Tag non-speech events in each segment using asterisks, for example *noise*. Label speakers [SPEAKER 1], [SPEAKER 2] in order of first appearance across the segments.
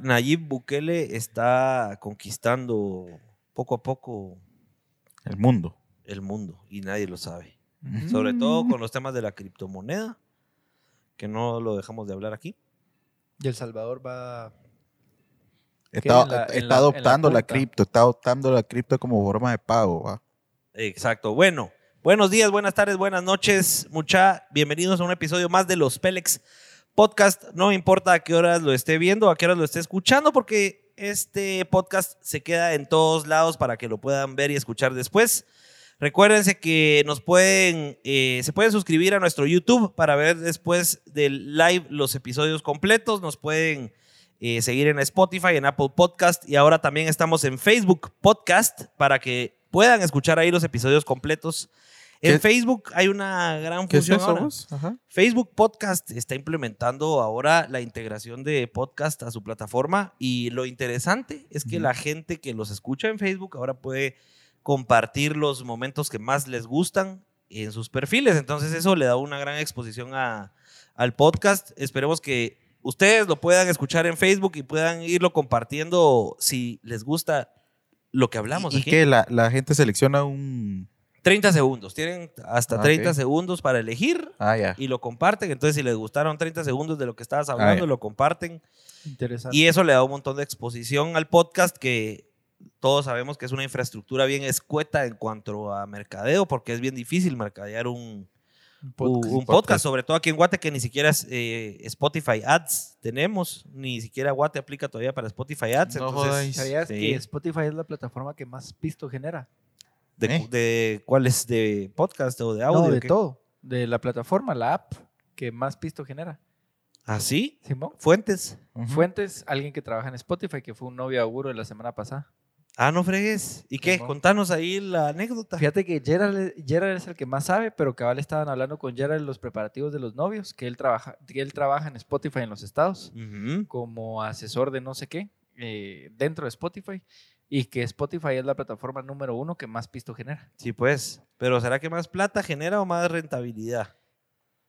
[SPEAKER 1] Nayib Bukele está conquistando poco a poco
[SPEAKER 2] El mundo.
[SPEAKER 1] el mundo y nadie lo sabe.
[SPEAKER 2] Ujú.
[SPEAKER 1] Sobre
[SPEAKER 2] Mm.
[SPEAKER 1] todo con los temas de la criptomoneda, que no lo dejamos de hablar aquí.
[SPEAKER 3] Y El Salvador va.
[SPEAKER 2] Está,
[SPEAKER 3] en la-
[SPEAKER 2] está
[SPEAKER 3] en la-
[SPEAKER 2] adoptando
[SPEAKER 3] en la
[SPEAKER 2] la,
[SPEAKER 3] punta.
[SPEAKER 2] cripto, está adoptando la cripto como forma de pago. ¿va?
[SPEAKER 1] Exacto. Bueno, buenos días, buenas tardes, buenas noches, mucha. Bienvenidos a un episodio más de los Pélex Podcast. No me importa a qué horas lo esté viendo, a qué horas lo esté escuchando, porque este podcast se queda en todos lados para que lo puedan ver y escuchar después. Recuérdense que nos pueden, eh, se pueden suscribir a nuestro YouTube para ver después del live los episodios completos. Nos pueden eh, seguir en Spotify, en Apple Podcast y ahora también estamos en Facebook Podcast para que puedan escuchar ahí los episodios completos. En
[SPEAKER 2] ¿Qué-
[SPEAKER 1] Facebook hay una gran función ahora.
[SPEAKER 2] Ajá.
[SPEAKER 1] Facebook Podcast está implementando ahora la integración de podcast a su plataforma y lo interesante es que
[SPEAKER 2] Ujú.
[SPEAKER 1] la gente que los escucha en Facebook ahora puede compartir los momentos que más les gustan en sus perfiles. Entonces eso le da una gran exposición a- al podcast. Esperemos que ustedes lo puedan escuchar en Facebook y puedan irlo compartiendo si les gusta lo que hablamos
[SPEAKER 2] y
[SPEAKER 1] aquí.
[SPEAKER 2] que la, la gente selecciona un...
[SPEAKER 1] 30 segundos. Tienen hasta
[SPEAKER 2] Ah, ok.
[SPEAKER 1] 30 segundos para elegir
[SPEAKER 2] Ah, ya.
[SPEAKER 1] y lo comparten. Entonces, si les gustaron 30 segundos de lo que estabas hablando,
[SPEAKER 2] Ah, ya.
[SPEAKER 1] lo comparten.
[SPEAKER 3] Interesante.
[SPEAKER 1] Y eso le da un montón de exposición al podcast que todos sabemos que es una infraestructura bien escueta en cuanto a mercadeo, porque es bien difícil mercadear un,
[SPEAKER 3] Un
[SPEAKER 1] un- un
[SPEAKER 3] podcast.
[SPEAKER 1] podcast, sobre todo aquí en Guate, que ni siquiera es, eh, Spotify Ads tenemos, ni siquiera Guate aplica todavía para Spotify Ads.
[SPEAKER 2] No
[SPEAKER 1] entonces,
[SPEAKER 2] jodáis.
[SPEAKER 3] ¿Sabías
[SPEAKER 1] Sí.
[SPEAKER 3] que Spotify es la plataforma que más pisto genera?
[SPEAKER 1] de,
[SPEAKER 2] Eh.
[SPEAKER 1] de- ¿cuál es? ¿De podcast o de audio?
[SPEAKER 3] no, de
[SPEAKER 1] ¿Qué?
[SPEAKER 3] todo. De la plataforma, la app que más pisto genera.
[SPEAKER 1] ¿Ah, sí?
[SPEAKER 3] Simón.
[SPEAKER 1] ¿Fuentes?
[SPEAKER 2] Ujú.
[SPEAKER 3] Fuentes, alguien que trabaja en Spotify, que fue un novio auguro de la semana pasada.
[SPEAKER 1] Ah, no fregues. ¿Y qué?
[SPEAKER 3] Simón.
[SPEAKER 1] Contanos ahí la anécdota.
[SPEAKER 3] Fíjate que Gerald, e-, Gerald es el que más sabe, pero cabal estaban hablando con Gerald en los preparativos de los novios, que él trabaja, que él trabaja en Spotify en los estados,
[SPEAKER 1] Ujú.
[SPEAKER 3] como asesor de no sé qué, eh, dentro de Spotify, y que Spotify es la plataforma número uno que más pisto genera.
[SPEAKER 1] Sí, pues. Pero ¿será que más plata genera o más rentabilidad?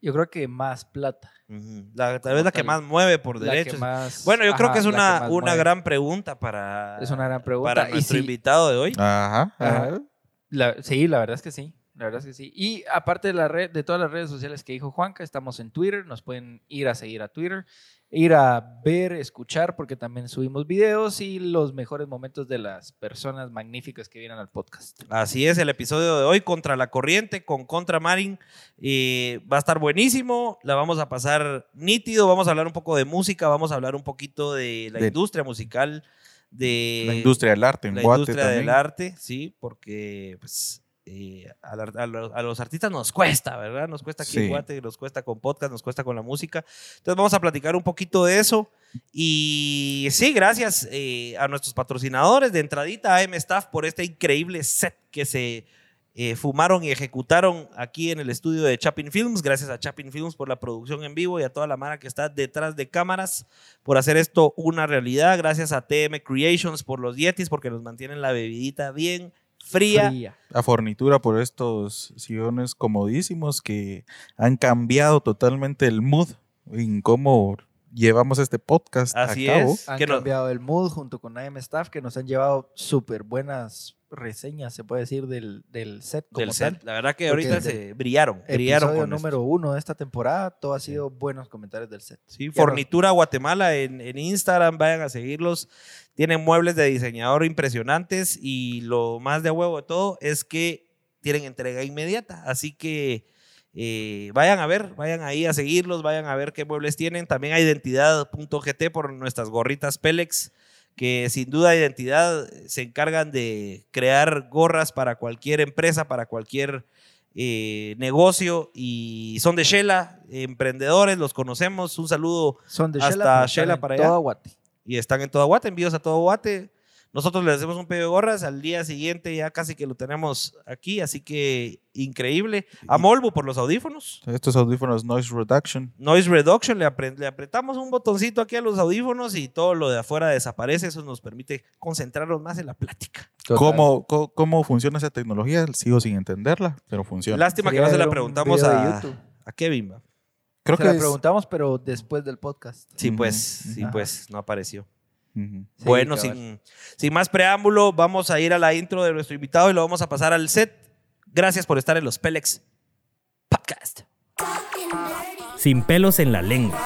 [SPEAKER 3] Yo creo que más plata.
[SPEAKER 1] Ujú. La- tal
[SPEAKER 3] Como
[SPEAKER 1] vez la que
[SPEAKER 3] tal.
[SPEAKER 1] más mueve por
[SPEAKER 3] la que
[SPEAKER 1] derechos.
[SPEAKER 3] más-
[SPEAKER 1] Bueno, yo creo
[SPEAKER 3] ajá,
[SPEAKER 1] que es
[SPEAKER 3] la
[SPEAKER 1] una,
[SPEAKER 3] más
[SPEAKER 1] una
[SPEAKER 3] mueve.
[SPEAKER 1] gran pregunta para,
[SPEAKER 3] Es una gran pregunta.
[SPEAKER 1] para
[SPEAKER 3] Y
[SPEAKER 1] nuestro
[SPEAKER 3] si-
[SPEAKER 1] invitado de hoy.
[SPEAKER 2] Ajá.
[SPEAKER 3] Ajá.
[SPEAKER 2] ajá.
[SPEAKER 3] La- sí, la verdad es que sí. La verdad es que sí. Y aparte de la red, de todas las redes sociales que dijo Juanca, estamos en Twitter. Nos pueden ir a seguir a Twitter, ir a ver, escuchar, porque también subimos videos y los mejores momentos de las personas magníficas que vienen al podcast.
[SPEAKER 1] Así es, el episodio de hoy contra la corriente con Contra Marin eh, va a estar buenísimo, la vamos a pasar nítido, vamos a hablar un poco de música, vamos a hablar un poquito de la
[SPEAKER 2] De-
[SPEAKER 1] industria musical, de
[SPEAKER 2] la industria del arte en
[SPEAKER 1] la
[SPEAKER 2] Guate
[SPEAKER 1] industria
[SPEAKER 2] también.
[SPEAKER 1] del arte, sí, porque pues, eh, al ar- a, lo- a los artistas nos cuesta, ¿verdad? Nos cuesta aquí en
[SPEAKER 2] Sí.
[SPEAKER 1] Guate, nos cuesta con podcast, nos cuesta con la música. Entonces vamos a platicar un poquito de eso. Y sí, gracias eh, a nuestros patrocinadores de entradita AM Staff por este increíble set que se eh, fumaron y ejecutaron aquí en el estudio de Chapin Films. Gracias a Chapin Films por la producción en vivo y a toda la mara que está detrás de cámaras por hacer esto una realidad. Gracias a TM Creations por los dietis, porque nos mantienen la bebidita bien fría.
[SPEAKER 3] Fría.
[SPEAKER 2] La fornitura por estos sillones comodísimos que han cambiado totalmente el mood en cómo llevamos este podcast
[SPEAKER 1] Así
[SPEAKER 2] a cabo.
[SPEAKER 1] es.
[SPEAKER 3] Han
[SPEAKER 1] Que no-
[SPEAKER 3] cambiado el mood junto con AM Staff, que nos han llevado súper buenas reseñas, se puede decir, del, del set. Como
[SPEAKER 1] del
[SPEAKER 3] tal.
[SPEAKER 1] set. La verdad que
[SPEAKER 3] Porque
[SPEAKER 1] ahorita
[SPEAKER 3] desde
[SPEAKER 1] se brillaron. Brillaron
[SPEAKER 3] Episodio
[SPEAKER 1] con
[SPEAKER 3] número
[SPEAKER 1] esto.
[SPEAKER 3] uno de esta temporada, todo ha sido buenos comentarios del set.
[SPEAKER 1] Sí,
[SPEAKER 3] Ya
[SPEAKER 1] Fornitura Guatemala en, en Instagram, vayan a seguirlos. Tienen muebles de diseñador impresionantes y lo más de huevo de todo es que tienen entrega inmediata. Así que eh, vayan a ver, vayan ahí a seguirlos, vayan a ver qué muebles tienen. También a identidad.gt por nuestras gorritas Pélex, que sin duda identidad se encargan de crear gorras para cualquier empresa, para cualquier eh, negocio y son de Shela, emprendedores, los conocemos. Un saludo
[SPEAKER 3] Son de
[SPEAKER 1] Hasta
[SPEAKER 3] Shela, pero están
[SPEAKER 1] Shela
[SPEAKER 3] en
[SPEAKER 1] para
[SPEAKER 3] toda
[SPEAKER 1] allá.
[SPEAKER 3] Guate.
[SPEAKER 1] y están en toda Guate, envíos a todo Guate. Nosotros les hacemos un pedido de gorras, al día siguiente ya casi que lo tenemos aquí, así que increíble. A Molbu por los audífonos.
[SPEAKER 2] Estos audífonos Noise Reduction.
[SPEAKER 1] Noise Reduction, le, apre- le apretamos un botoncito aquí a los audífonos y todo lo de afuera desaparece. Eso nos permite concentrarnos más en la plática.
[SPEAKER 2] ¿Cómo, co- cómo funciona esa tecnología? Sigo sin entenderla, pero funciona.
[SPEAKER 1] Lástima que no se la preguntamos a, a Kevin. ¿va?
[SPEAKER 2] Creo
[SPEAKER 3] se
[SPEAKER 2] que
[SPEAKER 3] la
[SPEAKER 2] es-
[SPEAKER 3] preguntamos, pero después del podcast.
[SPEAKER 1] Sí,
[SPEAKER 2] Ujú,
[SPEAKER 1] pues, sí,
[SPEAKER 3] ujú.
[SPEAKER 1] pues, no apareció.
[SPEAKER 2] Ujú.
[SPEAKER 3] *laughs* Sí,
[SPEAKER 1] bueno,
[SPEAKER 3] cabal.
[SPEAKER 1] sin, sin más preámbulo, vamos a ir a la intro de nuestro invitado y lo vamos a pasar al set. Gracias por estar en los Pelex Podcast.
[SPEAKER 4] Sin pelos en la lengua.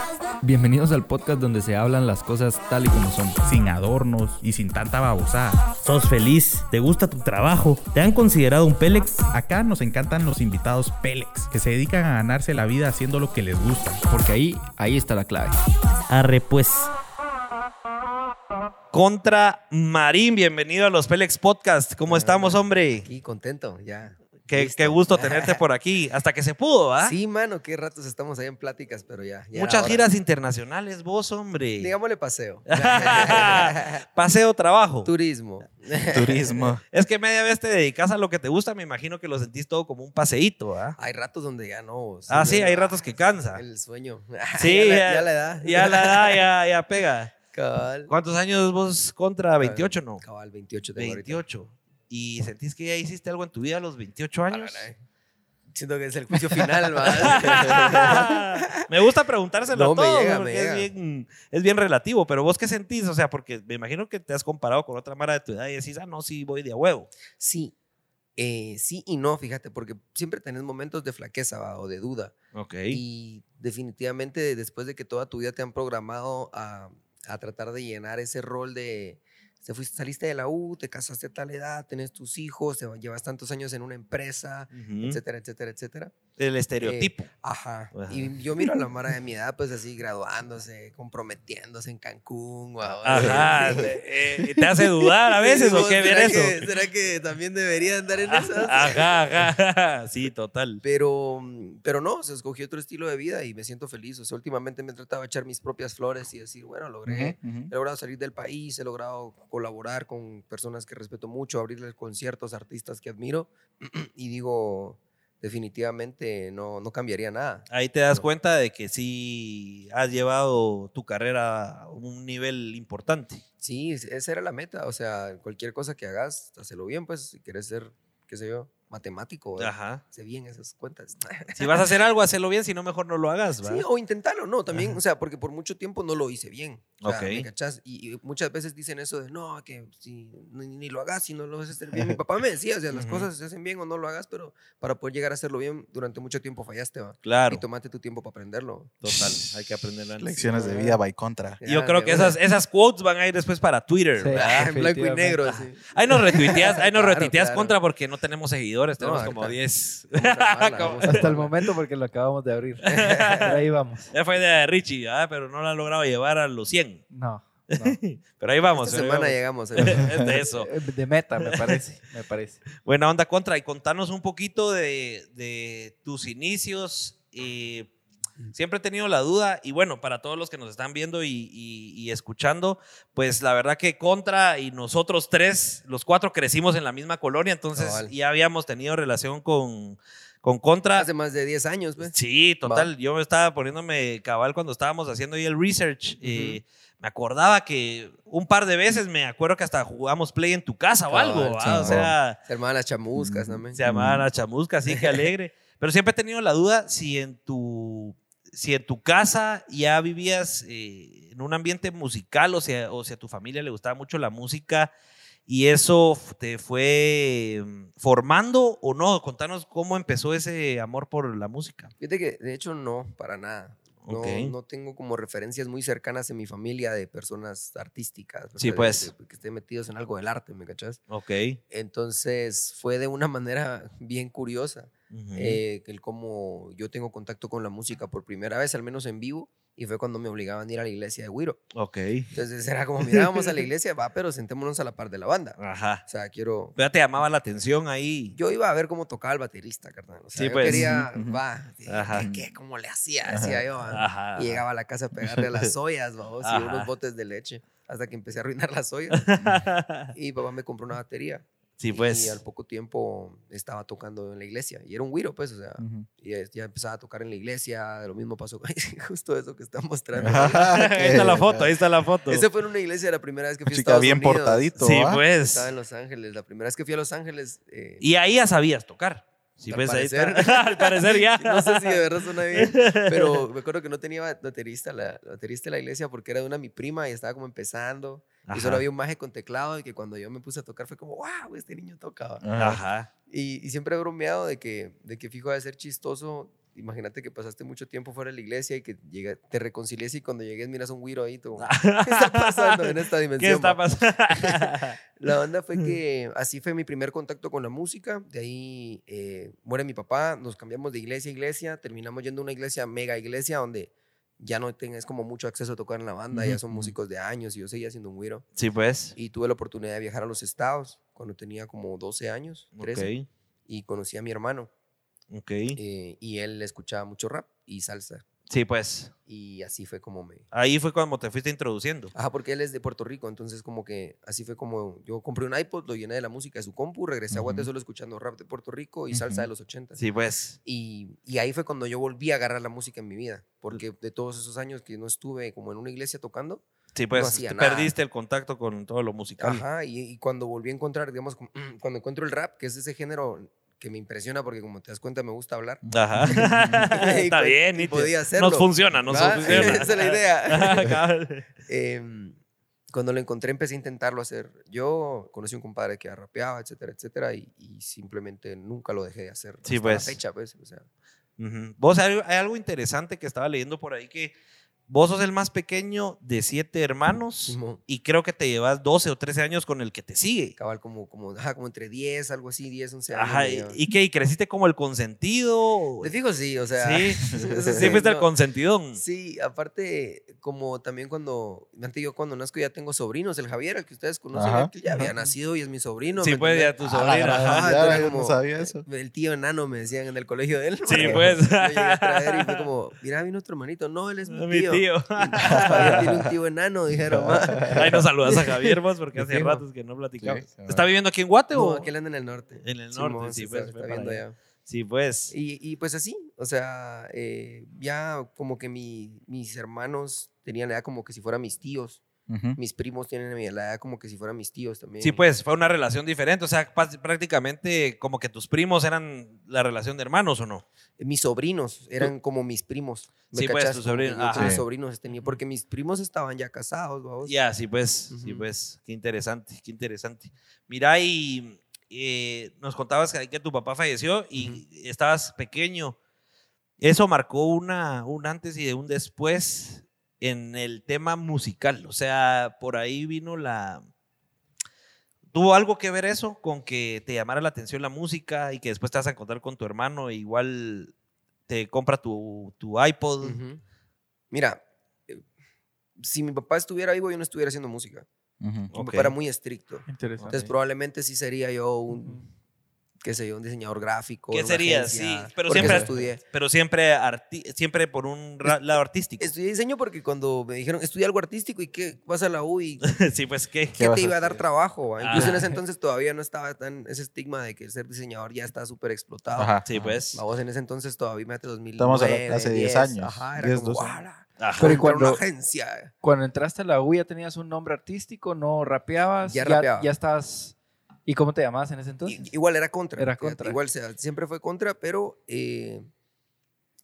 [SPEAKER 5] Bienvenidos al podcast donde se hablan las cosas tal y como son.
[SPEAKER 6] sin adornos y sin tanta babosada.
[SPEAKER 4] ¿Sos feliz? ¿Te gusta tu trabajo? ¿Te han considerado un Pélex?
[SPEAKER 6] Acá nos encantan los invitados Pélex, que se dedican a ganarse la vida haciendo lo que les gusta.
[SPEAKER 5] Porque ahí, ahí está la clave.
[SPEAKER 4] Arre pues.
[SPEAKER 1] Contra Marín, bienvenido a los Pelex Podcast. ¿Cómo estamos, hombre?
[SPEAKER 7] Aquí contento, ya.
[SPEAKER 1] Qué,
[SPEAKER 7] Listo.
[SPEAKER 1] qué
[SPEAKER 7] *laughs*
[SPEAKER 1] gusto tenerte por aquí. Hasta que se pudo, ¿ah?
[SPEAKER 7] Sí, mano, qué ratos estamos ahí en pláticas, pero ya. ya era
[SPEAKER 1] Muchas
[SPEAKER 7] hora.
[SPEAKER 1] giras internacionales, vos, hombre.
[SPEAKER 7] Digámosle
[SPEAKER 1] *laughs*
[SPEAKER 7] paseo.
[SPEAKER 1] Ah. Paseo, trabajo.
[SPEAKER 7] *laughs* Turismo.
[SPEAKER 2] Turismo.
[SPEAKER 1] Es que media vez te dedicas a lo que te gusta, me imagino que lo sentís todo como un paseíto, ¿ah?
[SPEAKER 7] Hay ratos donde ya no.
[SPEAKER 1] Ah,
[SPEAKER 7] me
[SPEAKER 1] sí,
[SPEAKER 7] da
[SPEAKER 1] hay ratos que cansa.
[SPEAKER 7] *laughs* El sueño. *laughs*
[SPEAKER 1] Sí,
[SPEAKER 7] ya,
[SPEAKER 1] ya-
[SPEAKER 7] la, ya la edad.
[SPEAKER 1] Ya la edad, ya, ya pega.
[SPEAKER 7] *laughs* Cabal.
[SPEAKER 1] ¿Cuántos años vos contra 28, no?
[SPEAKER 7] Cabal, 28 tengo
[SPEAKER 1] 28. ¿Y sentís que ya hiciste algo en tu vida a los 28
[SPEAKER 7] ahorita.
[SPEAKER 1] años?
[SPEAKER 7] A la gran- Siento que es el juicio
[SPEAKER 1] *laughs*
[SPEAKER 7] final, ¿va?
[SPEAKER 1] *laughs* me gusta preguntárselo
[SPEAKER 7] No,
[SPEAKER 1] a
[SPEAKER 7] me
[SPEAKER 1] todos,
[SPEAKER 7] llega,
[SPEAKER 1] porque
[SPEAKER 7] me
[SPEAKER 1] es
[SPEAKER 7] llega.
[SPEAKER 1] bien, es bien relativo. Pero vos qué sentís, o sea, porque me imagino que te has comparado con otra mara de tu edad y decís, ah, no, sí, voy de a huevo.
[SPEAKER 7] sí. eh, sí y no, fíjate, porque siempre tenés momentos de flaqueza ¿va? o de duda.
[SPEAKER 1] Ok.
[SPEAKER 7] Y definitivamente después de que toda tu vida te han programado a, a tratar de llenar ese rol de, te fuiste, saliste de la U, te casaste a tal edad, tenés tus hijos, te- llevas tantos años en una empresa, etcétera, etcétera, etcétera.
[SPEAKER 1] El estereotipo.
[SPEAKER 7] Eh, Ajá.
[SPEAKER 1] Ajá.
[SPEAKER 7] Y yo miro a la Mara de mi edad, pues así graduándose, comprometiéndose en Cancún. guau, *laughs*
[SPEAKER 1] Ajá.
[SPEAKER 7] así.
[SPEAKER 1] eh, ¿Te hace dudar
[SPEAKER 7] *laughs*
[SPEAKER 1] a veces o
[SPEAKER 7] Digo,
[SPEAKER 1] qué bien
[SPEAKER 7] ¿será
[SPEAKER 1] eso? Ah,
[SPEAKER 7] que- ¿Será que también debería andar en
[SPEAKER 1] *laughs*
[SPEAKER 7] esas?
[SPEAKER 1] Ajá, ajá. Sí, total.
[SPEAKER 7] Pero, mm, pero no, se escogió otro estilo de vida y me siento feliz. O sea, últimamente me he tratado de echar mis propias flores y decir, bueno, logré.
[SPEAKER 2] Ujú, ujú.
[SPEAKER 7] He logrado salir del país, he logrado colaborar con personas que respeto mucho, abrirles conciertos, artistas que admiro. *clears throat* Y digo, definitivamente no, no cambiaría nada.
[SPEAKER 1] Ahí te das cuenta de que sí has llevado tu carrera a un nivel importante.
[SPEAKER 7] Sí, es- esa era la meta. O sea, cualquier cosa que hagas, hazlo bien, pues, si quieres ser, qué sé yo, matemático. ¿verdad?
[SPEAKER 1] Ajá.
[SPEAKER 7] Sé bien esas cuentas. *laughs*
[SPEAKER 1] Si vas a hacer algo, hazlo bien, si no, mejor no lo hagas. ¿va?
[SPEAKER 7] Sí, o intentarlo, no, también,
[SPEAKER 1] Ajá.
[SPEAKER 7] o sea, porque por mucho tiempo no lo hice bien. O sea, ¿me
[SPEAKER 1] Ok.
[SPEAKER 7] cachás? Y, y muchas veces dicen eso de, no, que si, ni, ni lo hagas, si no lo haces hacer bien. Mi papá me decía, o sea, las
[SPEAKER 1] Ujú.
[SPEAKER 7] cosas se hacen bien o no lo hagas, pero para poder llegar a hacerlo bien, durante mucho tiempo fallaste, va.
[SPEAKER 1] Claro,
[SPEAKER 7] Y tomaste tu tiempo para aprenderlo.
[SPEAKER 1] total. Hay que aprenderlo antes.
[SPEAKER 2] Lecciones de vida by contra.
[SPEAKER 1] Yo creo que esas, esas quotes van a ir después para Twitter.
[SPEAKER 3] Sí.
[SPEAKER 1] ¿verdad?
[SPEAKER 7] en blanco y negro, así.
[SPEAKER 1] Ahí nos retuiteas, ahí nos
[SPEAKER 7] *laughs* Claro,
[SPEAKER 1] retuiteas
[SPEAKER 7] claro.
[SPEAKER 1] contra porque no tenemos seguidores, tenemos
[SPEAKER 7] No,
[SPEAKER 1] como
[SPEAKER 7] claro.
[SPEAKER 1] 10.
[SPEAKER 7] Vamos a armarla,
[SPEAKER 1] Como-
[SPEAKER 7] vamos a
[SPEAKER 3] Hasta el
[SPEAKER 7] armarla.
[SPEAKER 3] momento porque lo acabamos de abrir. Pero ahí vamos.
[SPEAKER 1] *laughs* Ya fue de Richie, ¿verdad? pero no la ha logrado llevar a los 100.
[SPEAKER 3] No. no.
[SPEAKER 1] Pero ahí vamos.
[SPEAKER 7] Esta
[SPEAKER 1] ahí
[SPEAKER 7] semana
[SPEAKER 1] vamos. *laughs*
[SPEAKER 7] llegamos. ahí.
[SPEAKER 1] Es de eso.
[SPEAKER 3] Eh, De meta, me parece. Me parece.
[SPEAKER 1] Buena onda contra. Y contanos un poquito de, de tus inicios. eh,
[SPEAKER 7] Mm.
[SPEAKER 1] siempre he tenido la duda. Y bueno, para todos los que nos están viendo y, y- y escuchando, pues la verdad que contra y nosotros tres, los cuatro crecimos en la misma colonia. Entonces
[SPEAKER 7] Cabal.
[SPEAKER 1] ya habíamos tenido relación con, con contra.
[SPEAKER 7] Hace más de 10 años, pues.
[SPEAKER 1] Sí, total. Yo me estaba poniéndome cabal cuando estábamos haciendo ahí el research. eh, me acordaba que un par de veces me acuerdo que hasta jugamos play en tu casa o
[SPEAKER 7] Cabal,
[SPEAKER 1] algo. ¿va? O
[SPEAKER 7] chingón.
[SPEAKER 1] sea.
[SPEAKER 7] Se armaban las chamuscas, ¿no? men?
[SPEAKER 1] Se llamaban a chamusca, así que alegre. Pero siempre he tenido la duda si en tu, si en tu casa ya vivías eh, en un ambiente musical o sea, o si a tu familia le gustaba mucho la música y eso f- te fue mm, formando o no. Contanos cómo empezó ese amor por la música.
[SPEAKER 7] Fíjate que, de hecho, no, para nada. No,
[SPEAKER 1] Ok.
[SPEAKER 7] no tengo como referencias muy cercanas en mi familia de personas artísticas. ¿verdad?
[SPEAKER 1] Sí,
[SPEAKER 7] De-
[SPEAKER 1] pues.
[SPEAKER 7] de- que estén metidos en algo del arte, ¿me cachas?
[SPEAKER 1] Ok.
[SPEAKER 7] Entonces, fue de una manera *laughs* bien curiosa
[SPEAKER 1] Ujú.
[SPEAKER 7] eh, el cómo yo tengo contacto con la música por primera vez, al menos en vivo, y fue cuando me obligaban a ir a la iglesia de Wiro.
[SPEAKER 1] ok.
[SPEAKER 7] Entonces, era como, mira, vamos
[SPEAKER 1] *laughs*
[SPEAKER 7] a la iglesia, va, pero sentémonos a la par de la banda.
[SPEAKER 1] Ajá.
[SPEAKER 7] O sea, quiero,
[SPEAKER 1] Ya te llamaba la atención ahí.
[SPEAKER 7] yo iba a ver cómo tocaba el baterista, carnal. O sea,
[SPEAKER 1] Sí,
[SPEAKER 7] yo
[SPEAKER 1] pues.
[SPEAKER 7] quería,
[SPEAKER 2] Ujú, ujú.
[SPEAKER 7] va, ¿qué-
[SPEAKER 1] Ajá.
[SPEAKER 7] ¿qué, qué? ¿Cómo le hacía? Decía yo. ¿va?
[SPEAKER 1] Ajá.
[SPEAKER 7] Y llegaba a la casa a pegarle a las
[SPEAKER 1] *laughs*
[SPEAKER 7] ollas, babos, y
[SPEAKER 1] Ajá.
[SPEAKER 7] unos botes de leche. Hasta que empecé a arruinar
[SPEAKER 1] *laughs*
[SPEAKER 7] las ollas. Y papá me compró una batería.
[SPEAKER 1] sí, *laughs*
[SPEAKER 7] Y
[SPEAKER 1] pues.
[SPEAKER 7] al poco tiempo estaba tocando en la iglesia. Y era un güiro, pues, o sea.
[SPEAKER 2] Ujú.
[SPEAKER 7] Y ya- ya empezaba a tocar en la iglesia. Lo mismo pasó con *laughs* justo eso que están mostrando.
[SPEAKER 1] ahí está la
[SPEAKER 7] *laughs*
[SPEAKER 1] foto, ahí está la foto.
[SPEAKER 7] Ese ¿ah? fue en una iglesia la primera vez que fui a
[SPEAKER 2] Chica,
[SPEAKER 7] Estados
[SPEAKER 2] bien
[SPEAKER 7] Unidos.
[SPEAKER 2] portadito.
[SPEAKER 1] Sí,
[SPEAKER 2] ¿va?
[SPEAKER 1] pues.
[SPEAKER 7] Estaba en Los Ángeles. La primera vez que fui a Los Ángeles. eh,
[SPEAKER 1] Y ahí ya sabías tocar. Sí,
[SPEAKER 7] Al
[SPEAKER 1] pues, ahí está. *laughs*
[SPEAKER 7] parecer.
[SPEAKER 1] al parecer ya.
[SPEAKER 7] *laughs* No sé si eh, de verdad suena bien,
[SPEAKER 1] *laughs*
[SPEAKER 7] pero me acuerdo que no tenía baterista la, baterista de la iglesia porque era de una mi prima y estaba como empezando.
[SPEAKER 1] Ajá.
[SPEAKER 7] Y solo había un maje con teclado y que cuando yo me puse a tocar fue como, wow, este niño tocaba.
[SPEAKER 1] Ajá.
[SPEAKER 7] Y, y siempre he bromeado de que, de que fijo de ser chistoso. Imagínate que pasaste mucho tiempo fuera de la iglesia y que llega, te reconcilies y cuando llegues miras un güiro ahí. Tú, *laughs* ¿Qué está pasando en esta dimensión?
[SPEAKER 1] *laughs* ¿Qué está
[SPEAKER 7] ma?
[SPEAKER 1] pasando?
[SPEAKER 7] La onda fue que así fue mi primer contacto con la música. De ahí eh, muere mi papá, nos cambiamos de iglesia a iglesia, terminamos yendo a una iglesia, mega iglesia, donde ya no tenés como mucho acceso a tocar en la banda, ya son músicos de años y yo seguía siendo un güiro.
[SPEAKER 1] *laughs* sí, pues.
[SPEAKER 7] Y tuve la oportunidad de viajar a los estados cuando tenía como 12 años, 13, y conocí a mi hermano.
[SPEAKER 1] Ok, ok.
[SPEAKER 7] eh, y él escuchaba mucho rap y salsa.
[SPEAKER 1] Sí, pues.
[SPEAKER 7] Y así fue como me...
[SPEAKER 1] Ahí fue cuando te fuiste introduciendo.
[SPEAKER 7] Ajá, porque él es de Puerto Rico, entonces como que así fue como yo compré un iPod, lo llené de la música de su compu, regresé a Guate
[SPEAKER 2] Ujú.
[SPEAKER 7] solo escuchando rap de Puerto Rico y salsa de los 80.
[SPEAKER 1] Sí, pues.
[SPEAKER 7] Y, y ahí fue cuando yo volví a agarrar la música en mi vida, porque de todos esos años que no estuve como en una iglesia tocando,
[SPEAKER 1] Sí, pues.
[SPEAKER 7] hacía nada.
[SPEAKER 1] perdiste el contacto con todo lo musical.
[SPEAKER 7] ajá, y, y cuando volví a encontrar, digamos, como, *clears throat* cuando encuentro el rap, que es ese género que me impresiona porque como te das cuenta me gusta hablar. *laughs*
[SPEAKER 1] Ajá.
[SPEAKER 7] Y
[SPEAKER 1] Está
[SPEAKER 7] pues,
[SPEAKER 1] bien,
[SPEAKER 7] y
[SPEAKER 1] nítido.
[SPEAKER 7] podía hacerlo.
[SPEAKER 1] Nos funciona, nos
[SPEAKER 7] *laughs* ¿Va?
[SPEAKER 1] funciona. *laughs*
[SPEAKER 7] Esa es la idea.
[SPEAKER 1] Ajá, cabal.
[SPEAKER 7] em, cuando lo encontré empecé a intentarlo hacer. Yo conocí un compadre que rapeaba, etcétera, etcétera, y, y simplemente nunca lo dejé de hacer.
[SPEAKER 1] Sí,
[SPEAKER 7] hasta
[SPEAKER 1] pues.
[SPEAKER 7] La fecha, pues. o sea,
[SPEAKER 1] Ujú. Vos, hay, hay algo interesante que estaba leyendo por ahí que vos sos el más pequeño de siete hermanos
[SPEAKER 7] Simón,
[SPEAKER 1] y creo que te llevas 12 o 13 años con el que te sigue.
[SPEAKER 7] cabal como, como, ajá, como entre 10, algo así, 10, 11 años.
[SPEAKER 1] Ajá,
[SPEAKER 7] me
[SPEAKER 1] y,
[SPEAKER 7] lleva.
[SPEAKER 1] y que y creciste como el consentido.
[SPEAKER 7] De fijo *laughs* sí, o sea.
[SPEAKER 1] Sí,
[SPEAKER 7] eso
[SPEAKER 1] sí fuiste el *laughs*
[SPEAKER 7] no.
[SPEAKER 1] consentidón.
[SPEAKER 7] Sí, aparte, como también cuando, antes yo cuando nazco ya tengo sobrinos, el Javier, el que ustedes conocen,
[SPEAKER 2] Ajá.
[SPEAKER 7] él que
[SPEAKER 1] *laughs*
[SPEAKER 7] ya había nacido y es mi sobrino.
[SPEAKER 1] Sí,
[SPEAKER 7] ¿me
[SPEAKER 1] pues, ya
[SPEAKER 7] entendés?
[SPEAKER 1] tu
[SPEAKER 2] Ah, la
[SPEAKER 1] sobrino.
[SPEAKER 2] gran-
[SPEAKER 1] ajá.
[SPEAKER 7] Ah, entonces
[SPEAKER 2] ya, yo
[SPEAKER 7] como-
[SPEAKER 2] no sabía eso.
[SPEAKER 7] El tío enano me decían en el colegio de él.
[SPEAKER 1] Sí,
[SPEAKER 7] porque
[SPEAKER 1] pues.
[SPEAKER 7] Lo llegué a traer y
[SPEAKER 1] *laughs*
[SPEAKER 7] fue como, mira, vino otro hermanito. No, él es mi
[SPEAKER 1] Ah, Mi
[SPEAKER 7] tío. *laughs*
[SPEAKER 1] tío. *laughs*
[SPEAKER 7] Javier tiene un tío enano, dijeron. ma.
[SPEAKER 1] Ahí nos saludas a Javier vos porque
[SPEAKER 2] Mi
[SPEAKER 1] hace
[SPEAKER 2] primo.
[SPEAKER 1] ratos que no platicamos.
[SPEAKER 2] Sí, ajá.
[SPEAKER 1] ¿Está viviendo aquí en Guate
[SPEAKER 7] *laughs* No,
[SPEAKER 1] o?
[SPEAKER 7] aquel anda en el norte.
[SPEAKER 1] En el
[SPEAKER 7] Simón,
[SPEAKER 1] norte, sí,
[SPEAKER 7] se
[SPEAKER 1] pues,
[SPEAKER 7] está-
[SPEAKER 1] fue
[SPEAKER 7] está viendo
[SPEAKER 1] para allá.
[SPEAKER 7] allá.
[SPEAKER 1] Sí, pues.
[SPEAKER 7] Y, y pues así, o sea, eh, ya como que mi- mis hermanos tenían la edad como que si fueran mis tíos.
[SPEAKER 2] Ujú.
[SPEAKER 7] Mis primos tienen la edad como que si fueran mis tíos también.
[SPEAKER 1] Sí, pues, fue una relación diferente. O sea, pas- prácticamente como que tus primos eran la relación de hermanos, ¿o no?
[SPEAKER 7] Eh, Mis sobrinos eran como mis primos. ¿me
[SPEAKER 1] Sí, pues,
[SPEAKER 7] cachas?
[SPEAKER 1] tus
[SPEAKER 7] Como que
[SPEAKER 1] sobrinos,
[SPEAKER 7] yo con
[SPEAKER 1] ajá.
[SPEAKER 7] mis sobrinos tenía, porque mis primos estaban ya casados,
[SPEAKER 1] Ya,
[SPEAKER 7] vamos.
[SPEAKER 1] sí, pues, sí,
[SPEAKER 7] Ujú.
[SPEAKER 1] pues. Qué interesante, qué interesante. Mira, y eh, nos contabas que, que tu papá falleció y estabas pequeño. Eso marcó una, un antes y de un después en el tema musical. O sea, por ahí vino la... ¿Tuvo algo que ver eso con que te llamara la atención la música y que después te vas a encontrar con tu hermano e igual te compra tu, tu iPod?
[SPEAKER 7] Ujú. Mira, eh, si mi papá estuviera vivo, yo no estuviera haciendo música.
[SPEAKER 2] Ujú.
[SPEAKER 7] Mi
[SPEAKER 1] Ok.
[SPEAKER 7] papá era muy estricto.
[SPEAKER 3] Interesante.
[SPEAKER 7] Entonces, probablemente sí sería yo un, qué sé yo, un diseñador gráfico.
[SPEAKER 1] ¿Qué
[SPEAKER 7] en una
[SPEAKER 1] sería?
[SPEAKER 7] agencia,
[SPEAKER 1] Sí, pero
[SPEAKER 7] porque eso
[SPEAKER 1] siempre-
[SPEAKER 7] estudié.
[SPEAKER 1] Pero siempre, arti- siempre por un ra- lado artístico.
[SPEAKER 7] Estudié diseño porque cuando me dijeron, estudia algo artístico y qué, vas a la U y
[SPEAKER 1] *laughs* sí, pues qué.
[SPEAKER 7] qué
[SPEAKER 2] vas
[SPEAKER 7] te
[SPEAKER 2] a
[SPEAKER 7] iba a dar
[SPEAKER 2] estudiar?
[SPEAKER 7] trabajo. va?
[SPEAKER 1] Ah.
[SPEAKER 7] Incluso en ese entonces todavía no estaba tan ese estigma de que el ser diseñador ya está súper explotado.
[SPEAKER 2] Ajá.
[SPEAKER 1] Sí, pues.
[SPEAKER 7] La voz en ese entonces todavía me hace 2000.
[SPEAKER 2] Estamos hablando hace 10 años,
[SPEAKER 7] Ajá, era
[SPEAKER 2] 10,
[SPEAKER 7] como,
[SPEAKER 2] 12.
[SPEAKER 7] "Guala,
[SPEAKER 1] Ajá.
[SPEAKER 3] Pero ¿y
[SPEAKER 7] comprar una
[SPEAKER 3] cuando-
[SPEAKER 7] agencia.
[SPEAKER 3] Cuando entraste a la U ya tenías un nombre artístico, no rapeabas,
[SPEAKER 7] Ya
[SPEAKER 3] ya,
[SPEAKER 7] rapeaba.
[SPEAKER 3] ya estabas... ¿Y cómo te llamabas en ese entonces?
[SPEAKER 7] I- igual era contra.
[SPEAKER 3] Era
[SPEAKER 7] fíjate,
[SPEAKER 3] contra.
[SPEAKER 7] Igual o sea, siempre fue contra, pero eh,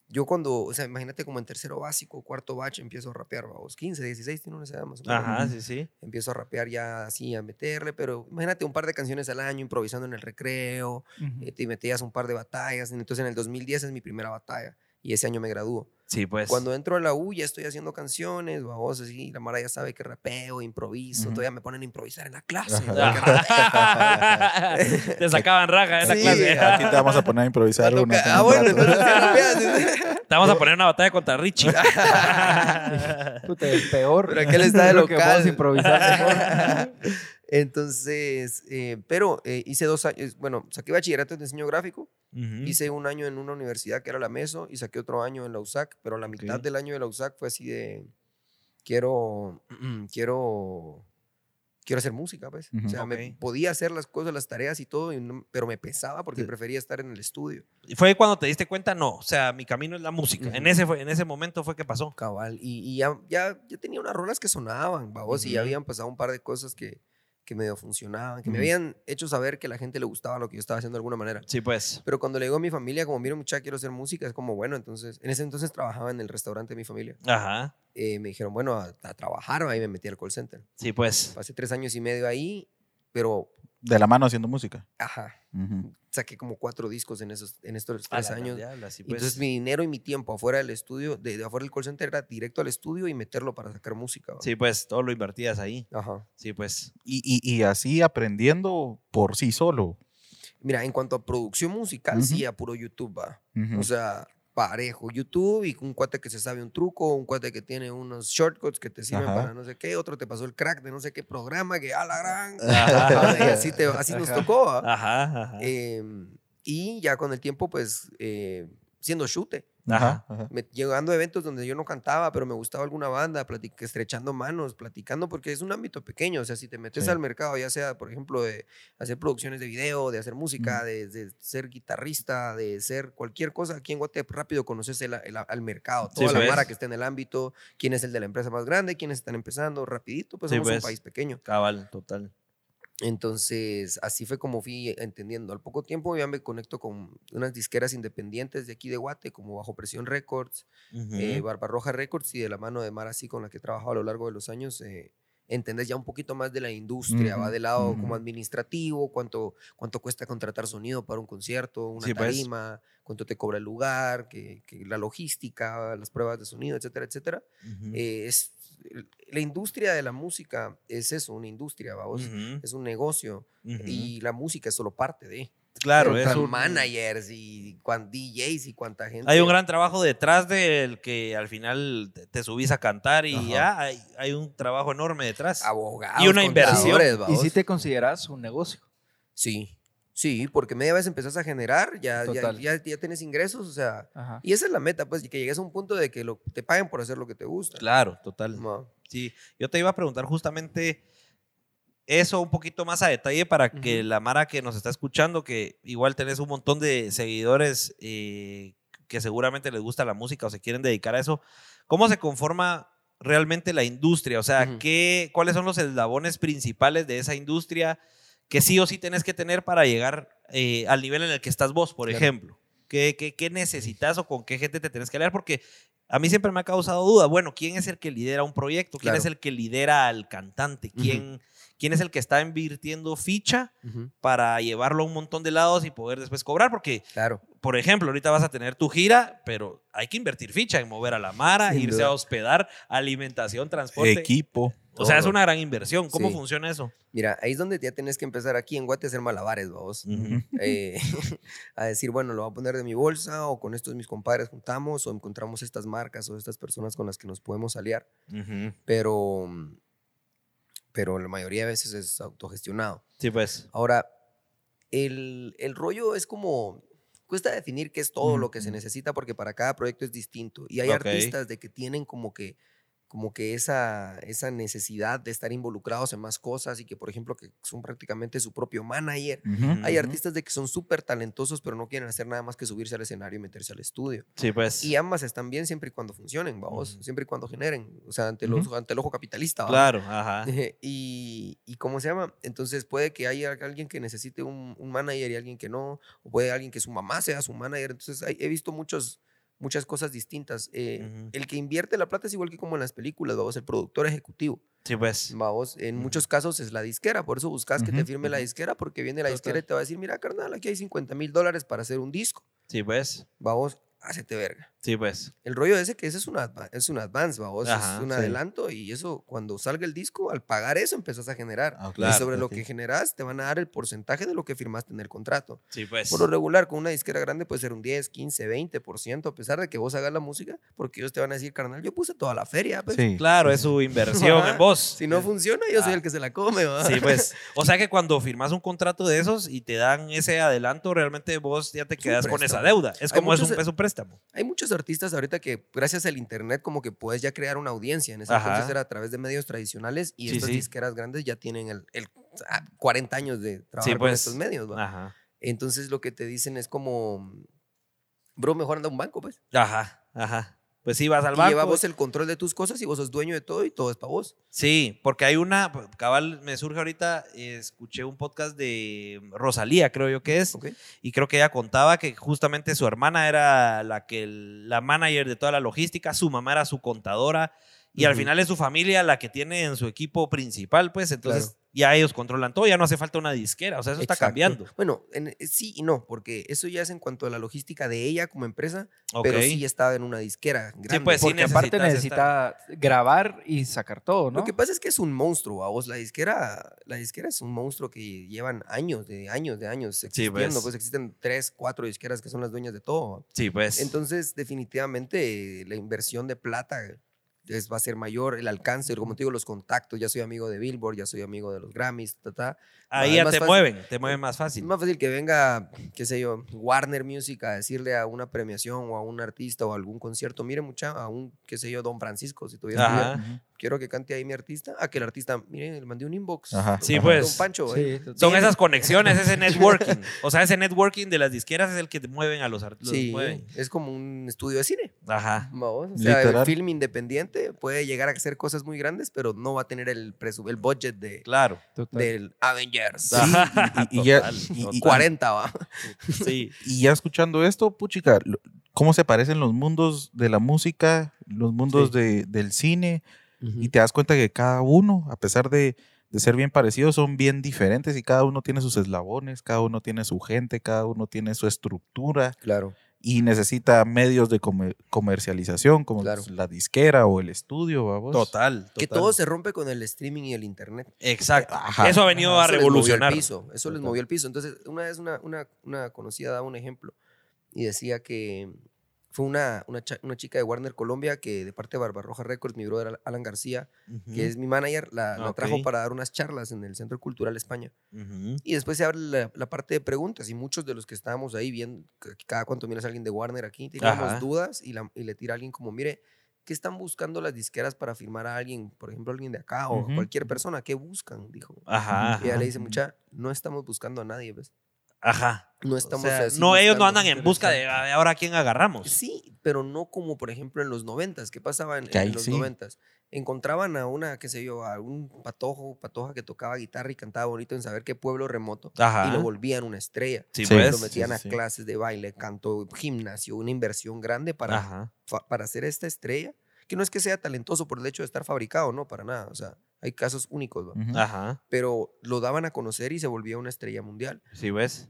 [SPEAKER 7] yo cuando, o sea, imagínate como en tercero básico, cuarto bache, empiezo a rapear, vamos, 15, 16, tiene una edad más o menos.
[SPEAKER 1] Ajá, sí, sí.
[SPEAKER 7] Empiezo a rapear ya así, a meterle, pero imagínate un par de canciones al año, improvisando en el recreo,
[SPEAKER 3] Ujú.
[SPEAKER 7] eh, te metías un par de batallas. Entonces en el 2010 es mi primera batalla y ese año me gradúo.
[SPEAKER 1] Sí, pues.
[SPEAKER 7] *laughs* Cuando entro a la U ya estoy haciendo canciones, babos, así, la Mara ya sabe que rapeo, improviso,
[SPEAKER 2] Ujú.
[SPEAKER 7] todavía me ponen a improvisar en la clase.
[SPEAKER 2] Ajá.
[SPEAKER 7] porque rapeo.
[SPEAKER 1] Ajá. te sacaban raja en la
[SPEAKER 7] Sí.
[SPEAKER 1] clase.
[SPEAKER 2] Aquí te vamos a poner a improvisar
[SPEAKER 7] Va
[SPEAKER 2] algo.
[SPEAKER 7] a tocar- Ah, bueno, entonces sí rapeas.
[SPEAKER 1] Te vamos a poner una batalla contra Richie. *laughs*
[SPEAKER 3] Puta, el peor.
[SPEAKER 7] Pero
[SPEAKER 3] *laughs*
[SPEAKER 7] aquel está de
[SPEAKER 3] Lo que
[SPEAKER 7] local.
[SPEAKER 3] puedas
[SPEAKER 7] *laughs*
[SPEAKER 3] improvisar mejor.
[SPEAKER 7] Entonces, eh, pero eh, hice dos años, bueno, saqué bachillerato en diseño gráfico,
[SPEAKER 1] Ujú.
[SPEAKER 7] hice un año en una universidad que era la MESO y saqué otro año en la USAC, pero la mitad del año de la USAC fue así de, quiero, *clears throat* quiero, quiero hacer música, pues.
[SPEAKER 2] Ujú.
[SPEAKER 7] O sea, me
[SPEAKER 1] Ok.
[SPEAKER 7] podía hacer las cosas, las tareas y todo, y no- pero me pesaba porque
[SPEAKER 1] Sí.
[SPEAKER 7] prefería estar en el estudio.
[SPEAKER 1] ¿Y ¿Fue cuando te diste cuenta? No, o sea, mi camino es la música.
[SPEAKER 7] Ujú.
[SPEAKER 1] en, ese fue, en ese momento fue que pasó.
[SPEAKER 7] Cabal. Y, y ya, ya, ya tenía unas rolas que sonaban, babos, y ya
[SPEAKER 1] Ujú.
[SPEAKER 7] habían pasado un par de cosas que, que medio funcionaban, que me
[SPEAKER 2] Ujú.
[SPEAKER 7] habían hecho saber que la gente le gustaba lo que yo estaba haciendo de alguna manera.
[SPEAKER 1] Sí, pues.
[SPEAKER 7] Pero cuando le digo a mi familia, como miro muchacho, quiero hacer música, es como, bueno, entonces, en ese entonces trabajaba en el restaurante de mi familia.
[SPEAKER 1] Ajá.
[SPEAKER 7] Eh, me dijeron, bueno, a, a trabajar, ahí me metí al call center.
[SPEAKER 1] Sí, pues.
[SPEAKER 7] Pasé tres años y medio ahí, pero,
[SPEAKER 2] De la mano haciendo música.
[SPEAKER 7] ajá,
[SPEAKER 2] Ujú.
[SPEAKER 7] saqué como cuatro discos en, esos, en estos
[SPEAKER 1] A
[SPEAKER 7] tres
[SPEAKER 1] la
[SPEAKER 7] años.
[SPEAKER 1] diabla, sí,
[SPEAKER 7] Y
[SPEAKER 1] pues.
[SPEAKER 7] Entonces mi dinero y mi tiempo afuera del estudio, de, de afuera del call center, era directo al estudio y meterlo para sacar música. ¿va?
[SPEAKER 1] Sí, pues, todo lo invertías ahí.
[SPEAKER 7] Ajá.
[SPEAKER 1] Sí, pues.
[SPEAKER 2] Y, y- y así aprendiendo por sí solo.
[SPEAKER 7] Mira, en cuanto a producción musical,
[SPEAKER 2] Ujú.
[SPEAKER 7] sí, a puro YouTube va.
[SPEAKER 2] Ujú.
[SPEAKER 7] O sea, parejo. YouTube y un cuate que se sabe un truco, un cuate que tiene unos shortcuts que te sirven
[SPEAKER 2] Ajá.
[SPEAKER 7] para no sé qué, otro te pasó el crack de no sé qué programa que a la
[SPEAKER 2] *laughs*
[SPEAKER 7] gran.
[SPEAKER 2] Ah,
[SPEAKER 1] Ajá.
[SPEAKER 7] *laughs* Y así, te, así nos tocó. ¿va?
[SPEAKER 1] Ajá, ajá.
[SPEAKER 7] Eh, y ya con el tiempo, pues, eh, siendo chute,
[SPEAKER 1] Ajá.
[SPEAKER 2] Ajá.
[SPEAKER 7] me- llegando a eventos donde yo no cantaba, pero me gustaba alguna banda, platic- estrechando manos, platicando, porque es un ámbito pequeño. O sea, si te metes
[SPEAKER 2] Sí.
[SPEAKER 7] al mercado, ya sea, por ejemplo, de hacer producciones de video, de hacer música, de, de ser guitarrista, de ser cualquier cosa, aquí en Guate rápido conoces el- el- al mercado,
[SPEAKER 1] Sí,
[SPEAKER 7] toda la
[SPEAKER 1] pues.
[SPEAKER 7] vara que está en el ámbito, quién es el de la empresa más grande, quiénes están empezando, rapidito, pues
[SPEAKER 1] Sí,
[SPEAKER 7] somos
[SPEAKER 1] pues.
[SPEAKER 7] un país pequeño.
[SPEAKER 1] Cabal, total.
[SPEAKER 7] Entonces, así fue como fui entendiendo. Al poco tiempo ya me conecto con unas disqueras independientes de aquí de Guate, como Bajo Presión Records,
[SPEAKER 1] Ujú.
[SPEAKER 7] eh, Barbarroja Records, y de la mano de Mar así con la que he trabajado a lo largo de los años, eh, entendés ya un poquito más de la industria, va
[SPEAKER 2] Ujú,
[SPEAKER 7] del lado
[SPEAKER 2] ujú.
[SPEAKER 7] como administrativo, cuánto, cuánto cuesta contratar sonido para un concierto, una
[SPEAKER 1] Sí, pues.
[SPEAKER 7] tarima, cuánto te cobra el lugar, que, que la logística, las pruebas de sonido, etcétera, etcétera.
[SPEAKER 1] Ujú.
[SPEAKER 7] Eh, es, la industria de la música es eso, una industria, ¿va? vos?
[SPEAKER 1] Ujú.
[SPEAKER 7] es un negocio
[SPEAKER 1] Ujú.
[SPEAKER 7] y la música es solo parte de.
[SPEAKER 1] claro,
[SPEAKER 7] Pero
[SPEAKER 1] es
[SPEAKER 7] tan
[SPEAKER 1] un-
[SPEAKER 7] managers y cuan DJs y cuánta gente.
[SPEAKER 1] hay un gran trabajo detrás del que al final te- te subís a cantar y
[SPEAKER 7] Ajá.
[SPEAKER 1] ya hay, hay un trabajo enorme detrás.
[SPEAKER 7] abogados
[SPEAKER 1] y una
[SPEAKER 7] contadores,
[SPEAKER 1] inversión.
[SPEAKER 3] Y
[SPEAKER 7] vaos.
[SPEAKER 3] si te consideras un negocio.
[SPEAKER 7] Sí, sí, porque media vez empezás a generar, ya, ya,
[SPEAKER 3] Total.
[SPEAKER 7] ya, ya tienes ingresos, o sea,
[SPEAKER 3] Ajá.
[SPEAKER 7] y esa es la meta, pues, y que llegues a un punto de que lo, te paguen por hacer lo que te gusta.
[SPEAKER 1] Claro, total.
[SPEAKER 7] Ma.
[SPEAKER 1] Sí, yo te iba a preguntar justamente eso un poquito más a detalle para que
[SPEAKER 7] Ujú.
[SPEAKER 1] la Mara que nos está escuchando, que igual tenés un montón de seguidores eh, que seguramente les gusta la música o se quieren dedicar a eso, ¿cómo se conforma realmente la industria? O sea,
[SPEAKER 7] Ujú.
[SPEAKER 1] ¿qué, ¿cuáles son los eslabones principales de esa industria que sí o sí tenés que tener para llegar eh, al nivel en el que estás vos, por
[SPEAKER 7] Claro.
[SPEAKER 1] ejemplo? ¿Qué, qué, qué necesitas o con qué gente te tenés que aliar? Porque a mí siempre me ha causado duda. Bueno, ¿quién es el que lidera un proyecto? ¿Quién
[SPEAKER 7] Claro.
[SPEAKER 1] es el que lidera al cantante? ¿Quién, ¿Quién es el que está invirtiendo ficha para llevarlo a un montón de lados y poder después cobrar? Porque,
[SPEAKER 7] Claro.
[SPEAKER 1] por ejemplo, ahorita vas a tener tu gira, pero hay que invertir ficha en mover a la mara,
[SPEAKER 7] Sin
[SPEAKER 1] irse
[SPEAKER 7] duda.
[SPEAKER 1] a hospedar, alimentación, transporte.
[SPEAKER 2] Equipo.
[SPEAKER 1] O sea, es
[SPEAKER 7] todo.
[SPEAKER 1] una gran inversión. ¿Cómo
[SPEAKER 7] Sí.
[SPEAKER 1] funciona eso?
[SPEAKER 7] Mira, ahí es donde ya tenés que empezar aquí en Guate a hacer malabares, vos. eh, *laughs* a decir, bueno, lo voy a poner de mi bolsa o con estos mis compadres juntamos o encontramos estas marcas o estas personas con las que nos podemos aliar,
[SPEAKER 1] Ujú.
[SPEAKER 7] pero, pero la mayoría de veces es autogestionado.
[SPEAKER 1] Sí, pues.
[SPEAKER 7] Ahora, el, el rollo es como, cuesta definir qué es todo lo que se necesita porque para cada proyecto es distinto y hay
[SPEAKER 1] Ok.
[SPEAKER 7] artistas de que tienen como que como que esa, esa necesidad de estar involucrados en más cosas y que, por ejemplo, que son prácticamente su propio manager
[SPEAKER 2] Ujú.
[SPEAKER 7] hay
[SPEAKER 1] Ujú.
[SPEAKER 7] artistas de que son súper talentosos, pero no quieren hacer nada más que subirse al escenario y meterse al estudio.
[SPEAKER 1] Sí, pues.
[SPEAKER 7] Y ah, ambas están bien siempre y cuando funcionen, vamos,
[SPEAKER 1] Ujú.
[SPEAKER 7] siempre y cuando generen, o sea, ante, los, ante el ojo capitalista. ¿va?
[SPEAKER 1] Claro, ajá.
[SPEAKER 7] y, y cómo se llama, entonces puede que haya alguien que necesite un, un manager y alguien que no, o puede alguien que su mamá sea su manager, entonces hay- he visto muchos, muchas cosas distintas. Eh,
[SPEAKER 1] Ujú.
[SPEAKER 7] El que invierte la plata es igual que como en las películas, vamos, el productor ejecutivo.
[SPEAKER 1] Sí, pues.
[SPEAKER 7] Vamos, en
[SPEAKER 1] Ujú.
[SPEAKER 7] muchos casos es la disquera, por eso buscas que te
[SPEAKER 2] Ujú,
[SPEAKER 7] firme la
[SPEAKER 1] ujú.
[SPEAKER 7] disquera, porque viene la disquera y te va a decir, mira, carnal, aquí hay 50 mil dólares para hacer un disco.
[SPEAKER 1] Sí, pues.
[SPEAKER 7] Vamos, hacete verga.
[SPEAKER 1] Sí, pues.
[SPEAKER 7] El rollo ese que ese es un, adva- es un advance, vamos,
[SPEAKER 1] Ajá,
[SPEAKER 7] es un
[SPEAKER 1] sí.
[SPEAKER 7] adelanto y eso, cuando salga el disco, al pagar eso empezás a generar.
[SPEAKER 2] Ah,
[SPEAKER 7] y
[SPEAKER 1] claro,
[SPEAKER 7] sobre lo
[SPEAKER 2] ok.
[SPEAKER 7] que generas, te van a dar el porcentaje de lo que firmaste en el contrato.
[SPEAKER 1] Sí, pues.
[SPEAKER 7] Por lo regular, con una disquera grande puede ser un 10, 15, 20%, a pesar de que vos hagas la música, porque ellos te van a decir, carnal, yo puse toda la feria. pues".
[SPEAKER 2] Sí.
[SPEAKER 1] Claro, es su inversión
[SPEAKER 7] Ajá.
[SPEAKER 1] en vos.
[SPEAKER 7] Si no funciona, yo soy
[SPEAKER 1] Ah.
[SPEAKER 7] el que se la come. ¿va?
[SPEAKER 1] Sí, pues. *laughs* O sea que cuando firmas un contrato de esos y te dan ese adelanto, realmente vos ya te
[SPEAKER 7] un
[SPEAKER 1] quedas con esa
[SPEAKER 7] préstamo.
[SPEAKER 1] deuda. Es
[SPEAKER 7] Hay
[SPEAKER 1] como es un,
[SPEAKER 7] muchos- e-
[SPEAKER 1] es un préstamo.
[SPEAKER 7] Hay muchos artistas ahorita que gracias al internet como que puedes ya crear una audiencia. En ese
[SPEAKER 1] Ajá.
[SPEAKER 7] entonces era a través de medios tradicionales y
[SPEAKER 1] Sí,
[SPEAKER 7] estas
[SPEAKER 1] sí.
[SPEAKER 7] disqueras grandes ya tienen el, el, ah, 40 años de trabajar con
[SPEAKER 1] pues.
[SPEAKER 7] estos medios. ¿va?
[SPEAKER 1] Ajá.
[SPEAKER 7] Entonces lo que te dicen es como, bro, mejor anda a un banco, pues.
[SPEAKER 1] Ajá, ajá. pues sí, vas al
[SPEAKER 7] Y e-
[SPEAKER 1] banco.
[SPEAKER 7] lleva vos el control de tus cosas y vos sos dueño de todo y todo es para vos.
[SPEAKER 1] Sí, porque hay una, cabal, me surge ahorita, eh, escuché un podcast de Rosalía, creo yo que es,
[SPEAKER 7] Ok.
[SPEAKER 1] y creo que ella contaba que justamente su hermana era la que el- la manager de toda la logística, su mamá era su contadora y al
[SPEAKER 7] Ujú.
[SPEAKER 1] final es su familia la que tiene en su equipo principal, pues entonces ya ellos controlan todo, ya no hace falta una disquera, o sea, eso está
[SPEAKER 7] Exacto.
[SPEAKER 1] cambiando.
[SPEAKER 7] Bueno, en- eh, sí y no, porque eso ya es en cuanto a la logística de ella como empresa,
[SPEAKER 1] Ok.
[SPEAKER 7] pero sí estaba en una disquera grande.
[SPEAKER 1] pues, sí
[SPEAKER 7] Porque
[SPEAKER 3] Porque aparte
[SPEAKER 1] necesitas
[SPEAKER 3] necesita grabar y sacar todo, ¿no?
[SPEAKER 7] Lo que pasa es que es un monstruo, a vos la disquera, la disquera es un monstruo que llevan años, de años, de años existiendo,
[SPEAKER 1] pues.
[SPEAKER 7] pues existen tres, cuatro disqueras que son las dueñas de todo.
[SPEAKER 1] Sí, pues.
[SPEAKER 7] Entonces, definitivamente la inversión de plata eh, es- va a ser mayor, el alcance, como te digo, los contactos, ya soy amigo de Billboard, ya soy amigo de los Grammys, ta, ta.
[SPEAKER 1] ahí
[SPEAKER 7] es
[SPEAKER 1] ya
[SPEAKER 7] más
[SPEAKER 1] te
[SPEAKER 7] fácil-
[SPEAKER 1] mueven, te mueven más
[SPEAKER 7] Es
[SPEAKER 1] fácil.
[SPEAKER 7] más fácil que venga, qué sé yo, Warner Music a decirle a una premiación o a un artista o a algún concierto, mire mucha, a un, qué sé yo, Don Francisco, si tuviera que
[SPEAKER 1] Ajá.
[SPEAKER 7] quiero que cante ahí mi artista, a que el artista, mire, le mandé un inbox.
[SPEAKER 2] Ajá.
[SPEAKER 1] Sí,
[SPEAKER 7] Don
[SPEAKER 1] pues.
[SPEAKER 7] Pancho, eh.
[SPEAKER 3] Sí, total.
[SPEAKER 1] Son esas conexiones,
[SPEAKER 7] *laughs*
[SPEAKER 1] ese networking. O sea, ese networking de las disqueras es el que te mueven a los artistas.
[SPEAKER 7] Sí, es como un estudio de cine.
[SPEAKER 1] Ajá.
[SPEAKER 7] vamos. O sea,
[SPEAKER 2] Literal.
[SPEAKER 7] el film independiente puede llegar a hacer cosas muy grandes, pero no va a tener el, presu- el budget de,
[SPEAKER 1] Claro.
[SPEAKER 3] Total.
[SPEAKER 7] del Avengers.
[SPEAKER 2] Sí, y- y- y ya-
[SPEAKER 1] Total,
[SPEAKER 2] y- y-
[SPEAKER 1] total.
[SPEAKER 7] 40, va. *laughs*
[SPEAKER 1] Sí.
[SPEAKER 2] Y ya escuchando esto, puchica, lo- cómo se parecen los mundos de la música, los mundos de- del cine, y te das cuenta que cada uno, a pesar de, de ser bien parecidos, son bien diferentes y cada uno tiene sus eslabones, cada uno tiene su gente, cada uno tiene su estructura
[SPEAKER 7] Claro.
[SPEAKER 2] y necesita medios de comer- comercialización como
[SPEAKER 7] Claro.
[SPEAKER 2] la disquera o el estudio, vamos.
[SPEAKER 1] Total,
[SPEAKER 7] Que todo se rompe con el streaming y el internet.
[SPEAKER 1] Exacto.
[SPEAKER 2] Ajá.
[SPEAKER 1] Eso ha venido a
[SPEAKER 7] Eso les movió el
[SPEAKER 1] revolucionar.
[SPEAKER 7] piso, Eso les movió el piso. Entonces, una vez una, una, una conocida daba un ejemplo y decía que fue una, una, cha- una chica de Warner Colombia que de parte de Barbarroja Records, mi brother Alan García,
[SPEAKER 1] Ujú, Ah,
[SPEAKER 7] que es mi manager, la, la trajo
[SPEAKER 1] Ok.
[SPEAKER 7] para dar unas charlas en el Centro Cultural España.
[SPEAKER 1] ujú.
[SPEAKER 7] Y después se abre la, la parte de preguntas y muchos de los que estábamos ahí viendo, c- cada cuanto vienes alguien de Warner aquí, teníamos
[SPEAKER 1] Ajá.
[SPEAKER 7] dudas y, la- y le tira a alguien como, mire, ¿qué están buscando las disqueras para firmar a alguien? Por ejemplo, alguien de acá o
[SPEAKER 2] Ujú.
[SPEAKER 7] cualquier persona, ¿qué buscan? Dijo.
[SPEAKER 1] Ajá.
[SPEAKER 7] Y ella
[SPEAKER 1] Ajá.
[SPEAKER 7] le dice, mucha, no estamos buscando a nadie, ¿ves?
[SPEAKER 1] Ajá.
[SPEAKER 7] No
[SPEAKER 1] O
[SPEAKER 7] estamos
[SPEAKER 1] sea,
[SPEAKER 7] así
[SPEAKER 1] no, ellos no
[SPEAKER 7] buscando".
[SPEAKER 1] andan en busca de ah, pues. "A ver, ahora a quién agarramos.
[SPEAKER 7] Sí, pero no como, por ejemplo, en los noventas. ¿Qué pasaba en,
[SPEAKER 2] Que
[SPEAKER 7] en
[SPEAKER 2] ahí
[SPEAKER 7] los
[SPEAKER 2] sí.
[SPEAKER 7] noventas? Encontraban a una, qué sé yo, a un patojo, patoja que tocaba guitarra y cantaba bonito en saber qué pueblo remoto
[SPEAKER 1] Ajá.
[SPEAKER 7] y lo volvían una estrella.
[SPEAKER 1] Sí,
[SPEAKER 2] Sí.
[SPEAKER 7] lo
[SPEAKER 1] pues.
[SPEAKER 7] metían
[SPEAKER 2] sí,
[SPEAKER 7] a
[SPEAKER 2] sí.
[SPEAKER 7] clases de baile, canto, gimnasio, una inversión grande para,
[SPEAKER 1] Ajá.
[SPEAKER 7] fa- para hacer esta estrella. Que no es que sea talentoso por el hecho de estar fabricado, no, para nada. O sea, hay casos únicos, ¿va?
[SPEAKER 2] Ujú.
[SPEAKER 1] Ajá.
[SPEAKER 7] pero lo daban a conocer y se volvía una estrella mundial.
[SPEAKER 1] Sí, ves.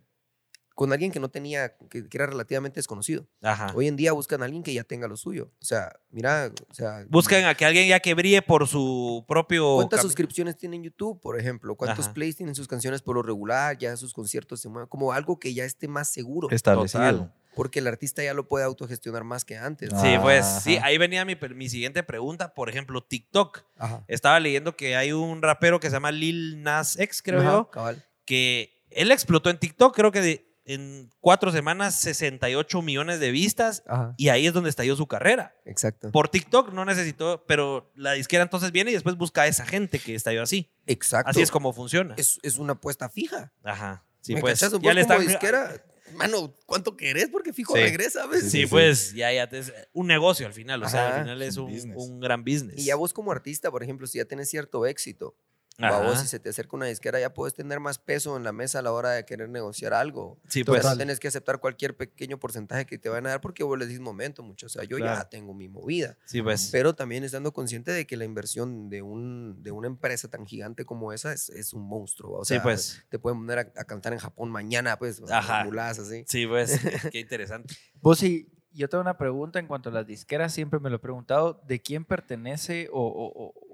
[SPEAKER 7] Con alguien que no tenía, que, que era relativamente desconocido.
[SPEAKER 1] Ajá.
[SPEAKER 7] Hoy en día buscan a alguien que ya tenga lo suyo. O sea, mira, o sea.
[SPEAKER 1] Buscan a que alguien ya que brille por su propio.
[SPEAKER 7] ¿Cuántas
[SPEAKER 1] cami-
[SPEAKER 7] suscripciones tienen YouTube, por ejemplo? ¿Cuántos
[SPEAKER 1] Ajá.
[SPEAKER 7] plays tienen sus canciones por lo regular? Ya sus conciertos se mueven. Como algo que ya esté más seguro.
[SPEAKER 2] Establecido.
[SPEAKER 1] Total.
[SPEAKER 7] Porque el artista ya lo puede autogestionar más que antes.
[SPEAKER 2] Ah.
[SPEAKER 1] Sí, pues.
[SPEAKER 2] Ajá.
[SPEAKER 1] Sí, ahí venía mi, mi siguiente pregunta. Por ejemplo, TikTok.
[SPEAKER 7] Ajá.
[SPEAKER 1] Estaba leyendo que hay un rapero que se llama Lil Nas X, creo
[SPEAKER 7] Ajá,
[SPEAKER 1] yo,
[SPEAKER 7] cabal.
[SPEAKER 1] que él explotó en TikTok, creo que de- en cuatro semanas 68 millones de vistas
[SPEAKER 7] Ajá.
[SPEAKER 1] y ahí es donde estalló su carrera.
[SPEAKER 7] Exacto.
[SPEAKER 1] Por TikTok no necesitó, pero la disquera entonces viene y después busca a esa gente que estalló así.
[SPEAKER 7] Exacto.
[SPEAKER 1] Así es como funciona.
[SPEAKER 7] Es, es una apuesta fija.
[SPEAKER 1] Ajá. Sí,
[SPEAKER 7] ¿Me
[SPEAKER 1] pues.
[SPEAKER 7] cachas?
[SPEAKER 1] Ya
[SPEAKER 7] Vos
[SPEAKER 1] le
[SPEAKER 7] como
[SPEAKER 1] están...
[SPEAKER 7] disquera, Mano, ¿cuánto querés? Porque fijo
[SPEAKER 1] Sí.
[SPEAKER 7] regresa, ¿ves?
[SPEAKER 1] Sí, pues, ya, ya. te- es un negocio al final. O sea,
[SPEAKER 7] Ajá,
[SPEAKER 1] al final es
[SPEAKER 2] es un
[SPEAKER 1] un,
[SPEAKER 2] business.
[SPEAKER 1] un gran business.
[SPEAKER 7] Y ya vos como artista, por ejemplo, si ya tenés cierto éxito,
[SPEAKER 1] Ajá.
[SPEAKER 7] a vos si se te acerca una disquera, ya puedes tener más peso en la mesa a la hora de querer negociar algo.
[SPEAKER 1] Sí,
[SPEAKER 7] Pues
[SPEAKER 1] pues.
[SPEAKER 7] no tenés que aceptar cualquier pequeño porcentaje que te van a dar porque vos le decís momento, mucho. O sea, yo
[SPEAKER 1] Claro.
[SPEAKER 7] ya tengo mi movida.
[SPEAKER 1] Sí, pues.
[SPEAKER 7] Pero también estando consciente de que la inversión de, un, de una empresa tan gigante como esa es, es un monstruo. O sea,
[SPEAKER 1] sí, pues.
[SPEAKER 7] te pueden poner a, a cantar en Japón mañana, pues,
[SPEAKER 1] Ajá.
[SPEAKER 7] ambuladas, así.
[SPEAKER 1] Sí,
[SPEAKER 7] *laughs*
[SPEAKER 1] pues. Qué interesante.
[SPEAKER 3] Vos sí, yo tengo una pregunta en cuanto a las disqueras, siempre me lo he preguntado, ¿de quién pertenece o, o- o- o-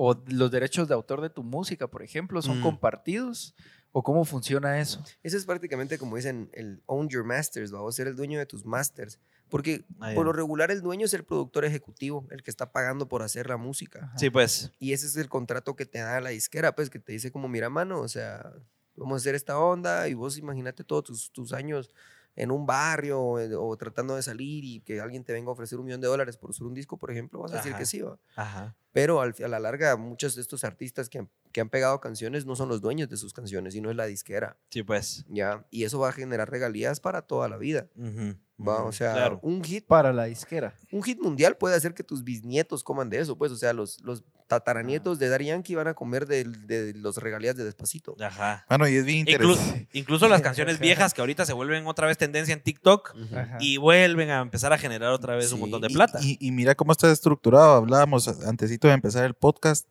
[SPEAKER 3] o los derechos de autor de tu música, por ejemplo, son
[SPEAKER 1] Mm.
[SPEAKER 3] compartidos? ¿O cómo funciona eso?
[SPEAKER 7] Eso es prácticamente como dicen el own your masters, va a ser el dueño de tus masters. Porque
[SPEAKER 1] Ah, ya.
[SPEAKER 7] por lo regular el dueño es el productor ejecutivo, el que está pagando por hacer la música.
[SPEAKER 1] Sí, pues.
[SPEAKER 7] Y ese es el contrato que te da la disquera, pues que te dice como, mira mano, o sea, vamos a hacer esta onda y vos imagínate todos tus, tus años en un barrio o, eh, o tratando de salir y que alguien te venga a ofrecer un millón de dólares por usar un disco, por ejemplo, vas a decir
[SPEAKER 1] Ajá.
[SPEAKER 7] que sí, va.
[SPEAKER 1] Ajá.
[SPEAKER 7] Pero al- a la larga, muchos de estos artistas que que han pegado canciones no son los dueños de sus canciones, sino es la disquera,
[SPEAKER 1] Sí, pues.
[SPEAKER 7] ¿ya? Y eso va a generar regalías para toda la vida.
[SPEAKER 1] Ujú,
[SPEAKER 7] ¿va?
[SPEAKER 1] ujú,
[SPEAKER 7] O sea,
[SPEAKER 1] Mm, claro.
[SPEAKER 7] un hit
[SPEAKER 3] Para la disquera.
[SPEAKER 7] un hit mundial puede hacer que tus bisnietos coman de eso, pues, o sea, los, los tataranietos de Daddy Yankee van a comer del- de, los regalías de Despacito.
[SPEAKER 1] Ajá.
[SPEAKER 2] Bueno, y es bien
[SPEAKER 1] Incluso,
[SPEAKER 2] interesante.
[SPEAKER 1] incluso
[SPEAKER 7] *laughs*
[SPEAKER 1] las canciones viejas que ahorita se vuelven otra vez tendencia en TikTok
[SPEAKER 7] Ujú.
[SPEAKER 1] y vuelven a empezar a generar otra vez un
[SPEAKER 7] Sí,
[SPEAKER 1] montón de
[SPEAKER 2] Y-
[SPEAKER 1] plata.
[SPEAKER 2] Y, y mira cómo está estructurado. Hablábamos antesito de empezar el podcast.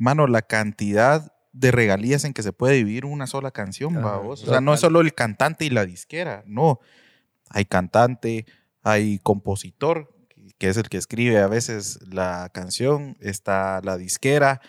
[SPEAKER 2] Mano, la cantidad de regalías en que se puede vivir una sola canción,
[SPEAKER 7] Ajá,
[SPEAKER 2] babos. O sea, no es
[SPEAKER 7] total.
[SPEAKER 2] solo el cantante y la disquera, no. Hay cantante, hay compositor, que es el que escribe a veces la canción, está la disquera.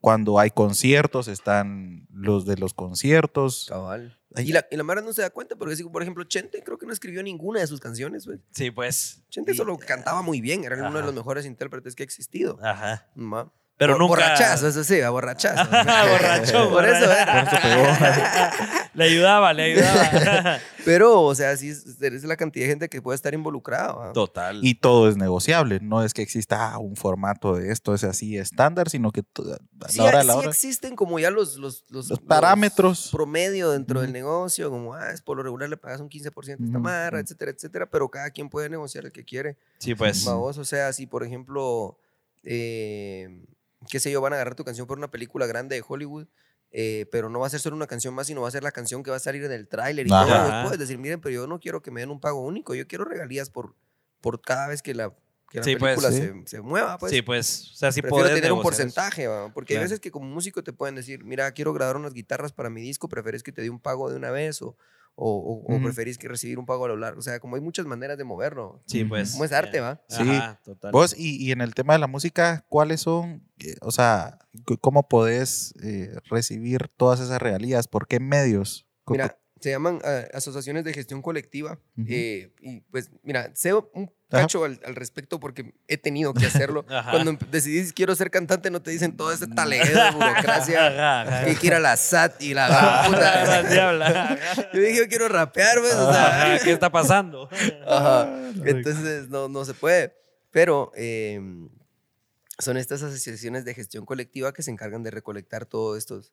[SPEAKER 2] Cuando hay conciertos, están los de los conciertos.
[SPEAKER 7] Cabal.
[SPEAKER 2] Ay.
[SPEAKER 7] Y la, y la Mara no se da cuenta, porque si, por ejemplo, Chente creo que no escribió ninguna de sus canciones, güey.
[SPEAKER 1] sí, pues.
[SPEAKER 7] Chente solo cantaba muy bien, era uno
[SPEAKER 1] Ajá.
[SPEAKER 7] de los mejores intérpretes que ha existido.
[SPEAKER 1] Ajá.
[SPEAKER 7] Ma.
[SPEAKER 1] Pero
[SPEAKER 7] Bo-
[SPEAKER 1] nunca. Ah,
[SPEAKER 7] Borrachazo,
[SPEAKER 1] *laughs*
[SPEAKER 7] eso sí, a borrachazo.
[SPEAKER 1] Borracho,
[SPEAKER 7] *laughs* Por eso eh. era.
[SPEAKER 1] *laughs* le ayudaba, le ayudaba.
[SPEAKER 7] *laughs* Pero, o sea, sí, es es la cantidad de gente que puede estar ah. involucrada. ¿va?
[SPEAKER 1] Total.
[SPEAKER 2] y todo es negociable. No es que exista ah, un formato de esto, es así estándar, sino que to- a
[SPEAKER 7] Sí, ah,
[SPEAKER 2] la hora de
[SPEAKER 7] sí
[SPEAKER 2] la hora.
[SPEAKER 7] existen como ya los, los, los,
[SPEAKER 2] Los parámetros.
[SPEAKER 7] promedio dentro del
[SPEAKER 2] Ujú.
[SPEAKER 7] negocio, como ah, es por lo regular le pagas un 15% a esta
[SPEAKER 2] Ujú,
[SPEAKER 7] marra,
[SPEAKER 2] ujú.
[SPEAKER 7] etcétera, etcétera, pero cada quien puede negociar el que quiere.
[SPEAKER 1] sí, pues.
[SPEAKER 2] Va.
[SPEAKER 7] Vamos, o sea, si por ejemplo, eh, qué sé yo, van a agarrar tu canción por una película grande de Hollywood, eh, pero no va a ser solo una canción más, sino va a ser la canción que va a salir en el tráiler y todo. pues,
[SPEAKER 1] Ajá.
[SPEAKER 7] Puedes decir, miren, pero yo no quiero que me den un pago único, yo quiero regalías por, por cada vez que la, que la
[SPEAKER 1] Sí, pues,
[SPEAKER 7] película
[SPEAKER 1] sí.
[SPEAKER 7] se, se mueva. Pues.
[SPEAKER 1] sí, pues. O sea, sí
[SPEAKER 7] Prefiero
[SPEAKER 1] poder
[SPEAKER 7] tener un
[SPEAKER 1] negociar.
[SPEAKER 7] porcentaje, ¿va? porque
[SPEAKER 1] Claro.
[SPEAKER 7] hay veces que como músico te pueden decir, mira, quiero grabar unas guitarras para mi disco, preferís que te dé un pago de una vez o, o, o- o
[SPEAKER 2] Ujú.
[SPEAKER 7] preferís que recibir un pago a lo largo. O sea, como hay muchas maneras de moverlo.
[SPEAKER 1] Sí, pues.
[SPEAKER 7] Como es arte, ¿va?
[SPEAKER 2] Sí.
[SPEAKER 1] Ajá, total.
[SPEAKER 2] Vos, y, y en el tema de la música, ¿cuáles son, eh, o sea, c- cómo podés eh, recibir todas esas regalías? ¿Por qué medios? Co- co-
[SPEAKER 7] Mira, se llaman ah, asociaciones de gestión colectiva.
[SPEAKER 2] Ujú.
[SPEAKER 7] eh, y pues, mira, sé un
[SPEAKER 2] Ajá.
[SPEAKER 7] cacho al, al respecto porque he tenido que hacerlo.
[SPEAKER 1] *laughs* Ajá.
[SPEAKER 7] Cuando em- decidís quiero ser cantante, no te dicen todo ese taleguero de
[SPEAKER 1] *laughs*
[SPEAKER 7] burocracia.
[SPEAKER 1] Ajá, ajá.
[SPEAKER 7] que quiera la SAT y
[SPEAKER 1] *laughs*
[SPEAKER 7] la
[SPEAKER 1] Ah,
[SPEAKER 7] gran puta.
[SPEAKER 1] Ajá, diabla.
[SPEAKER 7] Yo dije, yo quiero rapear, pues, *laughs* o sea.
[SPEAKER 1] Ajá, ¿Qué está pasando? Ah,
[SPEAKER 7] Ajá. Entonces no, no se puede. Pero eh, son estas asociaciones de gestión colectiva que se encargan de recolectar todos estos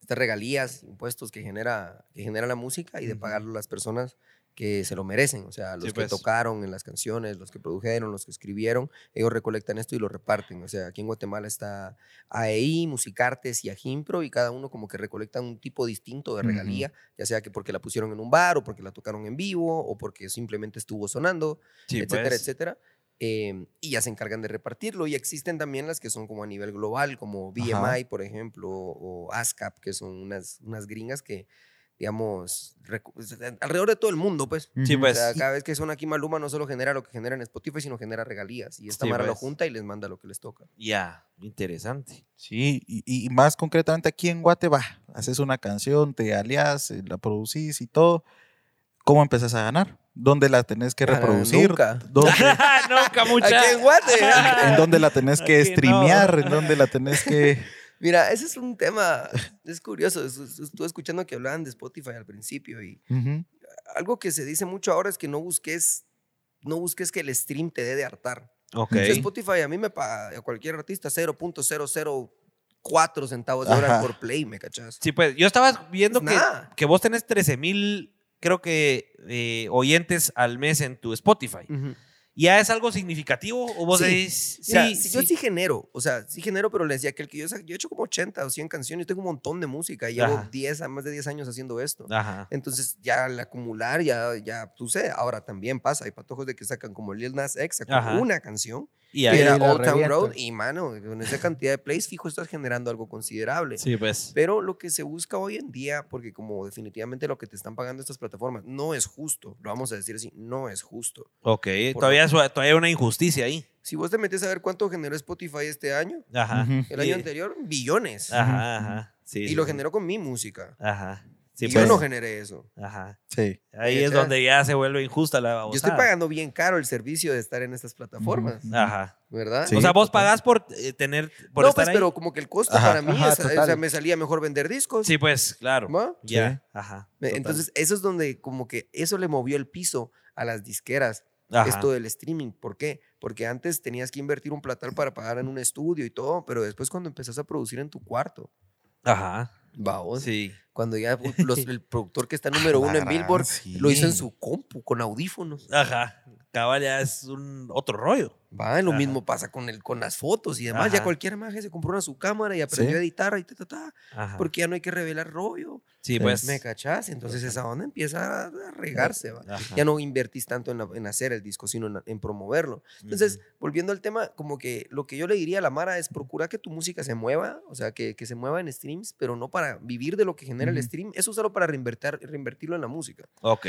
[SPEAKER 7] estas regalías, impuestos que genera, que genera la música y de pagarlo a las personas que se lo merecen, o sea, los
[SPEAKER 1] Sí,
[SPEAKER 7] que
[SPEAKER 1] pues.
[SPEAKER 7] tocaron en las canciones, los que produjeron, los que escribieron, ellos recolectan esto y lo reparten, o sea, aquí en Guatemala está AEI, Musicartes y Ajimpro y cada uno como que recolectan un tipo distinto de
[SPEAKER 2] Ujú.
[SPEAKER 7] regalía, ya sea que porque la pusieron en un bar o porque la tocaron en vivo o porque simplemente estuvo sonando,
[SPEAKER 1] Sí,
[SPEAKER 7] etcétera,
[SPEAKER 1] pues.
[SPEAKER 7] etcétera. eh, y ya se encargan de repartirlo. Y existen también las que son como a nivel global, como BMI, por ejemplo, o ASCAP, que son unas, unas gringas que, digamos, recu- alrededor de todo el mundo, pues.
[SPEAKER 1] Sí,
[SPEAKER 2] Ujú.
[SPEAKER 7] O
[SPEAKER 1] pues.
[SPEAKER 7] sea, cada vez que son aquí Maluma no solo genera lo que genera en Spotify, sino genera regalías. Y esta
[SPEAKER 1] Sí,
[SPEAKER 7] mara lo
[SPEAKER 1] pues.
[SPEAKER 7] junta y les manda lo que les toca.
[SPEAKER 1] Ya, interesante.
[SPEAKER 2] Sí, y, y más concretamente aquí en Guate, va, haces una canción, te aliás, eh, la producís y todo. ¿Cómo empezás a ganar? ¿Dónde la tenés que
[SPEAKER 7] Ah,
[SPEAKER 2] reproducir?
[SPEAKER 7] nunca.
[SPEAKER 2] ¿Dónde-
[SPEAKER 1] *laughs*
[SPEAKER 7] *laughs*
[SPEAKER 1] Nunca mucha.
[SPEAKER 7] Aquí en Guate.
[SPEAKER 1] *laughs*
[SPEAKER 7] *laughs*
[SPEAKER 2] ¿En dónde la tenés que
[SPEAKER 1] Aquí no.
[SPEAKER 2] streamear? ¿En dónde la tenés que...?
[SPEAKER 7] Mira, ese es un tema, es curioso. es- es- Estuve escuchando que hablaban de Spotify al principio y
[SPEAKER 2] Ujú.
[SPEAKER 7] algo que se dice mucho ahora es que no busques, no busques que el stream te dé de hartar.
[SPEAKER 1] Ok.
[SPEAKER 7] O sea, Spotify a mí me paga a cualquier artista 0.004 centavos de
[SPEAKER 2] Ajá.
[SPEAKER 7] hora por play, ¿me cachas?
[SPEAKER 1] Sí, pues. Yo estaba viendo
[SPEAKER 7] Es
[SPEAKER 1] que,
[SPEAKER 7] nada.
[SPEAKER 1] que vos tenés 13 mil, creo que, eh, oyentes al mes en tu Spotify.
[SPEAKER 7] Ujú.
[SPEAKER 1] ¿Ya es algo significativo? ¿O vos
[SPEAKER 7] Mm. Sí.
[SPEAKER 1] decís,
[SPEAKER 7] O sea,
[SPEAKER 1] sí,
[SPEAKER 7] si yo sí genero, o sea, sí genero, pero les decía que el que yo, sa- yo he hecho como 80 o 100 canciones, tengo un montón de música, y llevo
[SPEAKER 1] Ajá.
[SPEAKER 7] 10, a más de 10 años haciendo esto.
[SPEAKER 1] Ajá.
[SPEAKER 7] Entonces, ya al acumular, ya, ya pues, sucede. Ahora también pasa, hay patojos de que sacan como Lil Nas X, sacó
[SPEAKER 1] Ajá.
[SPEAKER 7] una canción
[SPEAKER 1] Y
[SPEAKER 7] que
[SPEAKER 1] ahí.
[SPEAKER 7] era
[SPEAKER 3] la
[SPEAKER 7] Old Town
[SPEAKER 3] revientas.
[SPEAKER 7] Road y mano, con esa cantidad de plays fijo estás generando algo considerable.
[SPEAKER 1] Sí, pues.
[SPEAKER 7] Pero lo que se busca hoy en día, porque como definitivamente lo que te están pagando estas plataformas no es justo, lo vamos a decir así, no es justo.
[SPEAKER 1] Ok. Todavía, es- todavía hay una injusticia ahí.
[SPEAKER 7] Si vos te metes a ver cuánto generó Spotify este año,
[SPEAKER 1] Ajá.
[SPEAKER 2] Ujú.
[SPEAKER 7] el año
[SPEAKER 1] Y-
[SPEAKER 7] anterior, billones.
[SPEAKER 1] Ajá, ajá. Ah, Sí,
[SPEAKER 7] y
[SPEAKER 1] sí,
[SPEAKER 7] lo
[SPEAKER 1] sí.
[SPEAKER 7] generó con mi música.
[SPEAKER 1] Ajá. Sí,
[SPEAKER 7] y
[SPEAKER 1] pues.
[SPEAKER 7] yo no generé eso.
[SPEAKER 1] Ajá.
[SPEAKER 2] Sí.
[SPEAKER 1] Ahí
[SPEAKER 7] Ya
[SPEAKER 1] es
[SPEAKER 7] sea.
[SPEAKER 1] donde ya se vuelve injusta la
[SPEAKER 7] Yo estoy
[SPEAKER 1] babosada.
[SPEAKER 7] pagando bien caro el servicio de estar en estas plataformas,
[SPEAKER 1] Ajá.
[SPEAKER 7] ¿verdad?
[SPEAKER 2] Sí.
[SPEAKER 1] o sea, vos pagás por eh, tener. Por
[SPEAKER 7] no,
[SPEAKER 1] estar
[SPEAKER 7] pues,
[SPEAKER 1] ahí.
[SPEAKER 7] pero como que el costo
[SPEAKER 2] Ajá,
[SPEAKER 7] para mí,
[SPEAKER 3] ajá,
[SPEAKER 7] es- o sea,
[SPEAKER 3] total.
[SPEAKER 7] me salía mejor vender discos.
[SPEAKER 1] Sí, pues, claro.
[SPEAKER 7] ¿va?
[SPEAKER 1] Ya.
[SPEAKER 2] Sí.
[SPEAKER 1] Ajá.
[SPEAKER 7] Me-
[SPEAKER 1] total.
[SPEAKER 7] Eh, Entonces, eso es donde como que eso le movió el piso a las disqueras,
[SPEAKER 1] Ajá.
[SPEAKER 7] esto del streaming. ¿Por qué? Porque antes tenías que invertir un platal para pagar en un estudio y todo, pero después cuando empezás a producir en tu cuarto,
[SPEAKER 1] Ajá.
[SPEAKER 7] Vamos.
[SPEAKER 1] Sí. Ah, *laughs*
[SPEAKER 7] Cuando ya pu- los- el productor que está número
[SPEAKER 2] A la
[SPEAKER 7] uno en
[SPEAKER 2] gran,
[SPEAKER 7] Billboard
[SPEAKER 2] Ah, sí.
[SPEAKER 7] lo hizo en su compu, con audífonos.
[SPEAKER 1] Ajá. Cabal ya es un otro rollo.
[SPEAKER 7] Va, lo
[SPEAKER 1] Ajá.
[SPEAKER 7] mismo pasa con, el, con las fotos y demás. Ya
[SPEAKER 1] Ajá.
[SPEAKER 7] cualquier imagen se compró una su cámara y
[SPEAKER 2] Sí.
[SPEAKER 7] aprendió a editar y ta, ta, ta,
[SPEAKER 1] Ajá.
[SPEAKER 7] porque ya no hay que revelar rollo.
[SPEAKER 1] sí, pues.
[SPEAKER 7] ¿Me cachás? Entonces esa onda empieza a regarse, va.
[SPEAKER 1] Ajá.
[SPEAKER 7] Ya no invertís tanto en, la- en hacer el disco, sino en, en promoverlo. Entonces, volviendo al tema, como que lo que yo le diría a la Mara es procura que tu música se mueva, o sea, que, que se mueva en streams, pero no para vivir de lo que genera el
[SPEAKER 6] Ujú.
[SPEAKER 7] stream, eso usarlo para reinvertir, reinvertirlo en la música
[SPEAKER 1] Ok.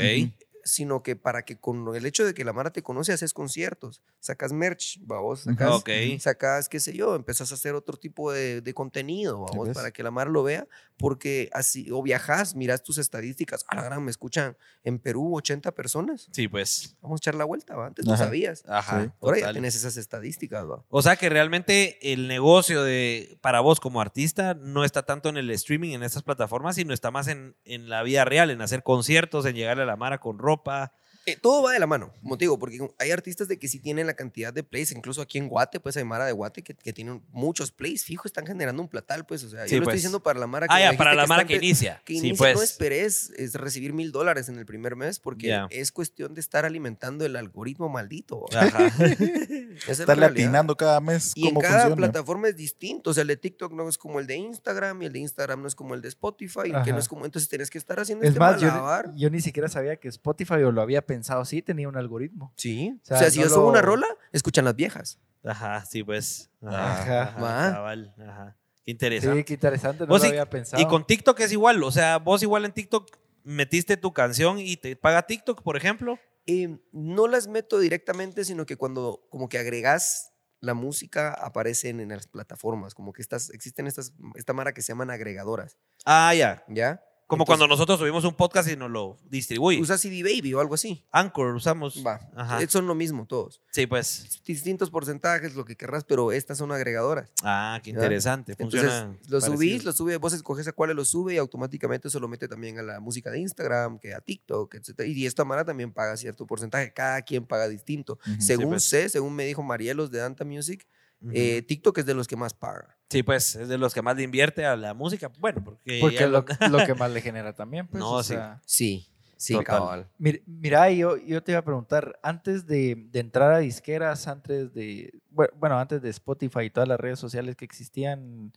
[SPEAKER 7] sino que para que con el hecho de que la Mara te conoce, haces conciertos, sacas merch, vamos, sacas,
[SPEAKER 1] Ok.
[SPEAKER 7] sacas, qué sé yo, empezás a hacer otro tipo de, de contenido,
[SPEAKER 2] Sí,
[SPEAKER 7] vamos,
[SPEAKER 2] ves.
[SPEAKER 7] para que la Mara lo vea, porque así, o viajas, miras tus estadísticas, a la gran, me escuchan en Perú 80 personas,
[SPEAKER 1] Sí, pues.
[SPEAKER 7] vamos a echar la vuelta, ¿va? antes no
[SPEAKER 2] Ajá. Ah,
[SPEAKER 7] sabías,
[SPEAKER 1] Ajá.
[SPEAKER 2] Sí.
[SPEAKER 7] ahora ya
[SPEAKER 1] total.
[SPEAKER 7] tenés esas estadísticas, ¿va?
[SPEAKER 1] O sea que realmente el negocio de para vos como artista no está tanto en el streaming, en estas plataformas, sino está más en, en la vida real, en hacer conciertos, en llegarle a la Mara con ropa.
[SPEAKER 7] Eh, todo va de la mano, como te digo, porque hay artistas de que sí tienen la cantidad de plays, incluso aquí en Guate, pues hay Mara de Guate que, que tienen muchos plays, fijo, están generando un platal, pues, o sea,
[SPEAKER 1] Sí,
[SPEAKER 7] yo lo
[SPEAKER 1] pues.
[SPEAKER 7] estoy diciendo para la Mara
[SPEAKER 1] ah, ya,
[SPEAKER 7] me
[SPEAKER 1] para
[SPEAKER 7] dijiste
[SPEAKER 1] la Mara
[SPEAKER 7] están
[SPEAKER 1] que
[SPEAKER 7] pe-
[SPEAKER 1] inicia.
[SPEAKER 7] que
[SPEAKER 1] sí,
[SPEAKER 7] inicia,
[SPEAKER 1] pues.
[SPEAKER 7] no esperes es recibir mil dólares en el primer mes, porque
[SPEAKER 1] Ya.
[SPEAKER 7] es cuestión de estar alimentando el algoritmo maldito.
[SPEAKER 1] Ajá.
[SPEAKER 7] *laughs* Esa es la
[SPEAKER 2] Estar
[SPEAKER 7] realidad.
[SPEAKER 2] latinando cada mes
[SPEAKER 7] Y en
[SPEAKER 2] cómo
[SPEAKER 7] cada
[SPEAKER 2] funciona.
[SPEAKER 7] plataforma es distinto. O sea, el de TikTok no es como el de Instagram, y el de Instagram no es como el de Spotify, y el que
[SPEAKER 3] Ajá.
[SPEAKER 7] no es como. Entonces tenés que estar haciendo
[SPEAKER 3] Es
[SPEAKER 7] este
[SPEAKER 3] más, yo,
[SPEAKER 7] malabar.
[SPEAKER 3] yo ni siquiera sabía que Spotify o lo había pensado así, tenía un algoritmo.
[SPEAKER 7] Sí. O
[SPEAKER 3] sea,
[SPEAKER 7] sea, si
[SPEAKER 3] no
[SPEAKER 7] yo subo
[SPEAKER 3] lo-
[SPEAKER 7] una rola, escuchan las viejas.
[SPEAKER 1] Ajá, sí, pues.
[SPEAKER 3] Ajá.
[SPEAKER 1] Ajá. Ajá.
[SPEAKER 7] Va.
[SPEAKER 1] cabal, ajá. Qué
[SPEAKER 3] Sí,
[SPEAKER 1] interesante.
[SPEAKER 3] qué interesante, no
[SPEAKER 1] Vos
[SPEAKER 3] lo
[SPEAKER 1] y-
[SPEAKER 3] había pensado.
[SPEAKER 1] y con TikTok es igual. O sea, vos igual en TikTok metiste tu canción y te paga TikTok, por ejemplo.
[SPEAKER 7] eh, no las meto directamente, sino que cuando como que agregas la música aparecen en las plataformas, como que estas, existen estas, esta mara que se llaman agregadoras,
[SPEAKER 1] Ah, ya.
[SPEAKER 7] ¿ya?
[SPEAKER 1] Como
[SPEAKER 7] Entonces,
[SPEAKER 1] cuando nosotros subimos un podcast y nos lo distribuye.
[SPEAKER 7] Usa CD Baby o algo así.
[SPEAKER 1] Anchor usamos.
[SPEAKER 7] Va.
[SPEAKER 1] Ajá.
[SPEAKER 7] Eh, Son lo mismo todos.
[SPEAKER 1] Sí, pues.
[SPEAKER 7] Distintos porcentajes, lo que querrás, pero estas son agregadoras.
[SPEAKER 1] Ah, qué
[SPEAKER 7] Ya.
[SPEAKER 1] interesante. Funciona.
[SPEAKER 7] Entonces, lo subís,
[SPEAKER 1] parecido.
[SPEAKER 7] lo subes, vos escoges a cuáles lo sube y automáticamente eso lo mete también a la música de Instagram, que a TikTok, etc. Y esta mara también paga cierto porcentaje. Cada quien paga distinto.
[SPEAKER 2] Ujú.
[SPEAKER 7] Según
[SPEAKER 1] pues.
[SPEAKER 7] sé, según me dijo Marielos de Danta Music,
[SPEAKER 1] Ujú.
[SPEAKER 7] eh, TikTok es de los que más paga.
[SPEAKER 1] Sí, pues es de los que más le invierte a la música. Bueno, porque. ya
[SPEAKER 3] porque lo,
[SPEAKER 1] lo-
[SPEAKER 3] lo que más le genera también. Pues,
[SPEAKER 1] No,
[SPEAKER 3] o
[SPEAKER 1] sí.
[SPEAKER 3] sea.
[SPEAKER 7] Sí, sí,
[SPEAKER 1] Ah. Total.
[SPEAKER 7] cabal.
[SPEAKER 3] Mir- Mira, yo, yo te iba a preguntar, antes de, de entrar a disqueras, antes de, bue- bueno, antes de Spotify y todas las redes sociales que existían,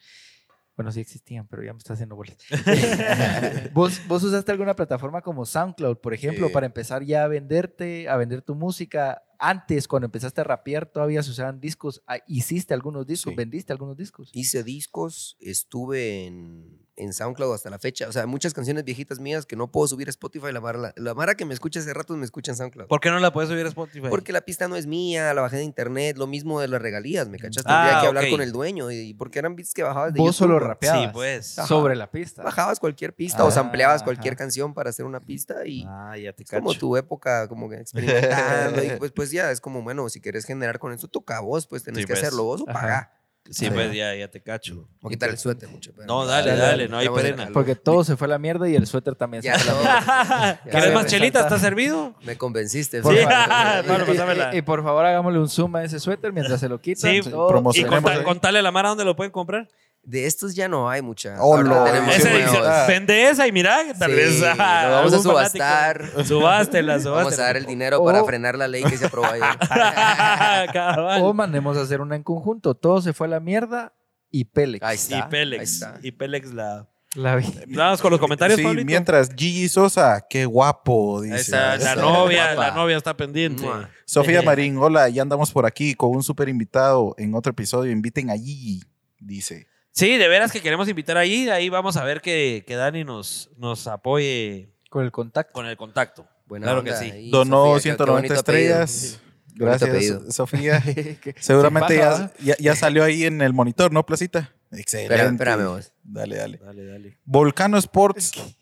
[SPEAKER 3] bueno, sí existían, pero ya me está haciendo bolas. *laughs* ¿Vos, ¿Vos usaste alguna plataforma como SoundCloud, por ejemplo,
[SPEAKER 7] Eh.
[SPEAKER 3] para empezar ya a venderte, a vender tu música? Antes, cuando empezaste a rapear, todavía se usaban discos. Ah, ¿Hiciste algunos discos?
[SPEAKER 2] Sí.
[SPEAKER 3] ¿Vendiste algunos discos?
[SPEAKER 7] Hice discos, estuve en, en SoundCloud hasta la fecha. O sea, muchas canciones viejitas mías que no puedo subir a Spotify. La mara, la, la mara que me escucha hace rato me escucha en
[SPEAKER 1] *laughs*
[SPEAKER 7] SoundCloud.
[SPEAKER 1] ¿Por qué no la puedes subir a Spotify?
[SPEAKER 7] Porque la pista no es mía, la bajé de internet, lo mismo de las regalías, ¿me cachas?
[SPEAKER 1] Ah,
[SPEAKER 7] Tendría que hablar
[SPEAKER 1] ok.
[SPEAKER 7] con el dueño. Y porque eran beats que bajabas de
[SPEAKER 3] Vos solo
[SPEAKER 7] ¿va?
[SPEAKER 1] Sí,
[SPEAKER 3] rapeabas
[SPEAKER 1] pues.
[SPEAKER 7] Ajá.
[SPEAKER 3] sobre la pista.
[SPEAKER 7] Bajabas cualquier pista o
[SPEAKER 3] Ah,
[SPEAKER 7] sampleabas
[SPEAKER 3] ajá.
[SPEAKER 7] cualquier canción para hacer una pista y...
[SPEAKER 1] Ah, ya te
[SPEAKER 7] Es como
[SPEAKER 1] cacho.
[SPEAKER 7] tu época, como
[SPEAKER 1] *laughs*
[SPEAKER 7] que experimentando. y pues, pues ya es como, bueno, si quieres generar con esto, toca vos, pues tenés
[SPEAKER 1] Sí,
[SPEAKER 7] que
[SPEAKER 1] pues.
[SPEAKER 7] hacerlo vos o
[SPEAKER 3] Ajá.
[SPEAKER 7] pagar.
[SPEAKER 1] Sí,
[SPEAKER 7] Ah,
[SPEAKER 1] pues ya, ya te cacho.
[SPEAKER 7] Voy a quitar el suéter, mucho. pero-
[SPEAKER 1] No, dale,
[SPEAKER 3] dale,
[SPEAKER 1] no hay
[SPEAKER 7] Estamos en
[SPEAKER 1] pena.
[SPEAKER 7] calor.
[SPEAKER 3] Porque todo se fue a la mierda y el suéter también se
[SPEAKER 7] Ya,
[SPEAKER 3] fue a la mierda.
[SPEAKER 7] no,
[SPEAKER 1] *laughs* ¿Quieres
[SPEAKER 3] cabe
[SPEAKER 1] más chelita?
[SPEAKER 3] resaltar.
[SPEAKER 1] ¿Está servido?
[SPEAKER 7] me convenciste.
[SPEAKER 1] Sí. *laughs*
[SPEAKER 7] Fer.
[SPEAKER 1] Pablo,
[SPEAKER 7] eh,
[SPEAKER 3] Y- y-
[SPEAKER 1] pásamela.
[SPEAKER 3] Y, por favor, hagámosle un zoom a ese suéter mientras se lo quitan.
[SPEAKER 1] Sí,
[SPEAKER 3] Todo-
[SPEAKER 2] promoción.
[SPEAKER 1] Y
[SPEAKER 2] Tenemos
[SPEAKER 1] conta-
[SPEAKER 2] ahí.
[SPEAKER 1] contale a la Mara dónde lo pueden comprar.
[SPEAKER 7] De estos ya no hay mucha.
[SPEAKER 2] Oh,
[SPEAKER 7] Ahora
[SPEAKER 2] lo-
[SPEAKER 7] tenemos
[SPEAKER 1] Ese
[SPEAKER 7] nuevos.
[SPEAKER 1] dice,
[SPEAKER 2] Ah.
[SPEAKER 1] vende esa y mira, que tal
[SPEAKER 7] Sí,
[SPEAKER 1] vez.
[SPEAKER 7] lo
[SPEAKER 1] ah,
[SPEAKER 7] vamos a
[SPEAKER 1] algún fanático-
[SPEAKER 7] subastar.
[SPEAKER 1] Subástela, subástela.
[SPEAKER 7] Vamos a dar el dinero
[SPEAKER 3] O-
[SPEAKER 7] para frenar la ley que se aprobó ayer.
[SPEAKER 1] *laughs* Cabal.
[SPEAKER 7] Oh,
[SPEAKER 3] O mandemos a hacer una en conjunto. Todo se fue a la mierda y Pélex.
[SPEAKER 7] Ahí
[SPEAKER 1] Y
[SPEAKER 7] está. ahí
[SPEAKER 1] Pélex.
[SPEAKER 7] está.
[SPEAKER 1] Y Pélex la.
[SPEAKER 3] La vi-
[SPEAKER 1] Vamos con los comentarios,
[SPEAKER 2] Sí,
[SPEAKER 1] Pablito.
[SPEAKER 2] mientras Gigi Sosa, qué guapo, dice. Este,
[SPEAKER 1] Ahí está, la
[SPEAKER 7] Eso,
[SPEAKER 1] novia,
[SPEAKER 7] guapa.
[SPEAKER 1] la novia está pendiente.
[SPEAKER 7] Mua.
[SPEAKER 2] Sofía Marín, hola, ya andamos por aquí con un super invitado en otro episodio. Inviten a Gigi, dice.
[SPEAKER 1] Sí, de veras que queremos invitar ahí. Ahí vamos a ver que, que Dani nos, nos apoye
[SPEAKER 3] con el contacto.
[SPEAKER 1] con el contacto.
[SPEAKER 7] Buena
[SPEAKER 1] Claro que
[SPEAKER 7] onda
[SPEAKER 1] sí.
[SPEAKER 7] ahí,
[SPEAKER 2] Donó
[SPEAKER 7] Sofía, qué- qué
[SPEAKER 2] 190
[SPEAKER 7] bonito apellido.
[SPEAKER 2] estrellas.
[SPEAKER 7] Bonito apellido.
[SPEAKER 2] Gracias,
[SPEAKER 7] *laughs*
[SPEAKER 2] Sofía.
[SPEAKER 3] Que-
[SPEAKER 2] *laughs* Seguramente
[SPEAKER 3] se
[SPEAKER 2] ya-
[SPEAKER 3] pasa,
[SPEAKER 2] ya, ya salió ahí en el monitor, ¿no, Placita? Excelente.
[SPEAKER 7] Espérame, espérame vos.
[SPEAKER 2] Dale, dale.
[SPEAKER 1] Dale, dale.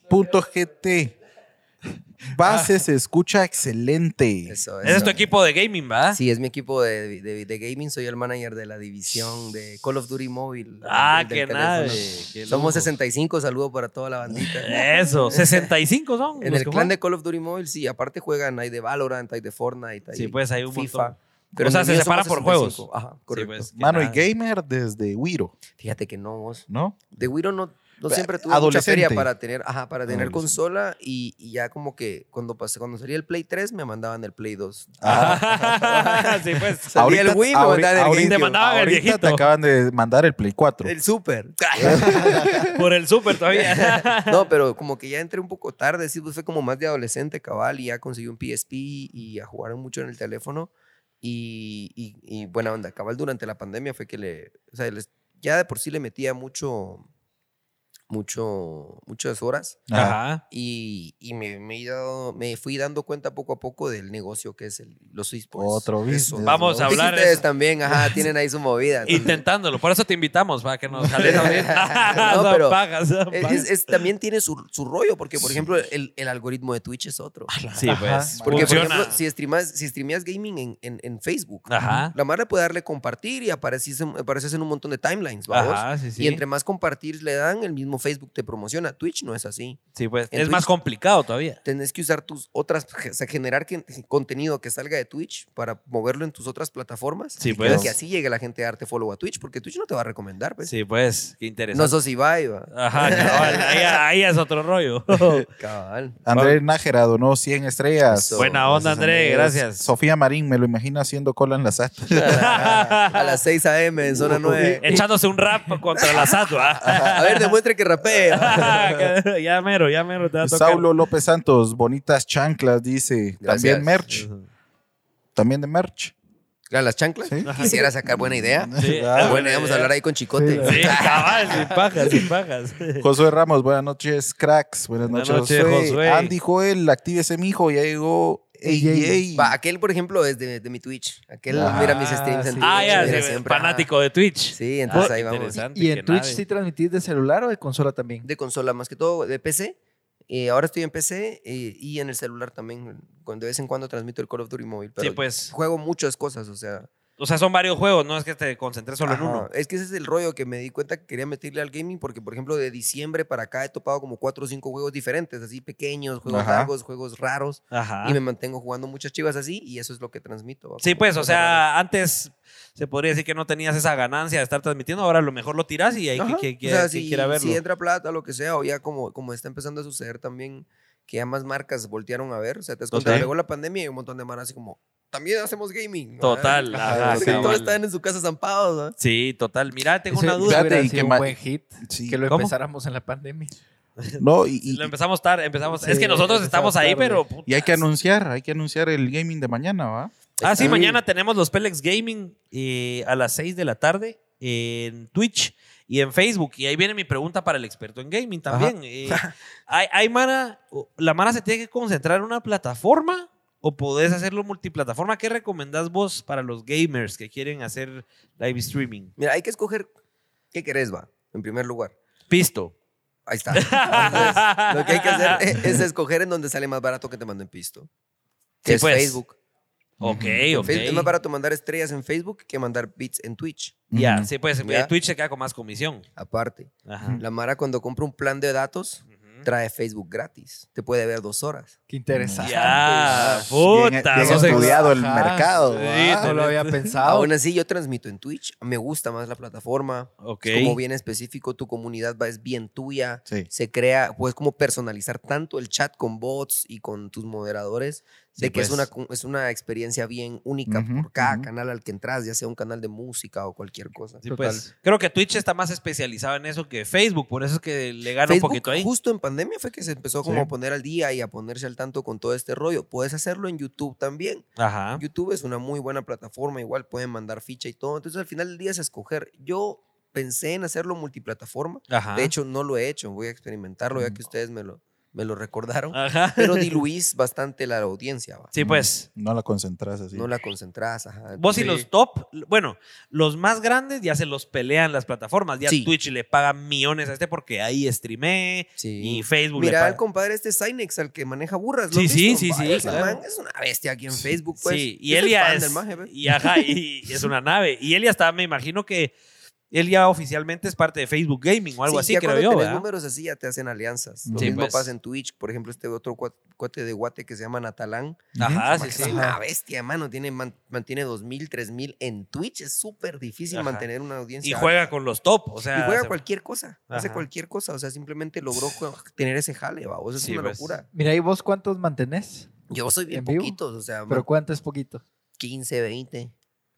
[SPEAKER 2] Volcanosports.gt. Base se escucha excelente.
[SPEAKER 7] Ah. Eso,
[SPEAKER 1] Ese es
[SPEAKER 7] eso.
[SPEAKER 1] tu equipo de gaming, ¿va?
[SPEAKER 7] Sí, es mi equipo de, de- de gaming. Soy el manager de la división de Call of Duty Mobile.
[SPEAKER 1] Ah,
[SPEAKER 7] del
[SPEAKER 1] qué
[SPEAKER 7] teléfono.
[SPEAKER 1] nada.
[SPEAKER 7] Somos 65. Saludo para toda la
[SPEAKER 1] *laughs*
[SPEAKER 7] bandita.
[SPEAKER 1] Eso, 65 son.
[SPEAKER 7] En
[SPEAKER 1] los
[SPEAKER 7] el
[SPEAKER 1] que
[SPEAKER 7] clan
[SPEAKER 1] juegan.
[SPEAKER 7] de Call of Duty Mobile, sí. Aparte juegan, hay de Valorant, hay de Fortnite, hay
[SPEAKER 1] Sí, pues hay un montón.
[SPEAKER 7] FIFA.
[SPEAKER 1] O sea,
[SPEAKER 7] en el
[SPEAKER 1] se
[SPEAKER 7] mío
[SPEAKER 1] separa
[SPEAKER 7] somos
[SPEAKER 1] por juegos. pues.
[SPEAKER 7] 65. Ajá, correcto.
[SPEAKER 1] Sí, pues, qué
[SPEAKER 2] Mano y
[SPEAKER 1] nada.
[SPEAKER 2] gamer desde Wiro,
[SPEAKER 7] Fíjate que no, vos.
[SPEAKER 2] ¿no?
[SPEAKER 7] De Wiro no. No
[SPEAKER 2] Pero,
[SPEAKER 7] siempre tuve mucha feria
[SPEAKER 2] adolescente.
[SPEAKER 7] para tener, ajá,
[SPEAKER 1] Ah,
[SPEAKER 7] para tener
[SPEAKER 2] Adolescente.
[SPEAKER 7] consola y, y ya como que cuando pasé, cuando salía el Play 3 me mandaban el Play
[SPEAKER 1] *laughs*
[SPEAKER 7] 2.
[SPEAKER 1] sí, pues.
[SPEAKER 7] Salía el Wii, me
[SPEAKER 2] ahori-
[SPEAKER 7] mandaban el
[SPEAKER 2] ahorita-
[SPEAKER 7] GameCube.
[SPEAKER 1] Te mandaban el
[SPEAKER 2] ahorita te
[SPEAKER 1] viejito.
[SPEAKER 2] acaban de mandar el Play 4.
[SPEAKER 7] *laughs*
[SPEAKER 1] *laughs*
[SPEAKER 7] El Super.
[SPEAKER 1] Por el súper todavía.
[SPEAKER 7] no, pero como que ya entré un poco tarde, sí, pues fue como más de adolescente cabal y ya conseguí un PSP y ya jugaron mucho en el teléfono y, y- y buena onda, cabal durante la pandemia fue que le, o sea, les- ya de por sí le metía mucho, mucho, muchas horas
[SPEAKER 2] Ajá.
[SPEAKER 1] *laughs* Ajá.
[SPEAKER 7] y, y me, me he dado- me fui dando cuenta poco a poco del negocio que es el, los esports.
[SPEAKER 2] Otro
[SPEAKER 7] Eso.
[SPEAKER 2] business,
[SPEAKER 1] Vamos
[SPEAKER 2] ¿no?
[SPEAKER 1] a hablar
[SPEAKER 7] ustedes
[SPEAKER 1] eso.
[SPEAKER 7] también,
[SPEAKER 1] *laughs*
[SPEAKER 7] ajá, tienen ahí su movida. entonces-
[SPEAKER 1] Intentándolo, por eso te invitamos, para que
[SPEAKER 7] *laughs*
[SPEAKER 1] nos jales también. *laughs*
[SPEAKER 7] No,
[SPEAKER 1] Son
[SPEAKER 7] pero-
[SPEAKER 1] pajas, son
[SPEAKER 7] Es-
[SPEAKER 1] pajas.
[SPEAKER 7] Eh, es- es- también tiene su, su rollo, porque por ejemplo el, el algoritmo de Twitch es otro.
[SPEAKER 1] Sí, pues.
[SPEAKER 7] Porque por
[SPEAKER 1] funciona.
[SPEAKER 7] ejemplo, si streamas, si streameas gaming en, en- en Facebook,
[SPEAKER 1] Ajá.
[SPEAKER 7] la madre puede darle compartir y apareces, en- apareces en un montón de timelines, ¿va vos?
[SPEAKER 1] Ajá, sí, sí.
[SPEAKER 7] Y entre más compartir le dan, el mismo Facebook te promociona. Twitch no es así.
[SPEAKER 1] Sí, pues.
[SPEAKER 7] en
[SPEAKER 1] Es más
[SPEAKER 7] Twitch-
[SPEAKER 1] complicado todavía.
[SPEAKER 7] Tenés que usar tus otras, o sea, generar que- contenido que salga de Twitch para moverlo en tus otras plataformas.
[SPEAKER 1] Sí,
[SPEAKER 7] y
[SPEAKER 1] pues.
[SPEAKER 7] Que así llegue la gente a darte follow a Twitch, porque Twitch no te va a recomendar, pues.
[SPEAKER 1] Sí, pues. Qué
[SPEAKER 7] no
[SPEAKER 1] interesante.
[SPEAKER 7] sos
[SPEAKER 1] *laughs*
[SPEAKER 7] Ibai, va. *laughs*
[SPEAKER 1] Ajá, cabal, ahí, ahí es otro rollo.
[SPEAKER 7] Cabal.
[SPEAKER 2] André Nájera donó 100 estrellas.
[SPEAKER 7] Eso.
[SPEAKER 1] Buena onda,
[SPEAKER 7] Gracias,
[SPEAKER 1] André,
[SPEAKER 7] Andrés. *laughs*
[SPEAKER 1] gracias.
[SPEAKER 2] Sofía Marín, me lo imagino haciendo cola en la sata.
[SPEAKER 7] a las 6 a.m. en zona 9.
[SPEAKER 1] Echándose un rap contra la satua.
[SPEAKER 7] *laughs* A ver, demuestre
[SPEAKER 1] *laughs*
[SPEAKER 7] que rapea.
[SPEAKER 1] ya mero, ya mero te va a tocar.
[SPEAKER 2] Saulo López Santos, bonitas chanclas, dice.
[SPEAKER 7] Gracias.
[SPEAKER 2] También merch. También de merch.
[SPEAKER 7] Claro, las chanclas.
[SPEAKER 2] Sí.
[SPEAKER 7] Quisiera sacar buena idea.
[SPEAKER 1] *laughs* Sí.
[SPEAKER 7] Ah, bueno, ya vamos a hablar ahí con Chicote.
[SPEAKER 1] Sí, cabal, sin pajas, sin pajas.
[SPEAKER 2] Josué Ramos, buenas noches, cracks. Buenas
[SPEAKER 1] Buenas
[SPEAKER 2] noches,
[SPEAKER 1] noches,
[SPEAKER 2] Josué.
[SPEAKER 1] Josué.
[SPEAKER 2] Andy Joel, actívese, mijo. Ya llegó AJ.
[SPEAKER 7] Pa, aquel, por ejemplo, es de, de mi Twitch. Aquel
[SPEAKER 2] Ah,
[SPEAKER 7] mira mis streams en
[SPEAKER 1] Sí.
[SPEAKER 7] Twitch.
[SPEAKER 1] Ah, ya,
[SPEAKER 7] mira
[SPEAKER 1] sí,
[SPEAKER 7] siempre, ajá.
[SPEAKER 1] fanático de Twitch.
[SPEAKER 7] Sí, entonces
[SPEAKER 1] Ah,
[SPEAKER 7] ahí vamos.
[SPEAKER 1] interesante
[SPEAKER 3] ¿Y
[SPEAKER 1] que
[SPEAKER 3] en Twitch
[SPEAKER 1] nadie-
[SPEAKER 3] sí transmitís de celular o de consola también?
[SPEAKER 7] De consola, más que todo de PC. Eh, ahora estoy en PC eh, y en el celular también. Cuando de vez en cuando transmito el Call of Duty móvil. Pero
[SPEAKER 1] Sí, pues.
[SPEAKER 7] Juego muchas cosas, o sea.
[SPEAKER 1] O sea, son varios juegos, no es que te concentres solo en
[SPEAKER 7] Ajá,
[SPEAKER 1] uno.
[SPEAKER 7] Es que ese es el rollo que me di cuenta que quería meterle al gaming porque, por ejemplo, de diciembre para acá he topado como cuatro o cinco juegos diferentes, así pequeños, juegos
[SPEAKER 2] Ajá.
[SPEAKER 7] largos, juegos raros.
[SPEAKER 1] Ajá.
[SPEAKER 7] Y me mantengo jugando muchas chivas así y eso es lo que transmito. ¿va?
[SPEAKER 1] Sí,
[SPEAKER 7] Como
[SPEAKER 1] pues, o
[SPEAKER 7] cosas
[SPEAKER 1] sea, antes se podría decir que no tenías esa ganancia de estar transmitiendo, ahora a lo mejor lo tiras y ahí
[SPEAKER 7] raras.
[SPEAKER 1] que,
[SPEAKER 7] Ajá.
[SPEAKER 1] que- que-
[SPEAKER 7] O sea,
[SPEAKER 1] que
[SPEAKER 7] si,
[SPEAKER 1] quiera verlo.
[SPEAKER 7] si entra plata, lo que sea, o ya como, como está empezando a suceder también, que ya más marcas voltearon a ver. O sea, te das cuenta,
[SPEAKER 1] Total.
[SPEAKER 7] llegó la pandemia y un montón de maras así como, también hacemos gaming. ¿va?
[SPEAKER 1] Total, Ah, ajá,
[SPEAKER 7] Porque
[SPEAKER 1] cabal.
[SPEAKER 7] todos están en su casa zampados. ¿va?
[SPEAKER 1] Sí, total. Mira, tengo
[SPEAKER 3] Ese
[SPEAKER 1] una duda.
[SPEAKER 2] Fíjate,
[SPEAKER 3] hubiera
[SPEAKER 2] y
[SPEAKER 3] sido
[SPEAKER 2] que
[SPEAKER 3] un
[SPEAKER 2] ma-
[SPEAKER 3] buen hit
[SPEAKER 2] Sí.
[SPEAKER 3] que lo
[SPEAKER 1] ¿Cómo?
[SPEAKER 3] empezáramos en la pandemia.
[SPEAKER 2] No, y, y-
[SPEAKER 1] Lo empezamos tarde, empezamos. es
[SPEAKER 3] Sí,
[SPEAKER 1] que nosotros estamos
[SPEAKER 3] empezamos
[SPEAKER 1] ahí,
[SPEAKER 3] tarde.
[SPEAKER 1] pero. puta.
[SPEAKER 2] y hay que anunciar, hay que anunciar el gaming de mañana, ¿va?
[SPEAKER 1] Ah, sí,
[SPEAKER 7] Está-
[SPEAKER 1] mañana tenemos los Pelex Gaming eh, a las 6 de la tarde en Twitch y en Facebook. Y ahí viene mi pregunta para el experto en gaming también. Eh, hay, hay Mara, o- ¿La Mara se tiene que concentrar en una plataforma o podés hacerlo multiplataforma? ¿Qué recomendás vos para los gamers que quieren hacer live streaming?
[SPEAKER 7] Mira, hay que escoger qué querés, va, en primer lugar.
[SPEAKER 1] Pisto.
[SPEAKER 7] Ahí está. Entonces, lo que hay que
[SPEAKER 1] *laughs*
[SPEAKER 7] hacer es, es escoger en donde sale más barato que te manden pisto. Que
[SPEAKER 1] Sí,
[SPEAKER 7] es
[SPEAKER 1] pues.
[SPEAKER 7] Facebook.
[SPEAKER 1] Ok,
[SPEAKER 7] En
[SPEAKER 1] ok.
[SPEAKER 7] Facebook Es más barato mandar estrellas en Facebook que mandar bits en Twitch,
[SPEAKER 1] Ya,
[SPEAKER 2] Ujú.
[SPEAKER 1] sí, pues
[SPEAKER 7] Ya.
[SPEAKER 1] Twitch se queda con más comisión.
[SPEAKER 7] aparte.
[SPEAKER 1] Ajá.
[SPEAKER 2] Mm.
[SPEAKER 7] La Mara cuando compra un plan de datos
[SPEAKER 1] Ujú.
[SPEAKER 7] trae Facebook gratis. Te puede ver dos horas.
[SPEAKER 3] Qué interesante.
[SPEAKER 1] Ya,
[SPEAKER 3] Ah,
[SPEAKER 2] Bien-
[SPEAKER 1] puta.
[SPEAKER 3] e-
[SPEAKER 2] bien
[SPEAKER 1] sos ex-
[SPEAKER 2] estudiado el
[SPEAKER 3] Ajá,
[SPEAKER 2] mercado.
[SPEAKER 3] sí,
[SPEAKER 2] ¿va?
[SPEAKER 3] no lo había
[SPEAKER 2] Ah,
[SPEAKER 3] pensado.
[SPEAKER 7] Aún así yo transmito en Twitch. Me gusta más la plataforma.
[SPEAKER 1] Ok.
[SPEAKER 7] Es como bien específico. Tu comunidad va- es bien tuya.
[SPEAKER 2] Sí.
[SPEAKER 7] Se crea, puedes como personalizar tanto el chat con bots y con tus moderadores
[SPEAKER 1] Sí,
[SPEAKER 7] de que es,
[SPEAKER 1] pues.
[SPEAKER 7] una, cu- es una experiencia bien única
[SPEAKER 2] Ujú,
[SPEAKER 7] por cada
[SPEAKER 2] ujú.
[SPEAKER 7] canal al que entras, ya sea un canal de música o cualquier cosa.
[SPEAKER 1] Sí, pues, creo que Twitch está más especializado en eso que Facebook, por eso es que le gana
[SPEAKER 7] Facebook,
[SPEAKER 1] un poquito ahí.
[SPEAKER 7] justo en pandemia fue que se empezó como
[SPEAKER 2] Sí.
[SPEAKER 7] a poner al día y a ponerse al tanto con todo este rollo. Puedes hacerlo en YouTube también.
[SPEAKER 1] Ajá.
[SPEAKER 7] YouTube es una muy buena plataforma, igual pueden mandar ficha y todo. Entonces al final del día es escoger. Yo pensé en hacerlo multiplataforma.
[SPEAKER 1] Ajá.
[SPEAKER 7] De hecho, no lo he hecho. Voy a experimentarlo
[SPEAKER 1] Mm.
[SPEAKER 7] ya que ustedes me lo, me lo recordaron.
[SPEAKER 1] Ajá.
[SPEAKER 7] Pero diluís bastante la audiencia, va.
[SPEAKER 1] *laughs* Sí, pues.
[SPEAKER 2] No la concentras así.
[SPEAKER 7] No la concentrás. Ajá.
[SPEAKER 1] Vos y
[SPEAKER 7] mm, Sí.
[SPEAKER 1] los top, bueno, los más grandes ya se los pelean las plataformas. Ya
[SPEAKER 7] Sí.
[SPEAKER 1] Twitch le paga millones a este porque ahí streamé
[SPEAKER 7] Sí.
[SPEAKER 1] y Facebook le
[SPEAKER 7] Mira
[SPEAKER 1] paga.
[SPEAKER 7] al compadre este Sainex, al que maneja burras. ¿lo
[SPEAKER 1] Sí,
[SPEAKER 7] has
[SPEAKER 1] sí,
[SPEAKER 7] visto?
[SPEAKER 1] sí,
[SPEAKER 7] Va,
[SPEAKER 1] sí,
[SPEAKER 7] ese
[SPEAKER 1] claro.
[SPEAKER 7] man es una bestia aquí en Facebook, pues.
[SPEAKER 1] sí, y
[SPEAKER 7] Yo
[SPEAKER 1] él
[SPEAKER 7] soy
[SPEAKER 1] ya
[SPEAKER 7] fan pues.
[SPEAKER 1] es.
[SPEAKER 7] del maje, ve.
[SPEAKER 1] y ajá, y, y es una nave. Y él ya está, me imagino que Él ya oficialmente es parte de Facebook Gaming o algo
[SPEAKER 7] Sí,
[SPEAKER 1] así,
[SPEAKER 7] ya
[SPEAKER 1] creo
[SPEAKER 7] cuando
[SPEAKER 1] yo,
[SPEAKER 7] tenés
[SPEAKER 1] ¿verdad?
[SPEAKER 7] números así ya te hacen alianzas. Lo
[SPEAKER 1] Sí,
[SPEAKER 7] mismo
[SPEAKER 1] pues.
[SPEAKER 7] pasa en Twitch. Por ejemplo, este otro cuat- cuate de Guate que se llama Natalán.
[SPEAKER 1] Ajá,
[SPEAKER 7] Ma,
[SPEAKER 1] Ah, sí,
[SPEAKER 7] que
[SPEAKER 1] sí.
[SPEAKER 7] Es una bestia, mano. Tiene, man- mantiene 2.000, 3.000 en Twitch. Es súper difícil
[SPEAKER 1] Ajá.
[SPEAKER 7] mantener una audiencia.
[SPEAKER 1] Y juega con los top, o sea.
[SPEAKER 7] Y juega
[SPEAKER 1] se-
[SPEAKER 7] cualquier cosa. Hace
[SPEAKER 1] Ajá.
[SPEAKER 7] cualquier cosa. O sea, simplemente logró co- tener ese jale, va. Eso es
[SPEAKER 1] Sí,
[SPEAKER 7] una
[SPEAKER 1] pues.
[SPEAKER 7] locura.
[SPEAKER 3] Mira, ¿y vos cuántos mantenés?
[SPEAKER 7] Yo soy bien
[SPEAKER 3] ¿En vivo?
[SPEAKER 7] poquitos. O sea,
[SPEAKER 3] Pero cuánto es poquito.
[SPEAKER 7] 15, 20.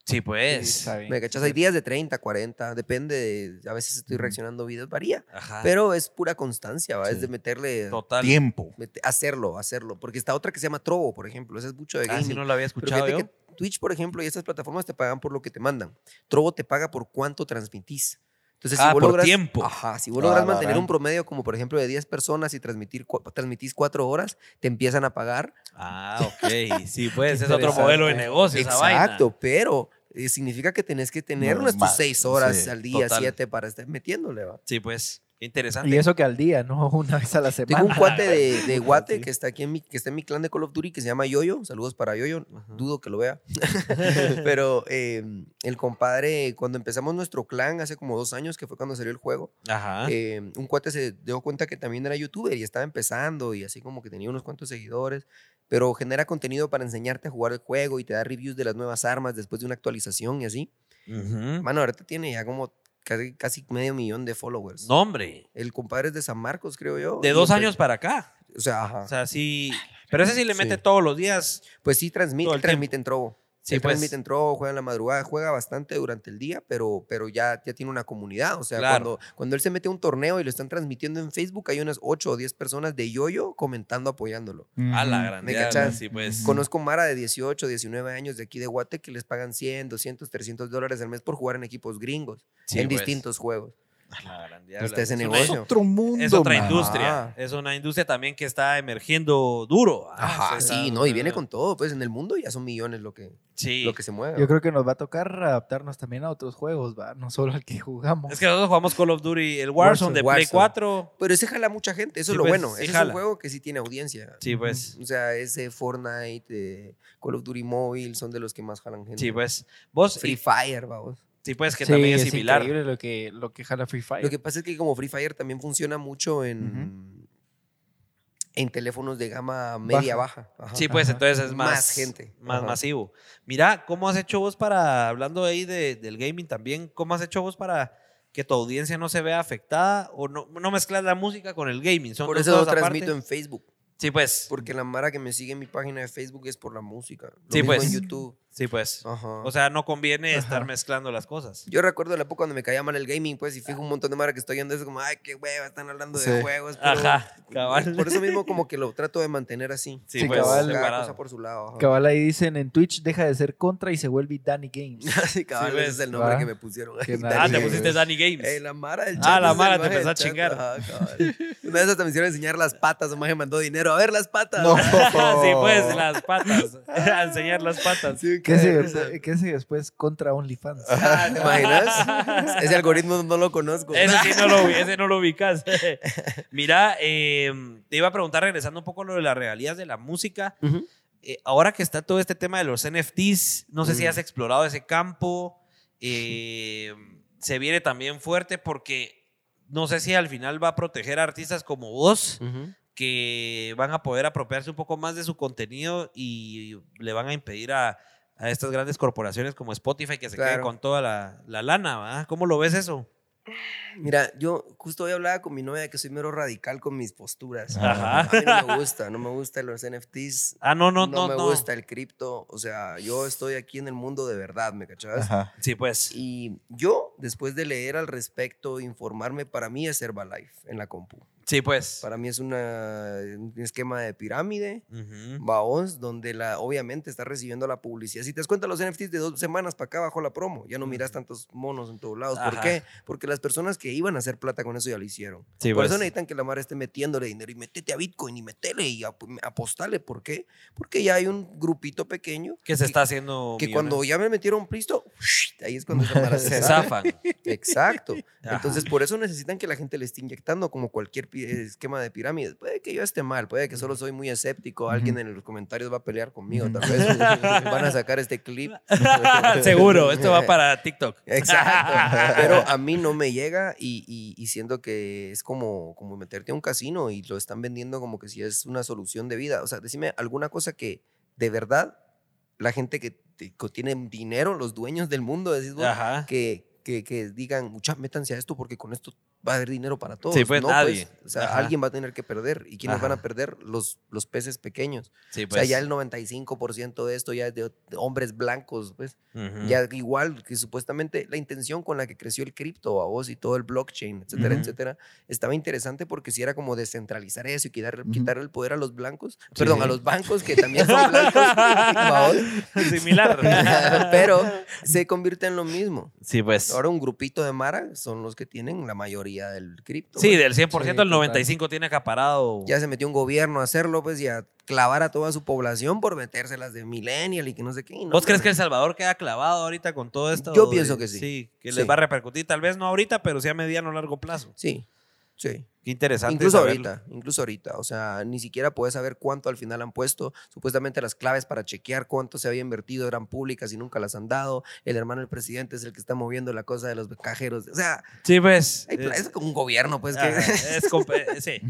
[SPEAKER 1] Sí, pues.
[SPEAKER 3] Está bien.
[SPEAKER 7] Me cachas, hay días de 30, 40, depende, de- a veces estoy reaccionando videos, varía,
[SPEAKER 1] Ajá.
[SPEAKER 7] pero es pura constancia, ¿va?
[SPEAKER 2] Sí.
[SPEAKER 7] es de meterle,
[SPEAKER 1] Total.
[SPEAKER 2] Tiempo.
[SPEAKER 7] mete- hacerlo, hacerlo, porque está otra que se llama Trovo, por ejemplo, esa es mucho de
[SPEAKER 1] Ah,
[SPEAKER 7] gaming.
[SPEAKER 1] sí, no lo había
[SPEAKER 7] pero
[SPEAKER 1] escuchado
[SPEAKER 7] fíjate
[SPEAKER 1] yo.
[SPEAKER 7] que Twitch, por ejemplo, y estas plataformas te pagan por lo que te mandan. Trovo te paga por cuánto transmitís. Entonces,
[SPEAKER 1] Ah,
[SPEAKER 7] si vos
[SPEAKER 1] por
[SPEAKER 7] logras,
[SPEAKER 1] tiempo.
[SPEAKER 7] Ajá, si vos
[SPEAKER 2] Ah,
[SPEAKER 7] logras
[SPEAKER 2] la
[SPEAKER 7] mantener
[SPEAKER 2] gran.
[SPEAKER 7] un promedio como, por ejemplo, de 10 personas y transmitir, cua- transmitís 4 horas, te empiezan a pagar
[SPEAKER 1] Ah, ok. Sí, pues,
[SPEAKER 3] Qué
[SPEAKER 1] es otro
[SPEAKER 3] interesante.
[SPEAKER 1] modelo de negocio esa vaina.
[SPEAKER 7] Exacto, pero eh, significa que tenés que tener
[SPEAKER 2] Normal,
[SPEAKER 7] unas tus seis horas
[SPEAKER 2] sí,
[SPEAKER 7] al día,
[SPEAKER 1] total.
[SPEAKER 7] siete, para estar metiéndole, va.
[SPEAKER 1] Sí, pues, qué interesante.
[SPEAKER 3] Y eso que al día, no *laughs* una vez a la semana.
[SPEAKER 7] Tengo un cuate de,
[SPEAKER 1] *laughs*
[SPEAKER 7] de Guate que está aquí en mi, que está en mi clan de Call of Duty que se llama Yoyo. Saludos para Yoyo.
[SPEAKER 1] Ajá.
[SPEAKER 7] Dudo que
[SPEAKER 1] *laughs*
[SPEAKER 7] lo vea. *laughs* Pero eh, el compadre, cuando empezamos nuestro clan hace como dos años, que fue cuando salió el juego,
[SPEAKER 1] Ajá.
[SPEAKER 7] eh, un cuate se dio cuenta que también era youtuber y estaba empezando y así como que tenía unos cuantos seguidores, pero genera contenido para enseñarte a jugar el juego y te da reviews de las nuevas armas después de una actualización y así.
[SPEAKER 1] Ujú.
[SPEAKER 7] Mano, ahorita tiene ya como casi, casi medio millón de followers.
[SPEAKER 1] No, hombre.
[SPEAKER 7] El compadre es de San Marcos, creo yo.
[SPEAKER 1] De
[SPEAKER 7] Y
[SPEAKER 1] dos
[SPEAKER 7] empe-
[SPEAKER 1] años para acá.
[SPEAKER 7] O sea, ajá.
[SPEAKER 1] O sea, sí. Pero ese sí le mete
[SPEAKER 7] Sí.
[SPEAKER 1] todos los días.
[SPEAKER 7] pues sí, transmite,
[SPEAKER 1] todo el
[SPEAKER 7] transmite en trobo.
[SPEAKER 1] Sí,
[SPEAKER 7] Sí,
[SPEAKER 1] pues.
[SPEAKER 7] transmite en trobo, juega en la madrugada, juega bastante durante el día, pero, pero ya, ya tiene una comunidad. O sea,
[SPEAKER 1] Claro.
[SPEAKER 7] cuando, cuando él se mete a un torneo y lo están transmitiendo en Facebook, hay unas 8 o 10 personas de yoyo comentando, apoyándolo.
[SPEAKER 1] A la
[SPEAKER 2] Ujú.
[SPEAKER 1] gran
[SPEAKER 7] Me
[SPEAKER 1] diabla,
[SPEAKER 7] cachas.
[SPEAKER 1] Sí, pues.
[SPEAKER 7] Conozco Mara de 18, 19 años de aquí de Guate que les pagan 100, 200, 300 dólares al mes por jugar en equipos gringos,
[SPEAKER 1] Sí,
[SPEAKER 7] en
[SPEAKER 1] pues.
[SPEAKER 7] distintos juegos.
[SPEAKER 1] A la gran diabla.
[SPEAKER 7] Usted ese
[SPEAKER 1] Es una-
[SPEAKER 2] Es
[SPEAKER 7] negocio.
[SPEAKER 2] otro mundo.
[SPEAKER 1] Es otra
[SPEAKER 2] man.
[SPEAKER 1] industria.
[SPEAKER 7] Ajá.
[SPEAKER 1] Es una industria también que está emergiendo duro.
[SPEAKER 7] Ajá,
[SPEAKER 1] o sea,
[SPEAKER 7] Ah, sí,
[SPEAKER 1] está-
[SPEAKER 7] no, y viene con todo, pues en el mundo ya son millones lo que,
[SPEAKER 1] Sí.
[SPEAKER 7] lo que se mueve.
[SPEAKER 3] Yo creo que nos va a tocar adaptarnos también a otros juegos, ¿va? no solo al que jugamos.
[SPEAKER 1] Es que nosotros jugamos Call of Duty, el Warzone,
[SPEAKER 7] Warzone,
[SPEAKER 1] de Play
[SPEAKER 7] Warzone.
[SPEAKER 1] 4.
[SPEAKER 7] Pero ese jala mucha gente, eso
[SPEAKER 1] Sí,
[SPEAKER 7] es lo
[SPEAKER 1] pues,
[SPEAKER 7] bueno.
[SPEAKER 1] sí
[SPEAKER 7] Ese es
[SPEAKER 1] jala.
[SPEAKER 7] un juego que sí tiene audiencia.
[SPEAKER 1] Sí, pues.
[SPEAKER 7] O sea, ese Fortnite, eh, Call of Duty Mobile son de los que más jalan gente.
[SPEAKER 1] Sí, pues. Vos,
[SPEAKER 7] Free Fire, vamos.
[SPEAKER 1] sí, pues, que
[SPEAKER 3] Sí,
[SPEAKER 1] también es similar.
[SPEAKER 3] increíble lo que, lo que jala Free Fire.
[SPEAKER 7] Lo que pasa es que como Free Fire también funciona mucho en, en teléfonos de gama media baja. Ajá.
[SPEAKER 1] Sí, pues
[SPEAKER 3] Ajá.
[SPEAKER 1] entonces es más,
[SPEAKER 7] Más gente.
[SPEAKER 1] Más
[SPEAKER 7] Ajá.
[SPEAKER 1] masivo. Mira, ¿cómo has hecho vos para, hablando ahí de- del gaming también, cómo has hecho vos para que tu audiencia no se vea afectada o no, no mezclas la música con el gaming? Son
[SPEAKER 7] Por
[SPEAKER 1] dos
[SPEAKER 7] eso lo
[SPEAKER 1] cosas aparte.
[SPEAKER 7] transmito en Facebook.
[SPEAKER 1] Sí, pues.
[SPEAKER 7] Porque la mara que me sigue en mi página de Facebook es por la música. Lo
[SPEAKER 1] Sí,
[SPEAKER 7] mismo
[SPEAKER 1] pues.
[SPEAKER 7] en YouTube.
[SPEAKER 1] Sí, pues.
[SPEAKER 7] Ajá.
[SPEAKER 1] O sea, no conviene estar mezclando las cosas.
[SPEAKER 7] Yo recuerdo la época cuando me caía mal el gaming, pues, y fijo un montón de mara que estoy viendo eso como, ay, qué hueva, están hablando de
[SPEAKER 2] Sí.
[SPEAKER 7] juegos. puro-
[SPEAKER 1] Ajá, cabal.
[SPEAKER 7] Por eso mismo como que lo trato de mantener así.
[SPEAKER 1] Sí,
[SPEAKER 3] Sí,
[SPEAKER 1] pues,
[SPEAKER 3] cabal.
[SPEAKER 7] Cada
[SPEAKER 1] separado.
[SPEAKER 7] cosa por su lado. ajá.
[SPEAKER 3] Cabal ahí dicen en Twitch, deja de ser contra y se vuelve Danny
[SPEAKER 1] *laughs*
[SPEAKER 3] Games.
[SPEAKER 7] Sí, cabal,
[SPEAKER 1] Sí,
[SPEAKER 7] ese
[SPEAKER 1] ves,
[SPEAKER 7] es el nombre
[SPEAKER 3] va.
[SPEAKER 7] que me pusieron.
[SPEAKER 3] Qué
[SPEAKER 7] *laughs*
[SPEAKER 3] nice.
[SPEAKER 7] Ahí,
[SPEAKER 1] *laughs* Ah,
[SPEAKER 7] Danny
[SPEAKER 1] te pusiste
[SPEAKER 7] Games.
[SPEAKER 1] Danny Games.
[SPEAKER 7] Ey, la Mara del
[SPEAKER 1] Ah,
[SPEAKER 7] chat.
[SPEAKER 1] la
[SPEAKER 7] es el
[SPEAKER 1] Mara te
[SPEAKER 7] maje del
[SPEAKER 1] empezó a
[SPEAKER 7] chat,
[SPEAKER 1] chingar.
[SPEAKER 7] ajá, cabal. *laughs* Una vez hasta me hicieron enseñar las patas, un maje mandó dinero. A ver las patas.
[SPEAKER 2] No.
[SPEAKER 1] *laughs* *laughs* sí, pues, las patas. *laughs* a enseñar las patas.
[SPEAKER 7] *laughs* Sí,
[SPEAKER 3] ¿Qué
[SPEAKER 7] qué
[SPEAKER 3] si
[SPEAKER 7] risa.
[SPEAKER 3] después, qué si después contra OnlyFans?
[SPEAKER 7] Ah,
[SPEAKER 1] *laughs*
[SPEAKER 7] ¿Te imaginas? Ese algoritmo no lo conozco.
[SPEAKER 1] Ese sí no lo, vi- ese no lo ubicas.
[SPEAKER 7] *laughs*
[SPEAKER 1] Mira, eh, te iba a preguntar, regresando un poco a lo de las regalías de la música.
[SPEAKER 7] Ujú.
[SPEAKER 1] eh, ahora que está todo este tema de los NFTs, no sé si
[SPEAKER 7] Mm.
[SPEAKER 1] has explorado ese campo. eh, se viene también fuerte porque no sé si al final va a proteger a artistas como vos
[SPEAKER 7] Ujú.
[SPEAKER 1] que van a poder apropiarse un poco más de su contenido y le van a impedir a, a estas grandes corporaciones como Spotify que se queden
[SPEAKER 7] Claro.
[SPEAKER 1] con toda la, la lana, ¿verdad? ¿Cómo lo ves eso?
[SPEAKER 7] Mira, yo justo hoy hablaba con mi novia que soy mero radical con mis posturas.
[SPEAKER 1] Ajá.
[SPEAKER 7] A mí no me gusta, no me gustan los NFTs.
[SPEAKER 1] Ah, no, no,
[SPEAKER 7] No,
[SPEAKER 1] no,
[SPEAKER 7] me
[SPEAKER 1] no.
[SPEAKER 7] gusta el cripto. O sea, yo estoy aquí en el mundo de verdad, ¿me cachas?
[SPEAKER 1] *laughs*
[SPEAKER 2] Ajá.
[SPEAKER 1] Sí, pues.
[SPEAKER 7] Y yo, después de leer al respecto, informarme, para mí es Herbalife en la compu.
[SPEAKER 1] Sí, pues.
[SPEAKER 7] Para mí es una, un esquema de pirámide,
[SPEAKER 1] Ujú.
[SPEAKER 7] vaos, donde la, obviamente está recibiendo la publicidad. Si te das cuenta, los NFTs de dos semanas para acá bajo la promo. Ya no miras tantos monos en todos lados. ¿Por
[SPEAKER 1] Ajá.
[SPEAKER 7] qué? Porque las personas que iban a hacer plata con eso ya lo hicieron.
[SPEAKER 1] Sí,
[SPEAKER 7] Por
[SPEAKER 1] pues.
[SPEAKER 7] eso necesitan que la mar esté metiéndole dinero y metete a Bitcoin y metele y ap- apostale. ¿Por qué? Porque ya hay un grupito pequeño
[SPEAKER 1] Que se está haciendo.
[SPEAKER 7] que
[SPEAKER 1] millonario.
[SPEAKER 7] cuando ya me metieron pristo,
[SPEAKER 1] *laughs*
[SPEAKER 7] ahí es cuando *laughs* esa mara
[SPEAKER 1] se
[SPEAKER 7] sale.
[SPEAKER 1] zafan.
[SPEAKER 7] Exacto.
[SPEAKER 1] *laughs* Ajá.
[SPEAKER 7] Entonces, por eso necesitan que la gente le esté inyectando como cualquier pi- eh, esquema de pirámides. Puede que yo esté mal, puede que solo soy muy escéptico. Alguien en los comentarios va a pelear conmigo. Tal vez
[SPEAKER 1] *laughs*
[SPEAKER 7] van a sacar este clip.
[SPEAKER 1] Seguro, esto va para TikTok.
[SPEAKER 7] *laughs* Exacto. Pero a mí
[SPEAKER 1] *laughs*
[SPEAKER 7] no me llega y, y- y siento que es como, como meterte a un casino y lo están vendiendo como que si es una solución de vida. O sea, decime alguna cosa que de verdad la gente que, te- que tiene dinero, los dueños del mundo, decís vos,
[SPEAKER 1] Ajá.
[SPEAKER 7] que, que, que digan, muchas métanse a esto porque con esto va a haber dinero para todos.
[SPEAKER 1] Sí, pues, nadie.
[SPEAKER 7] o sea,
[SPEAKER 1] Ajá.
[SPEAKER 7] alguien va a tener que perder. ¿Y quiénes van
[SPEAKER 1] Ajá.
[SPEAKER 7] a perder? Los, los peces pequeños.
[SPEAKER 1] Sí, pues.
[SPEAKER 7] O sea, ya el 95% de esto ya es de de hombres blancos, pues.
[SPEAKER 1] Ujú.
[SPEAKER 7] Ya igual que supuestamente la intención con la que creció el cripto a vos y todo el blockchain, etcétera,
[SPEAKER 1] Ujú.
[SPEAKER 7] etcétera, estaba interesante porque si era como descentralizar eso y quitar,
[SPEAKER 2] Ujú.
[SPEAKER 7] quitar el poder a los blancos,
[SPEAKER 1] Sí,
[SPEAKER 7] perdón,
[SPEAKER 1] sí.
[SPEAKER 7] a los bancos que también son blancos, *laughs*
[SPEAKER 1] *laughs*
[SPEAKER 7] ¿va vos?
[SPEAKER 1] Similar.
[SPEAKER 7] *laughs* pero se convierte en lo mismo.
[SPEAKER 1] Sí, pues.
[SPEAKER 7] Ahora un grupito de Mara son los que tienen la mayoría del cripto.
[SPEAKER 1] Sí,
[SPEAKER 7] pues.
[SPEAKER 1] del 100%
[SPEAKER 3] Sí,
[SPEAKER 1] el
[SPEAKER 3] total.
[SPEAKER 1] 95 tiene acaparado.
[SPEAKER 7] Ya se metió un gobierno a hacerlo, pues, y a clavar a toda su población por metérselas de millennial y que no sé qué. y no,
[SPEAKER 1] ¿Vos crees
[SPEAKER 7] hombre.
[SPEAKER 1] que El Salvador queda clavado ahorita con todo esto?
[SPEAKER 7] Yo pienso que sí.
[SPEAKER 1] Sí, que
[SPEAKER 7] Sí.
[SPEAKER 1] les va a repercutir, tal vez no ahorita, pero sí a mediano o largo plazo.
[SPEAKER 7] Sí, sí.
[SPEAKER 1] Qué interesante.
[SPEAKER 7] Incluso
[SPEAKER 1] saberlo.
[SPEAKER 7] ahorita, incluso ahorita. O sea, ni siquiera puedes saber cuánto al final han puesto. Supuestamente las claves para chequear cuánto se había invertido eran públicas y nunca las han dado. El hermano del presidente es el que está moviendo la cosa de los cajeros. O sea,
[SPEAKER 1] Sí, pues.
[SPEAKER 7] hay pla- es,
[SPEAKER 1] es-
[SPEAKER 7] como un gobierno, pues. Que... *laughs*
[SPEAKER 1] ajá, es comp- sí.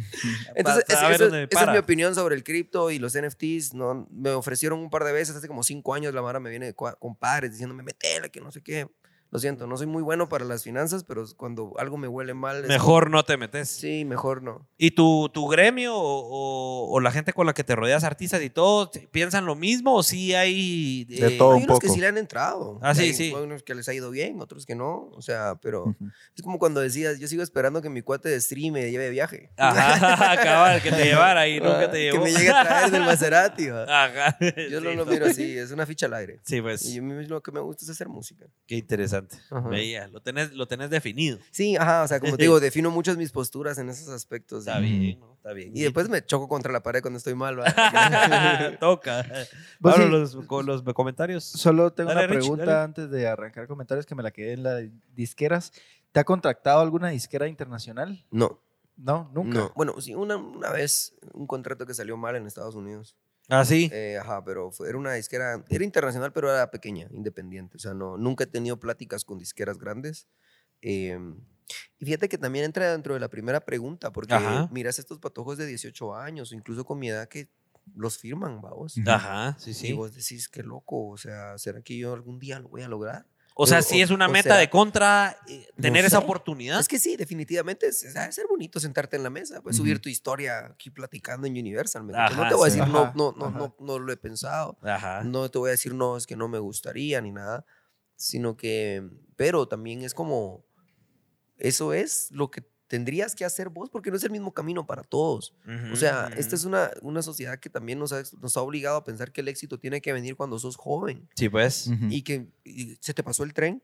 [SPEAKER 7] Entonces,
[SPEAKER 1] Para
[SPEAKER 7] es-
[SPEAKER 1] saber
[SPEAKER 7] eso-
[SPEAKER 1] dónde
[SPEAKER 7] esa es mi
[SPEAKER 1] para.
[SPEAKER 7] opinión sobre el cripto y los NFTs. No, me ofrecieron un par de veces, hace como cinco años, la Mara me viene cua- con padres diciéndome, metela, que no sé qué. Lo siento, no soy muy bueno para las finanzas, pero cuando algo me huele mal. es-
[SPEAKER 1] Mejor no te metes.
[SPEAKER 7] Sí, mejor no.
[SPEAKER 1] ¿Y tu, tu gremio o, o- o la gente con la que te rodeas, artistas y todo, te- piensan lo mismo o sí hay...
[SPEAKER 2] De
[SPEAKER 1] eh,
[SPEAKER 2] todo un
[SPEAKER 7] hay unos que
[SPEAKER 2] poco.
[SPEAKER 7] sí le han entrado.
[SPEAKER 1] Ah, sí,
[SPEAKER 7] Hay-
[SPEAKER 1] sí.
[SPEAKER 7] Hay unos que les ha ido bien, otros que no. O sea, pero
[SPEAKER 2] Ujú.
[SPEAKER 7] es como cuando decías, yo sigo esperando que mi cuate de stream me lleve de viaje. *laughs*
[SPEAKER 1] Ajá, *laughs* cabal, que te llevara y nunca
[SPEAKER 7] Ah,
[SPEAKER 1] te
[SPEAKER 7] que
[SPEAKER 1] llevó.
[SPEAKER 7] me llegue a traer del Maserati. ¿va?
[SPEAKER 1] *laughs* Ajá.
[SPEAKER 7] Yo
[SPEAKER 1] Sí,
[SPEAKER 7] no
[SPEAKER 1] no.
[SPEAKER 7] lo miro así, es una ficha al aire.
[SPEAKER 1] Sí,
[SPEAKER 7] Y
[SPEAKER 1] pues,
[SPEAKER 7] a mí lo que me gusta es hacer música.
[SPEAKER 1] qué interesante.
[SPEAKER 7] Ajá.
[SPEAKER 1] Veía, lo tenés, lo tenés definido.
[SPEAKER 7] Sí, ajá, o sea, como
[SPEAKER 1] *laughs*
[SPEAKER 7] te digo, defino muchas mis posturas en esos aspectos.
[SPEAKER 1] Está
[SPEAKER 7] y,
[SPEAKER 1] bien, ¿no? Está bien.
[SPEAKER 7] Y después me choco contra la pared cuando estoy mal. ¿va?
[SPEAKER 1] *laughs* Toca.
[SPEAKER 7] Pues
[SPEAKER 3] Vos
[SPEAKER 1] Pablo,
[SPEAKER 3] sí.
[SPEAKER 1] los, con los comentarios.
[SPEAKER 3] Solo tengo
[SPEAKER 1] Dale,
[SPEAKER 3] una
[SPEAKER 1] Rich,
[SPEAKER 3] pregunta
[SPEAKER 1] dale.
[SPEAKER 3] antes de arrancar comentarios que me la quedé en las disqueras. ¿Te ha contratado alguna disquera internacional?
[SPEAKER 7] no,
[SPEAKER 3] No, nunca.
[SPEAKER 7] no. Bueno, sí, una, una vez un contrato que salió mal en Estados Unidos.
[SPEAKER 1] Ah, sí.
[SPEAKER 7] Eh, ajá, pero fue- era una disquera, era internacional, pero era pequeña, independiente. O sea, no, nunca he tenido pláticas con disqueras grandes. Eh, y fíjate que también entra dentro de la primera pregunta, porque
[SPEAKER 1] Ajá.
[SPEAKER 7] miras estos patojos de 18 años, o incluso con mi edad, que los firman, vamos.
[SPEAKER 1] Ajá, sí,
[SPEAKER 7] Y
[SPEAKER 1] sí.
[SPEAKER 7] vos decís, qué loco, o sea, ¿será que yo algún día lo voy a lograr?
[SPEAKER 1] O sea,
[SPEAKER 7] o-
[SPEAKER 1] sí es una
[SPEAKER 7] o
[SPEAKER 1] meta
[SPEAKER 7] será-
[SPEAKER 1] de contra eh,
[SPEAKER 7] No
[SPEAKER 1] tener esa
[SPEAKER 7] sé.
[SPEAKER 1] oportunidad.
[SPEAKER 7] Es que sí, definitivamente es, es- ha de ser bonito sentarte en la mesa, pues subir tu historia aquí platicando en Universal. ¿me entiendes?
[SPEAKER 1] Ajá,
[SPEAKER 7] no te voy a
[SPEAKER 1] sí. Ah.
[SPEAKER 7] decir, no,
[SPEAKER 3] Ajá,
[SPEAKER 7] no, no,
[SPEAKER 3] ajá.
[SPEAKER 7] no, no lo he pensado.
[SPEAKER 1] Ajá.
[SPEAKER 7] No te voy a decir, no, es que no me gustaría ni nada, sino que, pero también es como, eso es lo que tendrías que hacer vos, porque no es el mismo camino para todos. O sea, esta
[SPEAKER 1] Mm.
[SPEAKER 7] es una, una sociedad que también nos ha, nos ha obligado a pensar que el éxito tiene que venir cuando sos joven
[SPEAKER 1] Sí, pues.
[SPEAKER 2] Ujú.
[SPEAKER 7] y que y se te pasó el tren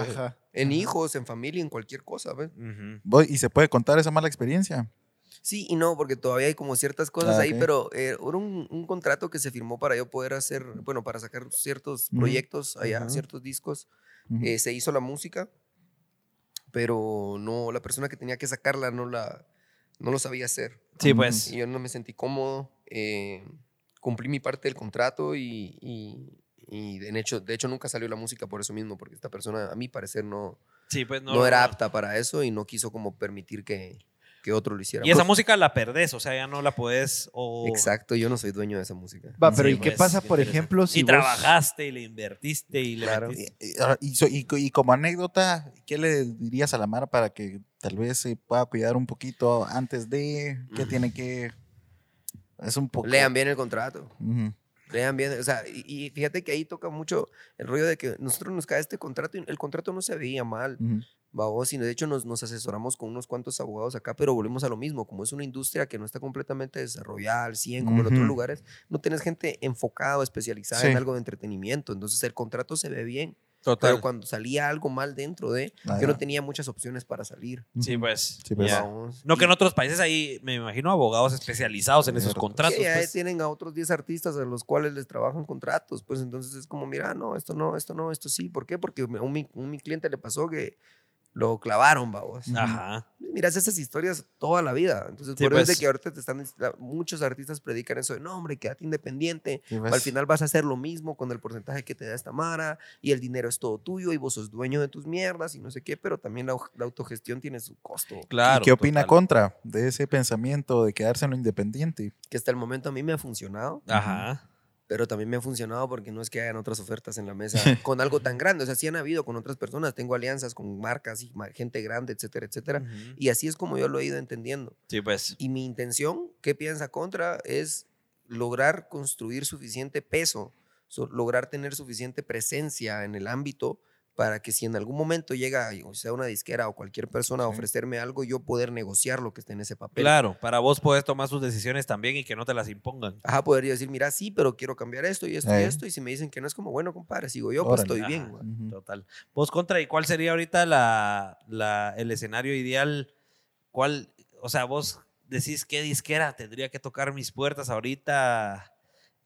[SPEAKER 1] Ajá.
[SPEAKER 3] Ajá.
[SPEAKER 7] en hijos, en familia, en cualquier cosa, ¿ves?
[SPEAKER 1] Ujú.
[SPEAKER 2] Voy- Y se puede contar esa mala experiencia.
[SPEAKER 7] Sí y no, porque todavía hay como ciertas cosas
[SPEAKER 2] Ah,
[SPEAKER 7] ahí,
[SPEAKER 2] ok.
[SPEAKER 7] pero eh, era un, un contrato que se firmó para yo poder hacer, bueno, para sacar ciertos
[SPEAKER 2] Ujú.
[SPEAKER 7] proyectos allá,
[SPEAKER 2] Ujú.
[SPEAKER 7] ciertos discos.
[SPEAKER 2] Ujú.
[SPEAKER 7] Eh, se hizo la música, pero no, la persona que tenía que sacarla no la, no lo sabía hacer.
[SPEAKER 1] Sí, pues.
[SPEAKER 7] Y yo no me sentí cómodo. eh, cumplí mi parte del contrato y, y, y de, hecho, de hecho nunca salió la música por eso mismo, porque esta persona, a mi parecer, no,
[SPEAKER 1] Sí, pues
[SPEAKER 7] no, era apta para eso y no quiso como permitir que, que otro lo hiciera.
[SPEAKER 1] Y esa
[SPEAKER 7] Pues,
[SPEAKER 1] música oh. la perdés, o sea, ya no la podés o...
[SPEAKER 7] Exacto, yo no soy dueño de esa música.
[SPEAKER 3] Va, Ah, pero
[SPEAKER 1] Sí,
[SPEAKER 3] ¿y qué
[SPEAKER 1] pues,
[SPEAKER 3] pasa,
[SPEAKER 1] qué
[SPEAKER 3] por
[SPEAKER 1] interesante.
[SPEAKER 3] ejemplo, si
[SPEAKER 1] y
[SPEAKER 3] vos-
[SPEAKER 1] trabajaste y le invertiste y le
[SPEAKER 7] Claro.
[SPEAKER 1] metiste-
[SPEAKER 2] Y, eh, ahora, y so- y co- y como anécdota, ¿qué le dirías a la Mara para que tal vez se pueda cuidar un poquito antes de que
[SPEAKER 7] Mm.
[SPEAKER 2] tiene que... Es un poco...
[SPEAKER 7] Lean bien el contrato.
[SPEAKER 2] Ujú.
[SPEAKER 7] Lean bien, o sea, y, y fíjate que ahí toca mucho el rollo de que nosotros nos cae este contrato y el contrato no se veía mal,
[SPEAKER 2] Ujú.
[SPEAKER 7] babos, y de hecho nos, nos asesoramos con unos cuantos abogados acá, pero volvemos a lo mismo, como es una industria que no está completamente desarrollada al 100 como en
[SPEAKER 2] Ujú.
[SPEAKER 7] otros lugares, no tienes gente enfocada o especializada
[SPEAKER 2] Sí.
[SPEAKER 7] en algo de entretenimiento, entonces el contrato se ve bien, pero cuando salía algo mal dentro de,
[SPEAKER 2] Ajá.
[SPEAKER 7] yo no tenía muchas opciones para salir.
[SPEAKER 1] Sí,
[SPEAKER 2] Ujú.
[SPEAKER 1] pues.
[SPEAKER 2] Sí, pues.
[SPEAKER 1] ya.
[SPEAKER 7] babos.
[SPEAKER 1] No que
[SPEAKER 7] Y-
[SPEAKER 1] en otros países hay, me imagino, abogados especializados en esos
[SPEAKER 2] Cierto.
[SPEAKER 1] contratos.
[SPEAKER 7] que ya
[SPEAKER 1] pues.
[SPEAKER 7] tienen a otros 10 artistas a los cuales les trabajan contratos, pues entonces es como, mira, no, esto no, esto no, esto sí. ¿Por qué? Porque a un, mi- un mi cliente le pasó que lo clavaron, babos.
[SPEAKER 1] Ajá.
[SPEAKER 7] Miras esas historias toda la vida. Entonces,
[SPEAKER 1] Sí,
[SPEAKER 7] por eso es de
[SPEAKER 1] pues.
[SPEAKER 7] que ahorita te están, la- muchos artistas predican eso de, no, hombre, quédate independiente.
[SPEAKER 2] Y
[SPEAKER 7] Al
[SPEAKER 2] ves,
[SPEAKER 7] final vas a hacer lo mismo con el porcentaje que te da esta mara y el dinero es todo tuyo y vos sos dueño de tus mierdas y no sé qué, pero también la, la autogestión tiene su costo.
[SPEAKER 1] Claro.
[SPEAKER 2] ¿y ¿Qué opina
[SPEAKER 1] total.
[SPEAKER 2] contra de ese pensamiento de quedarse en lo independiente?
[SPEAKER 7] Que hasta el momento a mí me ha funcionado.
[SPEAKER 1] Ajá.
[SPEAKER 7] pero también me ha funcionado porque no es que hayan otras ofertas en la mesa con algo tan grande. O sea, sí han habido con otras personas. Tengo alianzas con marcas y ma- gente grande, etcétera, etcétera.
[SPEAKER 1] Ujú.
[SPEAKER 7] Y así es como yo lo he ido entendiendo.
[SPEAKER 1] Sí, pues.
[SPEAKER 7] Y mi intención, ¿qué piensa contra? Es lograr construir suficiente peso, so- lograr tener suficiente presencia en el ámbito para que si en algún momento llega, o sea, una disquera o cualquier persona a ofrecerme algo, yo poder negociar lo que esté en ese papel.
[SPEAKER 1] Claro, para vos podés tomar sus decisiones también y que no te las impongan.
[SPEAKER 7] Ajá, poder yo decir, mira, sí, pero quiero cambiar esto y esto y
[SPEAKER 2] Ey.
[SPEAKER 7] esto. Y si me dicen que no es como, bueno, compadre, sigo yo, pues
[SPEAKER 2] Eh. Órale.
[SPEAKER 7] estoy bien.
[SPEAKER 1] Ajá.
[SPEAKER 7] güey.
[SPEAKER 2] Ujú.
[SPEAKER 1] Total. Vos contra, ¿y cuál sería ahorita la, la- el escenario ideal? ¿Cuál, o sea, vos decís qué disquera tendría que tocar mis puertas ahorita?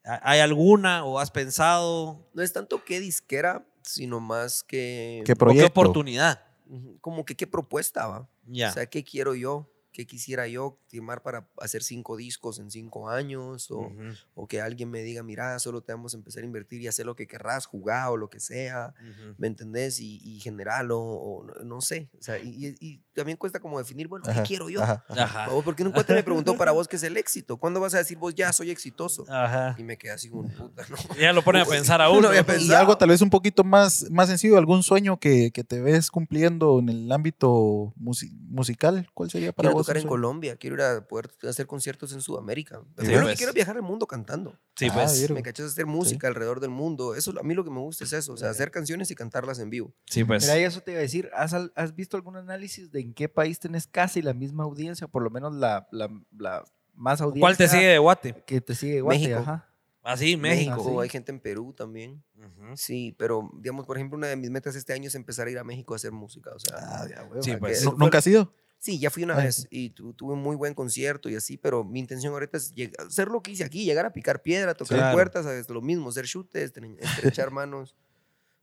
[SPEAKER 1] ¿Ha- ¿Hay alguna o has pensado?
[SPEAKER 7] No es tanto qué disquera, sino más que...
[SPEAKER 2] ¿Qué
[SPEAKER 1] ¿O qué
[SPEAKER 2] proyecto?
[SPEAKER 1] oportunidad?
[SPEAKER 7] Ujú, Como que qué propuesta, va.
[SPEAKER 1] Ya.
[SPEAKER 7] O sea, qué quiero yo, qué quisiera yo firmar para hacer cinco discos en cinco años o...
[SPEAKER 1] Ujú,
[SPEAKER 7] o que alguien me diga, mira, solo te vamos a empezar a invertir y hacer lo que querrás, jugar o lo que sea,
[SPEAKER 1] ujú.
[SPEAKER 7] ¿me entendés? Y, y generarlo, o no, no sé. O sea, y, y- y también cuesta como definir, bueno,
[SPEAKER 2] Ajá,
[SPEAKER 7] ¿qué quiero yo?
[SPEAKER 2] ajá.
[SPEAKER 1] Ajá.
[SPEAKER 7] Vos, porque un cuate me preguntó para vos qué es el éxito. ¿Cuándo vas a decir vos ya soy exitoso?
[SPEAKER 1] Ajá.
[SPEAKER 7] Y me quedé así como puta, ¿no?
[SPEAKER 1] Ya lo pone a pensar a uno.
[SPEAKER 7] había
[SPEAKER 1] Ujú.
[SPEAKER 2] Y
[SPEAKER 7] pensado.
[SPEAKER 2] algo tal vez un poquito más, más sencillo, algún sueño que, que te ves cumpliendo en el ámbito musi- musical, ¿cuál sería para
[SPEAKER 7] Quiero
[SPEAKER 2] vos?
[SPEAKER 7] tocar
[SPEAKER 2] un
[SPEAKER 7] en
[SPEAKER 2] sueño?
[SPEAKER 7] Colombia, quiero ir a poder hacer conciertos en Sudamérica. Lo
[SPEAKER 1] Sí,
[SPEAKER 7] primero
[SPEAKER 1] pues.
[SPEAKER 7] que quiero es viajar el mundo cantando.
[SPEAKER 1] Sí,
[SPEAKER 2] Ah,
[SPEAKER 1] pues.
[SPEAKER 2] vieron.
[SPEAKER 7] Me cachas hacer música alrededor del mundo. Eso, a mí lo que me gusta es eso, o sea, hacer canciones y cantarlas en vivo.
[SPEAKER 1] Sí, pues.
[SPEAKER 3] Mira, y eso te iba a decir, ¿has, al- has visto algún análisis de en qué país tenés casi la misma audiencia, o por lo menos la, la, la más audiencia?
[SPEAKER 1] ¿Cuál te sigue de Guate?
[SPEAKER 3] Que te sigue Guate,
[SPEAKER 7] México.
[SPEAKER 3] ajá.
[SPEAKER 1] Así, México.
[SPEAKER 3] México.
[SPEAKER 7] Hay gente en Perú también.
[SPEAKER 1] Ujú.
[SPEAKER 7] Sí, pero digamos, por ejemplo, una de mis metas este año es empezar a ir a México a hacer música. O sea,
[SPEAKER 1] Sí,
[SPEAKER 7] a que-
[SPEAKER 1] pues.
[SPEAKER 7] eso
[SPEAKER 2] Nu-
[SPEAKER 7] fue-
[SPEAKER 2] ¿Nunca has ido?
[SPEAKER 7] Sí, ya fui una
[SPEAKER 2] Ah,
[SPEAKER 7] vez y tu- tuve un muy buen concierto y así, pero mi intención ahorita es lleg- hacer lo que hice aquí, llegar a picar piedra, tocar
[SPEAKER 1] Claro.
[SPEAKER 7] puertas, es lo mismo, hacer chutes, estre-
[SPEAKER 1] *laughs*
[SPEAKER 7] estrechar manos.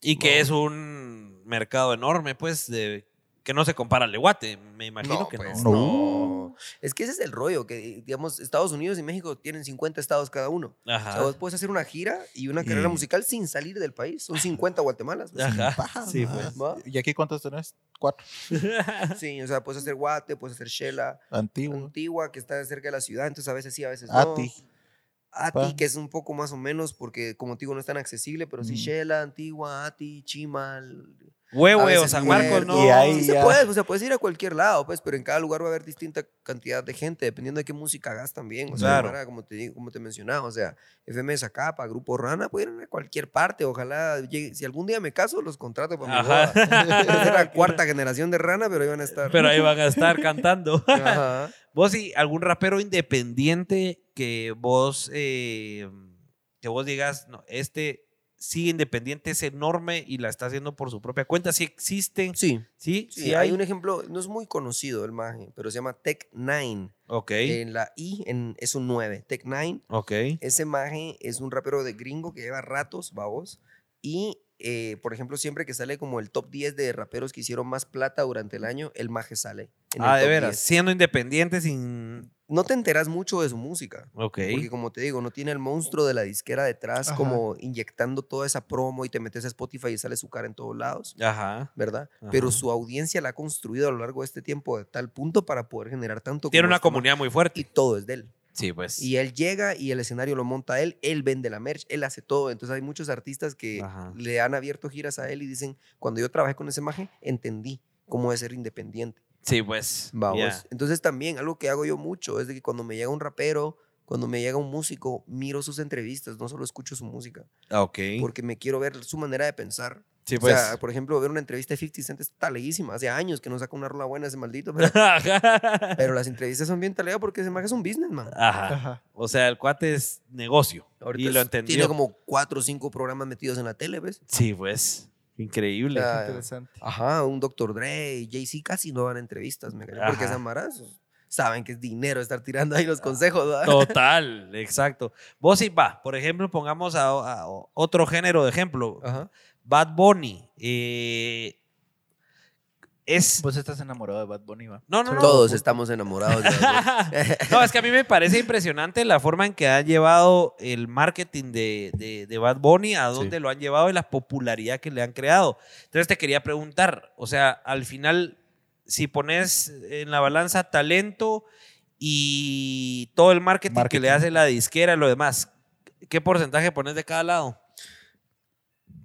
[SPEAKER 1] Y que
[SPEAKER 7] No.
[SPEAKER 1] es un mercado enorme, pues, de, que no se compara al de Guate. Me imagino que
[SPEAKER 7] pues,
[SPEAKER 1] no.
[SPEAKER 2] no.
[SPEAKER 7] Es que ese es el rollo, que digamos, Estados Unidos y México tienen 50 estados cada uno. O sea,
[SPEAKER 1] Ajá.
[SPEAKER 7] vos puedes hacer una gira y una carrera
[SPEAKER 2] Y-
[SPEAKER 7] musical sin salir del país. Son 50 guatemalas. pues.
[SPEAKER 2] *laughs*
[SPEAKER 1] Ajá. Sí, pues.
[SPEAKER 7] ¿Va?
[SPEAKER 2] ¿Y aquí cuántos tenés? Cuatro.
[SPEAKER 7] Sí, o sea, puedes hacer Guate, puedes hacer Shela,
[SPEAKER 2] Antiguo.
[SPEAKER 7] Antigua, que está cerca de la ciudad, entonces a veces sí, a veces
[SPEAKER 1] Ah,
[SPEAKER 7] no.
[SPEAKER 2] Ati.
[SPEAKER 7] Ati,
[SPEAKER 2] Pa.
[SPEAKER 7] que es un poco más o menos, porque como te digo, no es tan accesible, pero sí,
[SPEAKER 2] Mm.
[SPEAKER 7] Shela, Antigua, Ati, Chimal. a
[SPEAKER 1] Huehue o
[SPEAKER 7] veces
[SPEAKER 1] San
[SPEAKER 7] Muerto,
[SPEAKER 1] Marcos, no.
[SPEAKER 2] y ahí-
[SPEAKER 7] Sí se
[SPEAKER 2] ya.
[SPEAKER 7] puede, o sea, puedes ir a cualquier lado, pues, pero en cada lugar va a haber distinta cantidad de gente, dependiendo de qué música hagas también. O sea,
[SPEAKER 1] Claro.
[SPEAKER 7] Mara, como, te, digo- como te mencionaba, o sea, FM Zacapa, Grupo Rana, pueden ir a cualquier parte. Ojalá, llegue- si algún día me caso, los contrato para mi
[SPEAKER 1] Ajá.
[SPEAKER 7] boda.
[SPEAKER 1] *laughs*
[SPEAKER 7] Esa *laughs* es la cuarta generación de Rana, pero ahí van a estar.
[SPEAKER 1] Pero ahí van a estar cantando.
[SPEAKER 7] *laughs*
[SPEAKER 1] *laughs*
[SPEAKER 7] Ajá.
[SPEAKER 1] Vos y algún rapero independiente que vos eh, que vos digas, no, este sí independiente es enorme y la está haciendo por su propia cuenta. Sí existen. Sí,
[SPEAKER 7] Sí.
[SPEAKER 1] sí,
[SPEAKER 7] Sí, hay, un ejemplo, no es muy conocido el maje, pero se llama Tech Nine.
[SPEAKER 1] Ok,
[SPEAKER 7] En la I en- es un 9. Tech Nine.
[SPEAKER 1] ok.
[SPEAKER 7] Ese maje es un rapero de gringo que lleva ratos, babos. Y, eh, por ejemplo, siempre que sale como el top 10 de raperos que hicieron más plata durante el año, el maje sale. en el
[SPEAKER 1] Ah, de
[SPEAKER 7] top
[SPEAKER 1] veras,
[SPEAKER 7] 10.
[SPEAKER 1] siendo independiente sin...
[SPEAKER 7] No te enteras mucho de su música.
[SPEAKER 1] Ok.
[SPEAKER 7] Porque como te digo, no tiene el monstruo de la disquera detrás
[SPEAKER 2] Ajá.
[SPEAKER 7] como inyectando toda esa promo y te metes a Spotify y sale su cara en todos lados.
[SPEAKER 1] Ajá.
[SPEAKER 7] ¿verdad?
[SPEAKER 1] Ajá.
[SPEAKER 7] Pero su audiencia la ha construido a lo largo de este tiempo de tal punto para poder generar tanto.
[SPEAKER 1] Tiene
[SPEAKER 7] como
[SPEAKER 1] una
[SPEAKER 7] este man.
[SPEAKER 1] comunidad muy fuerte.
[SPEAKER 7] Y todo es de él.
[SPEAKER 1] Sí, pues.
[SPEAKER 7] Y él llega y el escenario lo monta él, él vende la merch, él hace todo. Entonces hay muchos artistas que
[SPEAKER 1] Ajá.
[SPEAKER 7] le han abierto giras a él y dicen, cuando yo trabajé con ese maje, entendí cómo es ser independiente.
[SPEAKER 1] Sí, pues.
[SPEAKER 7] Vamos.
[SPEAKER 1] ya.
[SPEAKER 7] Entonces también algo que hago yo mucho es de que cuando me llega un rapero, cuando me llega un músico, miro sus entrevistas, no solo escucho su música,
[SPEAKER 1] Ah, Ok.
[SPEAKER 7] porque me quiero ver su manera de pensar.
[SPEAKER 1] Sí, pues.
[SPEAKER 7] O
[SPEAKER 1] *laughs*
[SPEAKER 7] sea, por ejemplo, ver una entrevista de 50 Cent está leguísima. Hace años que no saca una rola buena ese maldito. Pero,
[SPEAKER 1] Ajá.
[SPEAKER 7] pero las entrevistas son bien taleadas porque ese maje es un businessman.
[SPEAKER 1] Ajá. O sea, el cuate es negocio.
[SPEAKER 7] Ahorita
[SPEAKER 1] y lo
[SPEAKER 7] es-
[SPEAKER 1] entendió.
[SPEAKER 7] Tiene como cuatro o cinco programas metidos en la tele, ¿ves?
[SPEAKER 1] Sí, pues. Increíble.
[SPEAKER 7] O sea,
[SPEAKER 3] Interesante.
[SPEAKER 7] ajá, un Dr. Dre y Jay-Z casi no van a entrevistas, me cacho, Porque
[SPEAKER 1] Ajá. Ah.
[SPEAKER 7] esas maras saben que es dinero estar tirando ahí los consejos, ¿verdad?
[SPEAKER 1] Total, exacto. Vos y va, por ejemplo, pongamos a, a
[SPEAKER 7] Ah.
[SPEAKER 1] otro género de ejemplo.
[SPEAKER 7] Ajá.
[SPEAKER 1] Bad Bunny. eh, es...
[SPEAKER 3] Vos Pues estás enamorado de Bad Bunny, va.
[SPEAKER 1] No, no, no.
[SPEAKER 7] Todos estamos enamorados. de Bad Bunny.
[SPEAKER 1] No, es que a mí me parece impresionante la forma en que ha llevado el marketing de, de- de Bad Bunny, a dónde lo han llevado y la popularidad que le han creado. Entonces te quería preguntar, o sea, al final, si pones en la balanza talento y todo el marketing, que le hace la disquera y lo demás, ¿qué porcentaje pones de cada lado?
[SPEAKER 7] *laughs*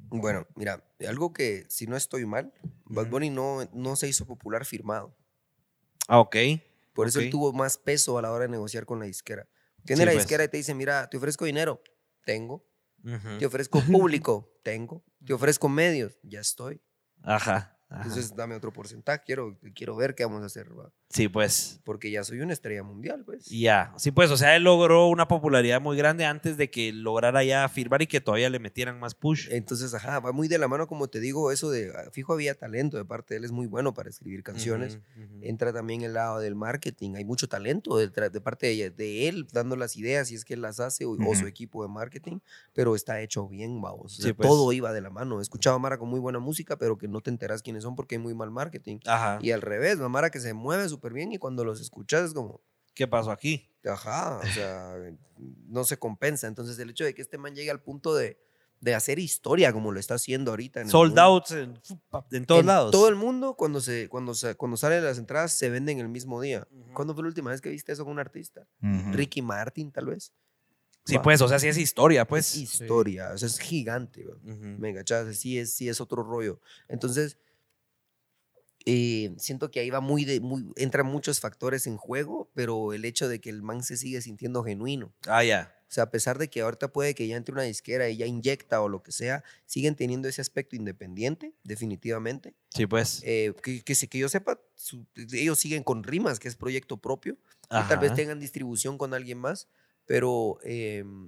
[SPEAKER 7] Bueno, mira, algo que si no estoy mal, Bad Bunny no, no se hizo popular firmado.
[SPEAKER 1] Ah, ok.
[SPEAKER 7] Por eso
[SPEAKER 1] Ok.
[SPEAKER 7] él tuvo más peso a la hora de negociar con la disquera. Tiene
[SPEAKER 1] Sí,
[SPEAKER 7] la
[SPEAKER 1] pues.
[SPEAKER 7] disquera y te dice, mira, te ofrezco dinero, tengo. Te ofrezco público, tengo. Te ofrezco medios, ya estoy.
[SPEAKER 1] Ajá. ajá.
[SPEAKER 7] Entonces dame otro porcentaje, quiero, quiero ver qué vamos a hacer, va.
[SPEAKER 1] sí, pues.
[SPEAKER 7] porque ya soy una estrella mundial, pues.
[SPEAKER 1] Ya, sí, pues, o sea, él logró una popularidad muy grande antes de que lograra ya firmar y que todavía le metieran más push.
[SPEAKER 7] Entonces, ajá, va muy de la mano, como te digo, eso de, ah, fijo, había talento de parte de él, es muy bueno para escribir canciones.
[SPEAKER 1] Ujú, ujú.
[SPEAKER 7] Entra también el lado del marketing, hay mucho talento detrás- de, parte de, de él, dando las ideas, si es que él las hace, o, o su
[SPEAKER 2] Ujú.
[SPEAKER 7] equipo de marketing, pero está hecho bien, vamos. O sea,
[SPEAKER 1] Sí, pues.
[SPEAKER 7] Todo iba de la mano. He escuchado a Mara con muy buena música, pero que no te enteras quiénes son porque hay muy mal marketing.
[SPEAKER 1] Ajá.
[SPEAKER 7] Y al revés, la Mara que se mueve súper bien y cuando los escuchas es como,
[SPEAKER 1] ¿Qué pasó aquí?
[SPEAKER 7] Ajá, o sea, no se compensa. Entonces, el hecho de que este man llegue al punto de, de hacer historia como lo está haciendo ahorita. en el
[SPEAKER 1] Sold
[SPEAKER 7] mundo.
[SPEAKER 1] outs en, en todos
[SPEAKER 7] En
[SPEAKER 1] lados.
[SPEAKER 7] Todo el mundo, cuando, se, cuando, sa- cuando salen las entradas, se venden el mismo día. ¿Cuándo fue la última vez que viste eso con un artista?
[SPEAKER 2] Ujú.
[SPEAKER 7] Ricky Martin, tal vez.
[SPEAKER 1] Sí, pues, o sea, sí es historia, pues.
[SPEAKER 7] Historia, o sea, es gigante. bro.
[SPEAKER 1] Ujú.
[SPEAKER 7] Me cachas, sí es, sí es otro rollo. Entonces, eh, siento que ahí va muy de, muy, entran muchos factores en juego, pero el hecho de que el man se sigue sintiendo genuino.
[SPEAKER 1] Ah, ya.
[SPEAKER 7] O sea, a pesar de que ahorita puede que ya entre una disquera y ya inyecta o lo que sea, siguen teniendo ese aspecto independiente, definitivamente.
[SPEAKER 1] Sí, pues.
[SPEAKER 7] Eh, que, que, se- que yo sepa, su- ellos siguen con rimas, que es proyecto propio. Y tal vez
[SPEAKER 1] Ajá.
[SPEAKER 7] tengan distribución con alguien más, pero... em,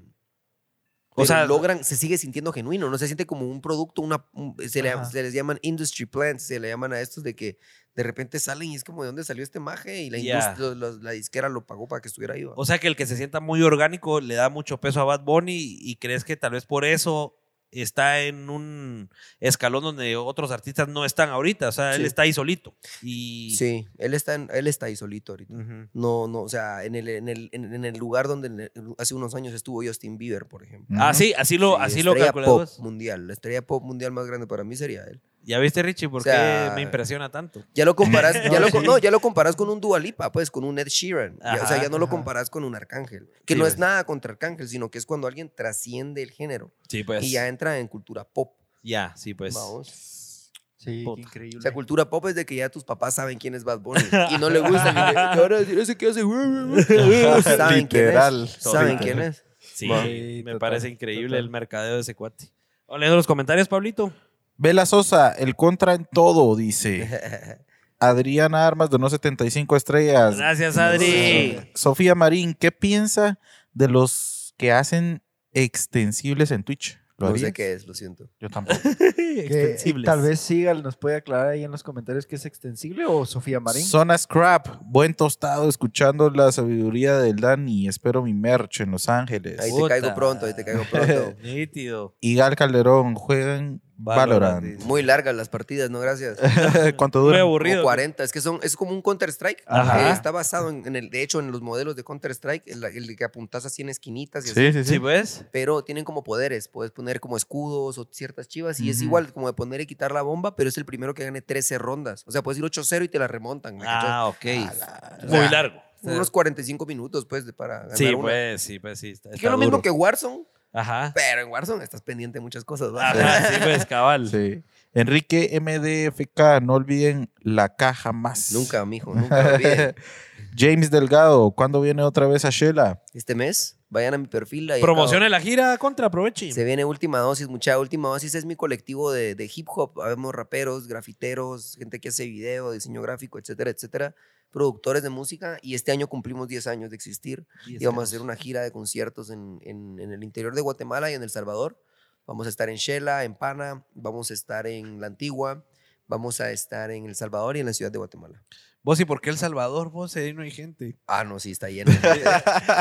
[SPEAKER 1] O
[SPEAKER 7] pero
[SPEAKER 1] sea,
[SPEAKER 7] logran, se sigue sintiendo genuino, no se siente como un producto, una, un- se, le-
[SPEAKER 3] Ajá.
[SPEAKER 7] se les llaman industry plants, se le llaman a estos de que de repente salen y es como de dónde salió este maje y la,
[SPEAKER 1] Ya.
[SPEAKER 7] indust- los- los- la disquera lo pagó para que estuviera ahí. ¿va?
[SPEAKER 1] O sea, que el que se sienta muy orgánico le da mucho peso a Bad Bunny y crees que tal vez por eso está en un escalón donde otros artistas no están ahorita. O sea, él
[SPEAKER 7] Sí.
[SPEAKER 1] está ahí solito. Y...
[SPEAKER 7] sí, él está, en- él está ahí solito ahorita.
[SPEAKER 1] Ujú.
[SPEAKER 7] No, no, o sea, en el, en el, en, en el lugar donde en- en- hace unos años estuvo Justin Bieber, por ejemplo.
[SPEAKER 1] Ah, sí, así lo,
[SPEAKER 7] Sí,
[SPEAKER 1] así lo
[SPEAKER 7] estrella
[SPEAKER 1] calculé pues. vos.
[SPEAKER 7] pop mundial, la estrella pop mundial más grande para mí sería él.
[SPEAKER 1] Ya viste, Richie, por
[SPEAKER 7] O sea,
[SPEAKER 1] qué me impresiona tanto.
[SPEAKER 7] Ya
[SPEAKER 1] *laughs*
[SPEAKER 7] lo comparas, ya
[SPEAKER 1] No,
[SPEAKER 7] lo, co-
[SPEAKER 1] sí.
[SPEAKER 7] no, ya lo comparas con un Dua Lipa, pues, con un Ed Sheeran. Ya, o sea,
[SPEAKER 1] Ajá,
[SPEAKER 7] ya no lo
[SPEAKER 1] ajá.
[SPEAKER 7] comparas con un Arcángel, que
[SPEAKER 1] Sí,
[SPEAKER 7] no
[SPEAKER 1] pues.
[SPEAKER 7] es nada contra Arcángel, sino que es cuando alguien trasciende el género
[SPEAKER 1] Sí, pues.
[SPEAKER 7] y ya entra en cultura pop.
[SPEAKER 1] Ya, sí, pues.
[SPEAKER 7] vamos.
[SPEAKER 3] Sí,
[SPEAKER 1] Puta.
[SPEAKER 7] O
[SPEAKER 3] increíble.
[SPEAKER 7] sea, cultura pop es de que ya tus papás saben quién es
[SPEAKER 1] *laughs*
[SPEAKER 7] Bad Bunny y no le gustan. y le- ¿Qué van a decir? ese que hace?
[SPEAKER 1] *laughs*
[SPEAKER 7] *laughs* Saben quién
[SPEAKER 2] Literal.
[SPEAKER 7] es. Saben quién es.
[SPEAKER 1] Sí,
[SPEAKER 7] Va.
[SPEAKER 1] me
[SPEAKER 3] total,
[SPEAKER 1] parece increíble
[SPEAKER 3] total.
[SPEAKER 1] el mercadeo de ese cuate. Hola, los comentarios, Pablito.
[SPEAKER 2] Vela Sosa, el contra en todo,
[SPEAKER 7] *laughs*
[SPEAKER 2] dice. Adriana Armas donó 75 estrellas.
[SPEAKER 1] Gracias, Adri.
[SPEAKER 2] Sofía Marín, ¿qué piensa de los que hacen extensibles en Twitch? ¿Lo
[SPEAKER 7] No
[SPEAKER 2] harías?
[SPEAKER 7] sé qué es, lo siento.
[SPEAKER 2] Yo
[SPEAKER 7] *laughs*
[SPEAKER 2] tampoco.
[SPEAKER 3] Que,
[SPEAKER 1] Extensibles.
[SPEAKER 3] Tal vez siga, nos puede aclarar ahí en los comentarios que es extensible o Sofía Marín.
[SPEAKER 2] Zona Scrap, buen tostado, escuchando la sabiduría del Dani. Espero mi merch en Los Ángeles.
[SPEAKER 7] Ahí
[SPEAKER 1] Puta.
[SPEAKER 7] te caigo pronto, ahí
[SPEAKER 1] *laughs*
[SPEAKER 7] te caigo pronto.
[SPEAKER 1] Nítido.
[SPEAKER 2] Y Gal Calderón, juegan Valorant.
[SPEAKER 1] Valorant.
[SPEAKER 7] Muy largas las partidas, no gracias.
[SPEAKER 2] *laughs* ¿Cuánto
[SPEAKER 1] Muy
[SPEAKER 2] dura?
[SPEAKER 7] Como
[SPEAKER 1] *laughs* aburrido.
[SPEAKER 7] 40, es que son, es como un Counter-Strike.
[SPEAKER 1] Ajá.
[SPEAKER 7] eh, está basado en, en el, de hecho, en los modelos de Counter-Strike, el, el que apuntas así en esquinitas y así.
[SPEAKER 2] Sí, sí, sí.
[SPEAKER 1] Sí, pues.
[SPEAKER 7] Pero tienen como poderes, puedes poner como escudos o ciertas chivas, y es
[SPEAKER 2] Ujú.
[SPEAKER 7] igual como de poner y quitar la bomba, pero es el primero que gane 13 rondas. O sea, puedes ir 8-0 y te la remontan. ¿me cachas?
[SPEAKER 1] Ah, ok.
[SPEAKER 7] A la- o
[SPEAKER 1] Muy
[SPEAKER 7] sea,
[SPEAKER 1] largo.
[SPEAKER 7] Unos 45 minutos, pues, de- para ganar.
[SPEAKER 1] Sí,
[SPEAKER 7] una.
[SPEAKER 1] pues, sí, pues, sí. está-
[SPEAKER 7] Que
[SPEAKER 1] está
[SPEAKER 7] es lo mismo
[SPEAKER 1] duro.
[SPEAKER 7] que Warzone,
[SPEAKER 1] Ajá.
[SPEAKER 7] pero en Warzone estás pendiente de muchas cosas. ¿va?
[SPEAKER 1] Ajá, sí, pues, cabal.
[SPEAKER 2] Sí. Enrique MDFK, no olviden la caja más. *laughs*
[SPEAKER 7] Nunca, mijo,
[SPEAKER 1] *laughs*
[SPEAKER 7] nunca. lo olviden.
[SPEAKER 2] James Delgado, ¿cuándo viene otra vez a Shela?
[SPEAKER 7] Este mes, vayan a mi perfil. ahí acabo-
[SPEAKER 1] Promocione la gira contra, aproveche.
[SPEAKER 7] Se viene Última Dosis, mucha Última Dosis es mi colectivo de, de hip hop. Habemos raperos, grafiteros, gente que hace video, diseño gráfico, etcétera, etcétera. Productores de música. Y este año cumplimos 10 años de existir. Y vamos a hacer una gira de conciertos en, en- en el interior de Guatemala y en El Salvador. Vamos a estar en Shela, en Pana, vamos a estar en La Antigua, vamos a estar en El Salvador y en la ciudad de Guatemala.
[SPEAKER 1] Vos, ¿y por qué El Salvador? Vos, ahí no hay gente.
[SPEAKER 7] Ah, no, sí, está lleno.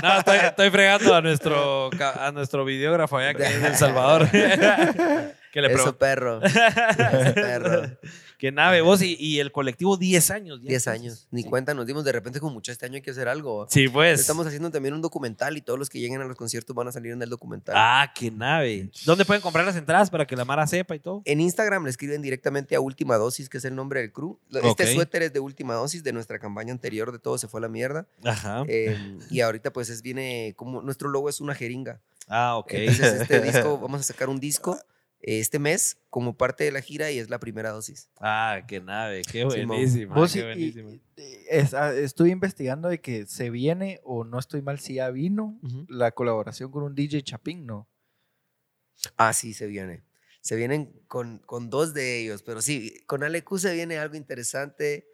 [SPEAKER 1] No, estoy, estoy fregando a nuestro, ca- a nuestro videógrafo ¿eh? *laughs*
[SPEAKER 7] *laughs*
[SPEAKER 1] allá que es de El Salvador. que le pregun-
[SPEAKER 7] Eso, *laughs* perro. Eso, perro.
[SPEAKER 1] Qué nave, vos y, y el colectivo 10 años. ya, entonces.
[SPEAKER 7] 10 años. Ni cuenta nos dimos de repente como mucho este año hay que hacer algo.
[SPEAKER 1] Sí, pues.
[SPEAKER 7] Estamos haciendo también un documental y todos los que lleguen a los conciertos van a salir en el documental.
[SPEAKER 1] Ah, qué nave. ¿Dónde pueden comprar las entradas para que la Mara sepa y todo?
[SPEAKER 7] En Instagram le escriben directamente a Última Dosis, que es el nombre del crew. Lo-
[SPEAKER 1] Ok.
[SPEAKER 7] Este suéter es de Última Dosis de nuestra campaña anterior de Todo se fue a la mierda.
[SPEAKER 1] Ajá.
[SPEAKER 7] Eh, y ahorita pues es, viene como nuestro logo es una jeringa.
[SPEAKER 1] Ah, ok.
[SPEAKER 7] Entonces este disco, vamos a sacar un disco eh, este mes como parte de la gira y es la primera dosis.
[SPEAKER 1] *laughs* Ah, qué nave. Qué
[SPEAKER 7] Simón.
[SPEAKER 1] buenísima.
[SPEAKER 3] Vos
[SPEAKER 1] qué
[SPEAKER 3] y- y-
[SPEAKER 1] buenísima.
[SPEAKER 3] y- es- ah, estuve investigando de que se viene, o no estoy mal si ya vino, la colaboración con un DJ Chapín, ¿no?
[SPEAKER 7] Ah, sí, se viene. Se vienen con, con dos de ellos, pero sí, con Alecu se viene algo interesante.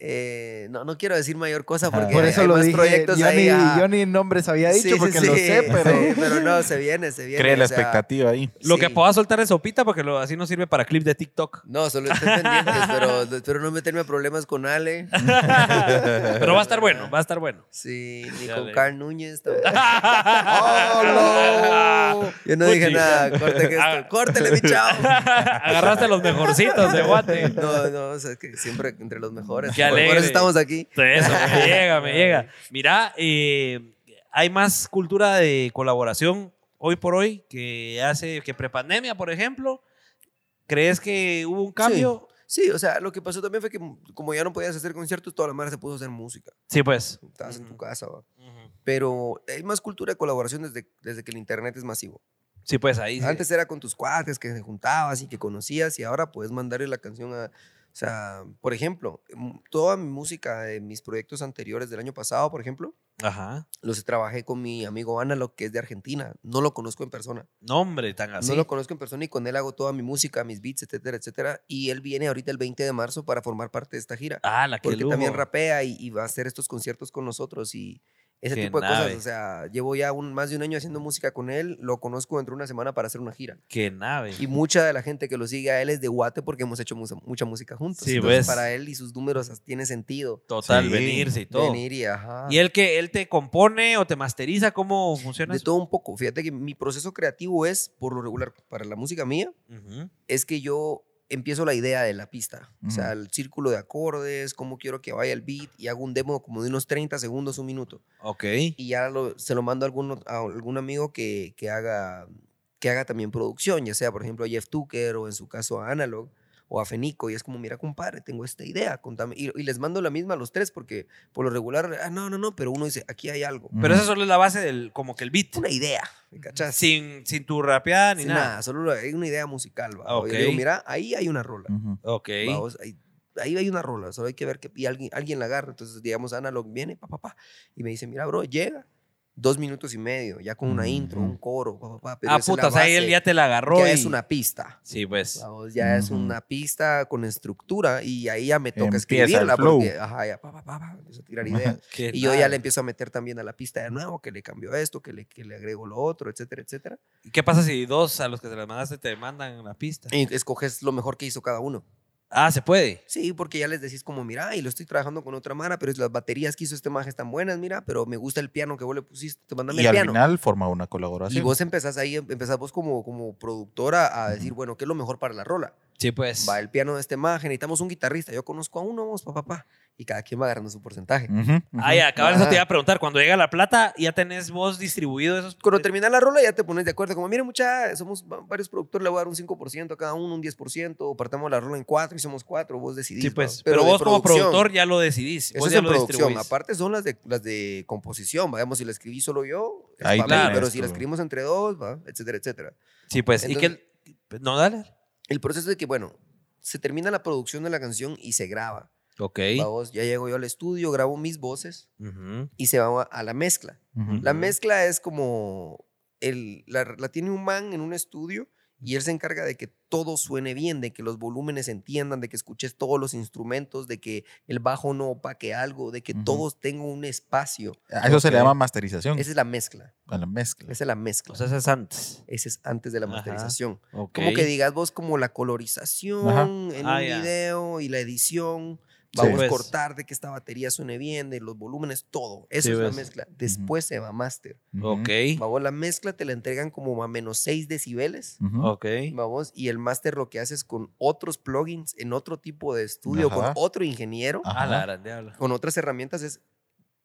[SPEAKER 7] Eh, no, no quiero decir mayor cosa porque
[SPEAKER 3] Por
[SPEAKER 7] hay-
[SPEAKER 3] eso
[SPEAKER 7] hay
[SPEAKER 3] lo
[SPEAKER 7] más
[SPEAKER 3] dije,
[SPEAKER 7] proyectos
[SPEAKER 3] yo,
[SPEAKER 7] ahí.
[SPEAKER 3] ni,
[SPEAKER 7] ah.
[SPEAKER 3] yo ni nombres había
[SPEAKER 7] Sí,
[SPEAKER 3] dicho
[SPEAKER 7] sí,
[SPEAKER 3] porque lo
[SPEAKER 7] *laughs* sí,
[SPEAKER 3] *laughs* sé, pero...
[SPEAKER 7] sí, pero no, se viene, se viene.
[SPEAKER 2] Cree la
[SPEAKER 7] o sea,
[SPEAKER 2] expectativa ahí.
[SPEAKER 1] Lo que
[SPEAKER 7] sí.
[SPEAKER 1] pueda soltar es sopita porque lo, así nos sirve para clip de TikTok. *laughs*
[SPEAKER 7] No, solo estoy pendiente, pero espero no meterme a problemas con Ale.
[SPEAKER 1] Pero va a estar bueno, va a estar bueno. *laughs*
[SPEAKER 7] Sí, ni
[SPEAKER 1] Ya
[SPEAKER 7] con
[SPEAKER 1] le- Ah,
[SPEAKER 7] Carl Núñez. tampoco.
[SPEAKER 1] *laughs* ¡Oh,
[SPEAKER 7] Yo no
[SPEAKER 1] Puchi.
[SPEAKER 7] dije nada, corten
[SPEAKER 1] Ah.
[SPEAKER 7] esto. Córtele, mi
[SPEAKER 1] *laughs*
[SPEAKER 7] chavo.
[SPEAKER 1] Agarraste los mejorcitos de Guate.
[SPEAKER 7] No, no, o sea, que siempre entre los mejores.
[SPEAKER 1] Qué
[SPEAKER 7] Por- Por
[SPEAKER 1] alegre.
[SPEAKER 7] eso estamos aquí.
[SPEAKER 1] Eso, me llega, me llega. Mira, eh, hay más cultura de colaboración hoy por hoy que hace que prepandemia, por ejemplo. ¿Crees que hubo un cambio?
[SPEAKER 7] Sí, o sea, lo que pasó también fue que mm, como ya no podías hacer conciertos, toda la madre se puso a hacer música.
[SPEAKER 1] Sí, pues.
[SPEAKER 7] Estabas en tu
[SPEAKER 1] Ujú.
[SPEAKER 7] casa. ¿va? Pero hay más cultura de colaboración desde, desde que el internet es masivo.
[SPEAKER 1] Sí, pues ahí. sí.
[SPEAKER 7] Antes era con tus cuates que te juntabas y que conocías y ahora puedes mandarle la canción a... O sea, por ejemplo, m- toda mi música de mis proyectos anteriores del año pasado, por ejemplo,
[SPEAKER 1] Ajá.
[SPEAKER 7] los trabajé con mi amigo Analog, que es de Argentina. No lo conozco en persona.
[SPEAKER 1] Nombre tan así.
[SPEAKER 7] No lo conozco en persona y con él hago toda mi música, mis beats, etcétera, etcétera. Y él viene ahorita el 20 de marzo para formar parte de esta gira.
[SPEAKER 1] ah, la que
[SPEAKER 7] Porque también rapea y, y va a hacer estos conciertos con nosotros y ese
[SPEAKER 1] Qué
[SPEAKER 7] tipo de
[SPEAKER 1] nave.
[SPEAKER 7] cosas. O sea, llevo ya un, más de un año haciendo música con él. Lo conozco dentro de una semana para hacer una gira.
[SPEAKER 1] Qué nave.
[SPEAKER 7] Y mucha de la gente que lo sigue a él es de Guate porque hemos hecho mucha, mucha música juntos.
[SPEAKER 1] Sí, pues.
[SPEAKER 7] Entonces,
[SPEAKER 1] ves.
[SPEAKER 7] para él y sus números as- tiene sentido.
[SPEAKER 1] Total,
[SPEAKER 2] Sí.
[SPEAKER 1] venirse y todo.
[SPEAKER 7] Venir y ajá.
[SPEAKER 1] Y él que él te compone o te masteriza, ¿cómo funciona
[SPEAKER 7] de
[SPEAKER 1] eso?
[SPEAKER 7] todo un poco. Fíjate que mi proceso creativo es, por lo regular, para la música mía,
[SPEAKER 1] Ujú.
[SPEAKER 7] es que yo empiezo la idea de la pista. O sea,
[SPEAKER 2] Ujú.
[SPEAKER 7] el círculo de acordes, cómo quiero que vaya el beat y hago un demo como de unos 30 segundos, un minuto.
[SPEAKER 1] Ok.
[SPEAKER 7] Y ya lo- se lo mando a algún, a algún amigo que, que haga, que haga también producción, ya sea, por ejemplo, a Jeff Tucker o en su caso a Analog o a Fenico. Y es como, mira, compadre, tengo esta idea, contame. Y, y les mando la misma a los tres porque por lo regular, ah, no, no, no, pero uno dice, aquí hay algo.
[SPEAKER 1] Pero esa solo es la base del, como que el beat.
[SPEAKER 7] Una idea, ¿me cachas?
[SPEAKER 1] Sin, sin tu rapeada ni
[SPEAKER 7] Sin
[SPEAKER 1] nada.
[SPEAKER 7] nada, solo hay una idea musical. ¿va?
[SPEAKER 1] Ah, ok.
[SPEAKER 7] Yo digo, mira, ahí hay una rola.
[SPEAKER 2] Ujú.
[SPEAKER 1] Ok.
[SPEAKER 7] ¿va? O sea, ahí- Ahí hay una rola, solo hay que ver que y alguien, alguien la agarra. Entonces, digamos, Analog viene, pa, pa, pa, y me dice, mira, bro, llega dos minutos y medio, ya con una intro,
[SPEAKER 2] Ujú.
[SPEAKER 7] un coro, pa, pa, pa. pero
[SPEAKER 1] Mm. Ah,
[SPEAKER 7] esa es la
[SPEAKER 1] puta, o sea, él
[SPEAKER 7] base,
[SPEAKER 1] ya te la agarró.
[SPEAKER 7] ya
[SPEAKER 1] y-
[SPEAKER 7] es una pista.
[SPEAKER 1] Sí, pues.
[SPEAKER 7] ¿va? Ya es
[SPEAKER 2] Ujú.
[SPEAKER 7] una pista con estructura y ahí ya me toca
[SPEAKER 2] Empieza el
[SPEAKER 7] escribirla
[SPEAKER 2] flow.
[SPEAKER 7] porque, ajá, ya, pa, pa, pa, pa, empiezo a tirar ideas.
[SPEAKER 1] *laughs* Qué
[SPEAKER 7] y yo
[SPEAKER 1] nave.
[SPEAKER 7] ya le empiezo a meter también a la pista de nuevo, que le cambió esto, que le, que le agrego lo otro, etcétera, etcétera.
[SPEAKER 1] ¿Y ¿Qué pasa si dos a los que te las mandaste te mandan la pista?
[SPEAKER 7] Y escoges lo mejor que hizo cada uno.
[SPEAKER 1] Ah, se puede.
[SPEAKER 7] Sí, porque ya les decís como, mira, y lo estoy trabajando con otra mara, pero es las baterías que hizo este maje están buenas, mira, pero me gusta el piano que vos le pusiste, te mandame
[SPEAKER 2] Y
[SPEAKER 7] el
[SPEAKER 2] al
[SPEAKER 7] piano.
[SPEAKER 2] final forma una
[SPEAKER 7] y
[SPEAKER 2] colaboración.
[SPEAKER 7] vos empezás ahí, em- empezás vos como, como productora a decir, bueno, ¿qué es lo mejor para la rola?
[SPEAKER 1] Sí, pues.
[SPEAKER 7] Va el piano de este maje, necesitamos un guitarrista, yo conozco a uno, vamos, papá, papá. Y cada quien va agarrando su porcentaje.
[SPEAKER 2] Ujú, ujú.
[SPEAKER 1] Ah, ya, cabal, eso
[SPEAKER 7] Ajá.
[SPEAKER 1] te iba a preguntar. Cuando llega la plata, ya tenés vos distribuido esos.
[SPEAKER 7] Cuando termina la rola ya te pones de acuerdo, como, mira, mucha, somos va- varios productores, le voy a dar un 5% a cada uno, un 10%, partamos la rola en cuatro y somos cuatro, vos decidís.
[SPEAKER 1] Sí,
[SPEAKER 7] ¿va?
[SPEAKER 1] pues.
[SPEAKER 7] Pero
[SPEAKER 1] Pero,
[SPEAKER 7] de
[SPEAKER 1] vos como
[SPEAKER 7] producción.
[SPEAKER 1] productor ya lo decidís.
[SPEAKER 7] Eso
[SPEAKER 1] vos
[SPEAKER 7] es
[SPEAKER 1] ya
[SPEAKER 7] en
[SPEAKER 1] lo
[SPEAKER 7] producción.
[SPEAKER 1] distribuís.
[SPEAKER 7] Aparte son las de, las de composición, ¿va? digamos, si la escribí solo yo, es
[SPEAKER 2] Ahí
[SPEAKER 7] pa' mí,
[SPEAKER 1] tenés
[SPEAKER 7] pero si
[SPEAKER 2] tú.
[SPEAKER 7] la escribimos entre dos, ¿va? etcétera, etcétera.
[SPEAKER 1] Sí, pues.
[SPEAKER 7] Entonces-
[SPEAKER 1] ¿Y qué? No, dale.
[SPEAKER 7] El proceso de que, bueno, se termina la producción de la canción y se graba.
[SPEAKER 1] Ok.
[SPEAKER 7] ¿va vos? Ya llego yo al estudio, grabo mis voces
[SPEAKER 1] Ujú.
[SPEAKER 7] y se va a- a la mezcla.
[SPEAKER 2] Ujú.
[SPEAKER 7] La
[SPEAKER 1] Ujú.
[SPEAKER 7] mezcla es como, el, la, la tiene un man en un estudio y él se encarga de que todo suene bien, de que los volúmenes se entiendan, de que escuches todos los instrumentos, de que el bajo no opaque algo, de que
[SPEAKER 2] Ujú.
[SPEAKER 7] todos tengan un espacio.
[SPEAKER 2] A eso se le
[SPEAKER 7] Ok.
[SPEAKER 2] llama masterización.
[SPEAKER 7] Esa es la mezcla.
[SPEAKER 2] A la mezcla.
[SPEAKER 7] Esa es la mezcla.
[SPEAKER 1] O sea, ese es antes.
[SPEAKER 7] ese es antes de la
[SPEAKER 1] Ajá.
[SPEAKER 7] masterización.
[SPEAKER 1] Ok.
[SPEAKER 7] Como que digas vos como la colorización
[SPEAKER 2] Ajá.
[SPEAKER 7] en
[SPEAKER 1] Ah,
[SPEAKER 7] un
[SPEAKER 1] ya.
[SPEAKER 7] video y la edición. Vamos
[SPEAKER 1] pues.
[SPEAKER 7] a cortar de que esta batería suene bien, de los volúmenes, todo. Eso
[SPEAKER 1] Sí,
[SPEAKER 7] es la
[SPEAKER 1] ves.
[SPEAKER 7] mezcla. Después se va máster.
[SPEAKER 1] Ok.
[SPEAKER 7] Vamos, la mezcla te la entregan como a menos 6 decibeles.
[SPEAKER 2] Ujú.
[SPEAKER 1] Ok.
[SPEAKER 7] Vamos, y el máster lo que haces con otros plugins en otro tipo de estudio,
[SPEAKER 2] Ajá.
[SPEAKER 7] con otro ingeniero,
[SPEAKER 2] Ajá.
[SPEAKER 1] A Ah, la gran diabla.
[SPEAKER 7] con otras herramientas es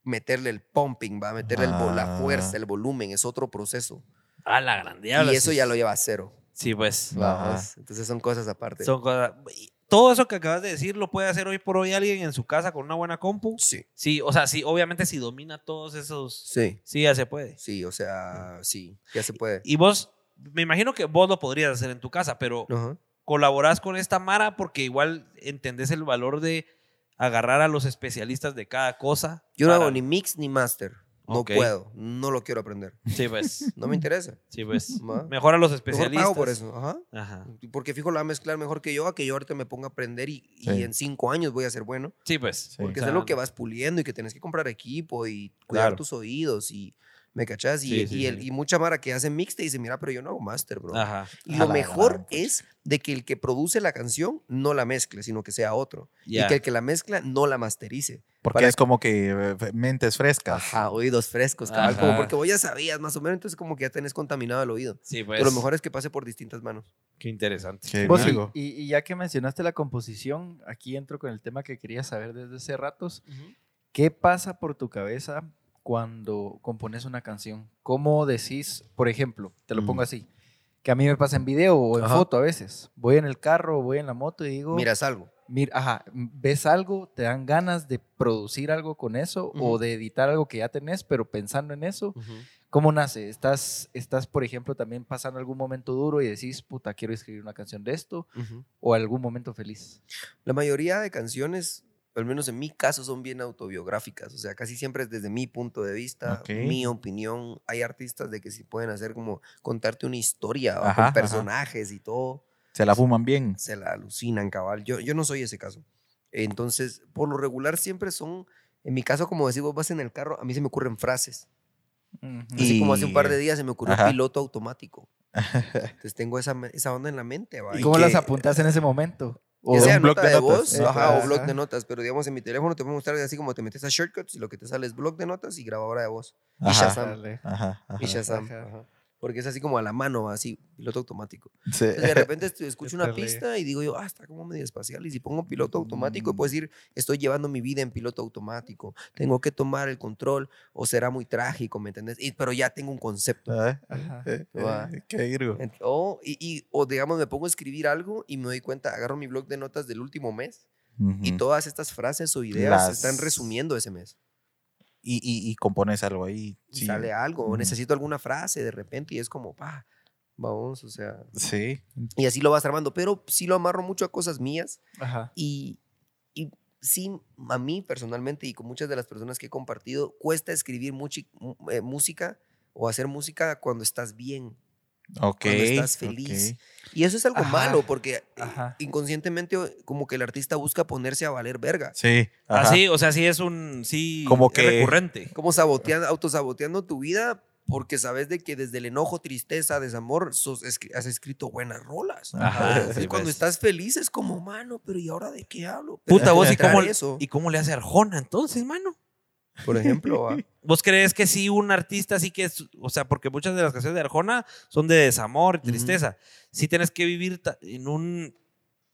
[SPEAKER 7] meterle el pumping, va a meterle el vo- la
[SPEAKER 2] Ah.
[SPEAKER 7] fuerza, el volumen, es otro proceso.
[SPEAKER 1] A la gran diabla.
[SPEAKER 7] y eso
[SPEAKER 1] sí.
[SPEAKER 7] ya lo lleva a cero.
[SPEAKER 1] Sí, pues.
[SPEAKER 2] Ajá.
[SPEAKER 7] Vamos, Entonces son cosas aparte.
[SPEAKER 1] Son cosas. y Todo eso que acabas de decir lo puede hacer hoy por hoy alguien en su casa con una buena compu.
[SPEAKER 7] Sí,
[SPEAKER 1] Sí, o sea, sí, obviamente si domina todos esos.
[SPEAKER 7] sí,
[SPEAKER 1] Sí, ya se puede.
[SPEAKER 7] sí, o sea, sí, ya se puede.
[SPEAKER 1] Y vos, me imagino que vos lo podrías hacer en tu casa, pero
[SPEAKER 7] Ajá.
[SPEAKER 1] colaborás con esta Mara porque igual entendés el valor de agarrar a los especialistas de cada cosa.
[SPEAKER 7] Yo no
[SPEAKER 1] para-
[SPEAKER 7] hago ni mix ni master. No
[SPEAKER 1] Ok.
[SPEAKER 7] puedo, no lo quiero aprender.
[SPEAKER 1] Sí, pues. *laughs*
[SPEAKER 7] No me interesa.
[SPEAKER 1] Sí, pues.
[SPEAKER 7] *laughs* Ma.
[SPEAKER 1] Mejor a los
[SPEAKER 7] Mejor
[SPEAKER 1] especialistas.
[SPEAKER 7] pago por eso. Ajá.
[SPEAKER 1] Ajá.
[SPEAKER 7] Porque fijo, la va a mezclar mejor que yo, a que yo ahorita me ponga a aprender y, y
[SPEAKER 2] Sí.
[SPEAKER 7] en cinco años voy a ser bueno.
[SPEAKER 1] Sí, pues.
[SPEAKER 2] Sí.
[SPEAKER 7] Porque
[SPEAKER 1] O sea,
[SPEAKER 7] es algo que vas puliendo y que tienes que comprar equipo y cuidar
[SPEAKER 1] Claro.
[SPEAKER 7] tus oídos y me cachás. Y,
[SPEAKER 1] Sí, sí,
[SPEAKER 7] y el-
[SPEAKER 1] sí. Ah,
[SPEAKER 7] y mucha mara que hace mix te dice, mira, pero yo no hago master, bro.
[SPEAKER 1] Ajá.
[SPEAKER 7] Y
[SPEAKER 2] A
[SPEAKER 7] lo
[SPEAKER 2] la
[SPEAKER 7] mejor
[SPEAKER 2] gran
[SPEAKER 7] es de que el que produce la canción no la mezcle, sino que sea otro.
[SPEAKER 1] Ya.
[SPEAKER 7] Y que el que la mezcla no la masterice.
[SPEAKER 2] Porque
[SPEAKER 7] Para-
[SPEAKER 2] es como que eh, mentes frescas.
[SPEAKER 7] Ajá, oídos frescos, cabal. Como
[SPEAKER 1] Ajá.
[SPEAKER 7] porque vos ya sabías más o menos, entonces como que ya tenés contaminado el oído.
[SPEAKER 1] Sí, pues.
[SPEAKER 7] Pero lo mejor es que pase por distintas manos.
[SPEAKER 1] Qué interesante.
[SPEAKER 2] Qué
[SPEAKER 3] Vos,
[SPEAKER 2] largo.
[SPEAKER 3] y, y- y ya que mencionaste la composición, aquí entro con el tema que quería saber desde hace ratos. ¿Qué pasa por tu cabeza cuando compones una canción? ¿Cómo decís, por ejemplo, te lo pongo
[SPEAKER 2] Ujú.
[SPEAKER 3] así, que a mí me pasa en video o en
[SPEAKER 7] Ajá.
[SPEAKER 3] foto a veces? Voy en el carro, voy en la moto y digo,
[SPEAKER 7] Miras algo.
[SPEAKER 3] Mira, ajá, m- ves algo, te dan ganas de producir algo con eso o
[SPEAKER 7] Ujú.
[SPEAKER 3] de editar algo que ya tenés, pero pensando en eso, ¿cómo nace? ¿Estás, estás, por ejemplo, también pasando algún momento duro y decís, puta, quiero escribir una canción de esto
[SPEAKER 7] Ujú.
[SPEAKER 3] o algún momento feliz?
[SPEAKER 7] La mayoría de canciones, al menos en mi caso, son bien autobiográficas. O sea, casi siempre es desde mi punto de vista,
[SPEAKER 2] Ok.
[SPEAKER 7] mi opinión. Hay artistas de que sí pueden hacer como contarte una historia o
[SPEAKER 2] Ajá, ajá.
[SPEAKER 7] con personajes y todo.
[SPEAKER 2] Se la fuman bien.
[SPEAKER 7] Se la alucinan, cabal. Yo, yo no soy ese caso. Entonces, por lo regular siempre son, en mi caso, como decís, vos vas en el carro, a mí se me ocurren frases. Así como hace un par de días se me ocurrió
[SPEAKER 2] Ajá.
[SPEAKER 7] piloto automático. Entonces tengo esa, me- esa onda en la mente. ¿va?
[SPEAKER 3] ¿Y
[SPEAKER 7] Y
[SPEAKER 3] cómo
[SPEAKER 7] que-
[SPEAKER 3] las apuntas en ese momento? O-
[SPEAKER 7] ya sea
[SPEAKER 2] un bloc
[SPEAKER 7] nota
[SPEAKER 2] de
[SPEAKER 7] de,
[SPEAKER 2] notas.
[SPEAKER 7] voz,
[SPEAKER 3] Ajá,
[SPEAKER 7] ajá,
[SPEAKER 3] ajá.
[SPEAKER 7] o blog de notas, pero digamos en mi teléfono te puedo mostrar así como te metes a shortcuts y lo que te sale es blog de notas y grabadora de voz. Y
[SPEAKER 2] Ajá.
[SPEAKER 7] Shazam.
[SPEAKER 3] Dale.
[SPEAKER 2] Ajá, ajá.
[SPEAKER 7] Y Shazam.
[SPEAKER 3] Ajá.
[SPEAKER 7] ajá. Porque es así como a la mano, va, así, piloto automático.
[SPEAKER 2] Sí. *laughs*
[SPEAKER 7] Entonces, de repente estu- escucho una
[SPEAKER 3] Épale.
[SPEAKER 7] pista y digo yo, ah, está como medio espacial. Y si pongo piloto automático,
[SPEAKER 2] Mm.
[SPEAKER 7] puedo decir, estoy llevando mi vida en piloto automático. Tengo que tomar el control o será muy trágico, ¿me entendés? Y- pero ya tengo un concepto.
[SPEAKER 2] Ah,
[SPEAKER 3] Ajá.
[SPEAKER 2] eh,
[SPEAKER 7] Va.
[SPEAKER 2] eh, Qué virgo.
[SPEAKER 7] Ent- O, y, y- o digamos, me pongo a escribir algo y me doy cuenta, agarro mi blog de notas del último mes y
[SPEAKER 2] Ujú.
[SPEAKER 7] todas estas frases o ideas se están
[SPEAKER 2] Las-
[SPEAKER 7] resumiendo ese mes.
[SPEAKER 2] y, y, y compones algo ahí.
[SPEAKER 7] Y Sale algo, o
[SPEAKER 2] Ujú.
[SPEAKER 7] necesito alguna frase de repente y es como, pa, vamos, o sea.
[SPEAKER 2] Sí.
[SPEAKER 7] Y así lo vas armando, pero sí lo amarro mucho a cosas mías
[SPEAKER 3] Ajá.
[SPEAKER 7] y, y sí, a mí personalmente y con muchas de las personas que he compartido, cuesta escribir muchi- mu- eh, música o hacer música cuando estás bien.
[SPEAKER 2] Ok.
[SPEAKER 7] estás
[SPEAKER 2] ok.
[SPEAKER 7] feliz. Y eso es algo
[SPEAKER 3] Ajá,
[SPEAKER 7] malo porque eh,
[SPEAKER 3] ajá.
[SPEAKER 7] inconscientemente o- como que el artista busca ponerse a valer verga.
[SPEAKER 2] Sí. ajá.
[SPEAKER 1] Así, o sea, Ah, sí es un. Sí,
[SPEAKER 2] Como
[SPEAKER 1] es
[SPEAKER 2] que-
[SPEAKER 1] recurrente.
[SPEAKER 7] Como saboteando, autosaboteando tu vida porque sabes de que desde el enojo, tristeza, desamor, sos escri- has escrito buenas rolas.
[SPEAKER 1] Ajá,
[SPEAKER 7] Entonces,
[SPEAKER 1] sí,
[SPEAKER 7] cuando
[SPEAKER 1] pues.
[SPEAKER 7] estás feliz es como, mano, pero ¿y ahora de qué hablo? Pero
[SPEAKER 1] Puta, vos y
[SPEAKER 7] encontrar
[SPEAKER 1] cómo,
[SPEAKER 7] *laughs* eso,
[SPEAKER 1] y cómo le hace Arjona entonces, mano.
[SPEAKER 7] por ejemplo,
[SPEAKER 1] *laughs*
[SPEAKER 7] ah, va.
[SPEAKER 1] ¿Vos crees que sí un artista sí que es, o sea, porque muchas de las canciones de Arjona son de desamor,
[SPEAKER 7] Ujú.
[SPEAKER 1] tristeza. Sí tienes que vivir ta- en un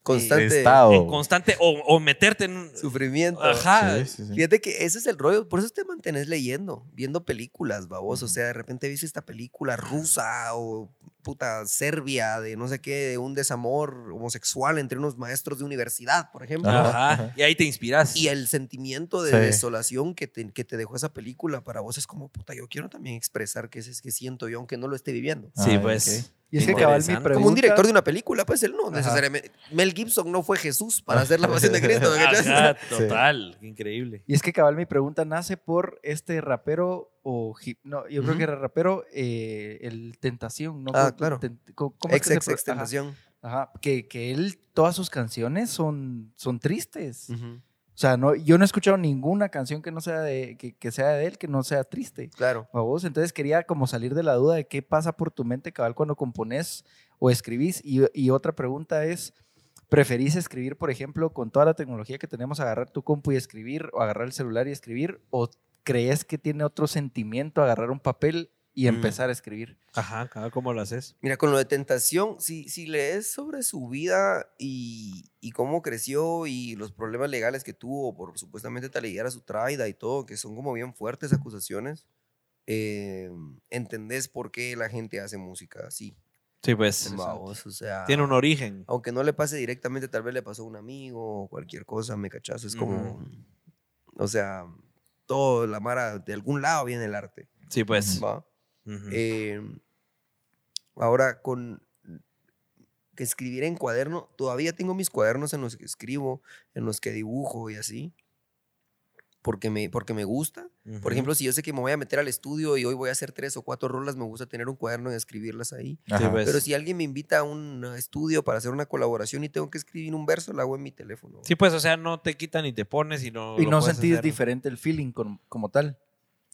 [SPEAKER 7] constante
[SPEAKER 2] Estado.
[SPEAKER 1] en Ah, constante o, o meterte en un
[SPEAKER 7] sufrimiento.
[SPEAKER 1] ajá.
[SPEAKER 2] Sí, sí, sí.
[SPEAKER 7] Fíjate que ese es el rollo, por eso te mantenés leyendo, viendo películas, babos. O sea, de repente viste esta película rusa o puta serbia de no sé qué, de un desamor homosexual entre unos maestros de universidad, por ejemplo.
[SPEAKER 1] Ajá, y ahí te inspiras.
[SPEAKER 7] Y el sentimiento de
[SPEAKER 2] Sí.
[SPEAKER 7] desolación que te, que te dejó esa película para vos es como, puta, yo quiero también expresar qué es que siento yo, aunque no lo esté viviendo.
[SPEAKER 1] sí,
[SPEAKER 2] Ah,
[SPEAKER 1] pues.
[SPEAKER 3] Y es que cabal mi
[SPEAKER 1] Interesante.
[SPEAKER 3] pregunta.
[SPEAKER 7] Como un director de una película, pues él no
[SPEAKER 3] Ajá.
[SPEAKER 7] necesariamente. Mel Gibson no fue Jesús para hacer la pasión de Cristo. ¿me
[SPEAKER 1] *laughs*
[SPEAKER 7] cachas?
[SPEAKER 1] Ajá, Ah, total, qué increíble.
[SPEAKER 3] Y es que cabal mi pregunta nace por este rapero o hip- no, yo creo
[SPEAKER 7] Ujú.
[SPEAKER 3] que era rapero eh, el Tentación, ¿no?
[SPEAKER 7] Ah,
[SPEAKER 3] Con-
[SPEAKER 7] claro.
[SPEAKER 3] ten- co- ¿cómo es
[SPEAKER 7] Ex,
[SPEAKER 3] que se
[SPEAKER 7] ex,
[SPEAKER 3] pro-
[SPEAKER 7] ex tentación.
[SPEAKER 3] Ajá, ajá, que, que él todas sus canciones son son tristes.
[SPEAKER 7] Ujú,
[SPEAKER 3] O sea, no yo no he escuchado ninguna canción que no sea de que, que sea de él que no sea triste.
[SPEAKER 7] Claro.
[SPEAKER 3] ¿A vos? Entonces quería como salir de la duda de qué pasa por tu mente cabal cuando compones o escribís y, y otra pregunta es ¿Preferís escribir, por ejemplo, con toda la tecnología que tenemos, agarrar tu compu y escribir, o agarrar el celular y escribir? ¿O crees que tiene otro sentimiento agarrar un papel y
[SPEAKER 1] Mm.
[SPEAKER 3] empezar a escribir?
[SPEAKER 1] Ajá, cada ¿cómo lo haces?
[SPEAKER 7] Mira, con lo de tentación, si, si lees sobre su vida y, y cómo creció y los problemas legales que tuvo por supuestamente tal a su traida y todo, que son como bien fuertes acusaciones, eh, entendés por qué la gente hace música así.
[SPEAKER 1] Sí, pues.
[SPEAKER 7] Vamos, o sea,
[SPEAKER 1] Tiene un origen.
[SPEAKER 7] aunque no le pase directamente, tal vez le pasó a un amigo o cualquier cosa, me cachazo, es como, o sea, todo la mara, de algún lado viene el arte.
[SPEAKER 1] Sí, pues.
[SPEAKER 7] ¿va?
[SPEAKER 1] Ujú.
[SPEAKER 7] Eh, ahora, con que escribir en cuaderno, todavía tengo mis cuadernos en los que escribo, en los que dibujo y así, porque me, porque me gusta. Por
[SPEAKER 1] Ujú.
[SPEAKER 7] ejemplo, si yo sé que me voy a meter al estudio y hoy voy a hacer tres o cuatro rolas, me gusta tener un cuaderno y escribirlas ahí.
[SPEAKER 1] Sí,
[SPEAKER 2] Ajá.
[SPEAKER 1] pues.
[SPEAKER 7] Pero si alguien me invita a un estudio para hacer una colaboración y tengo que escribir un verso, la hago en mi teléfono.
[SPEAKER 1] Sí, pues, o sea, no te quitan ni te pones y no.
[SPEAKER 3] y
[SPEAKER 1] lo
[SPEAKER 3] no
[SPEAKER 1] puedes
[SPEAKER 3] sentís
[SPEAKER 1] hacer.
[SPEAKER 3] diferente el feeling con- como tal.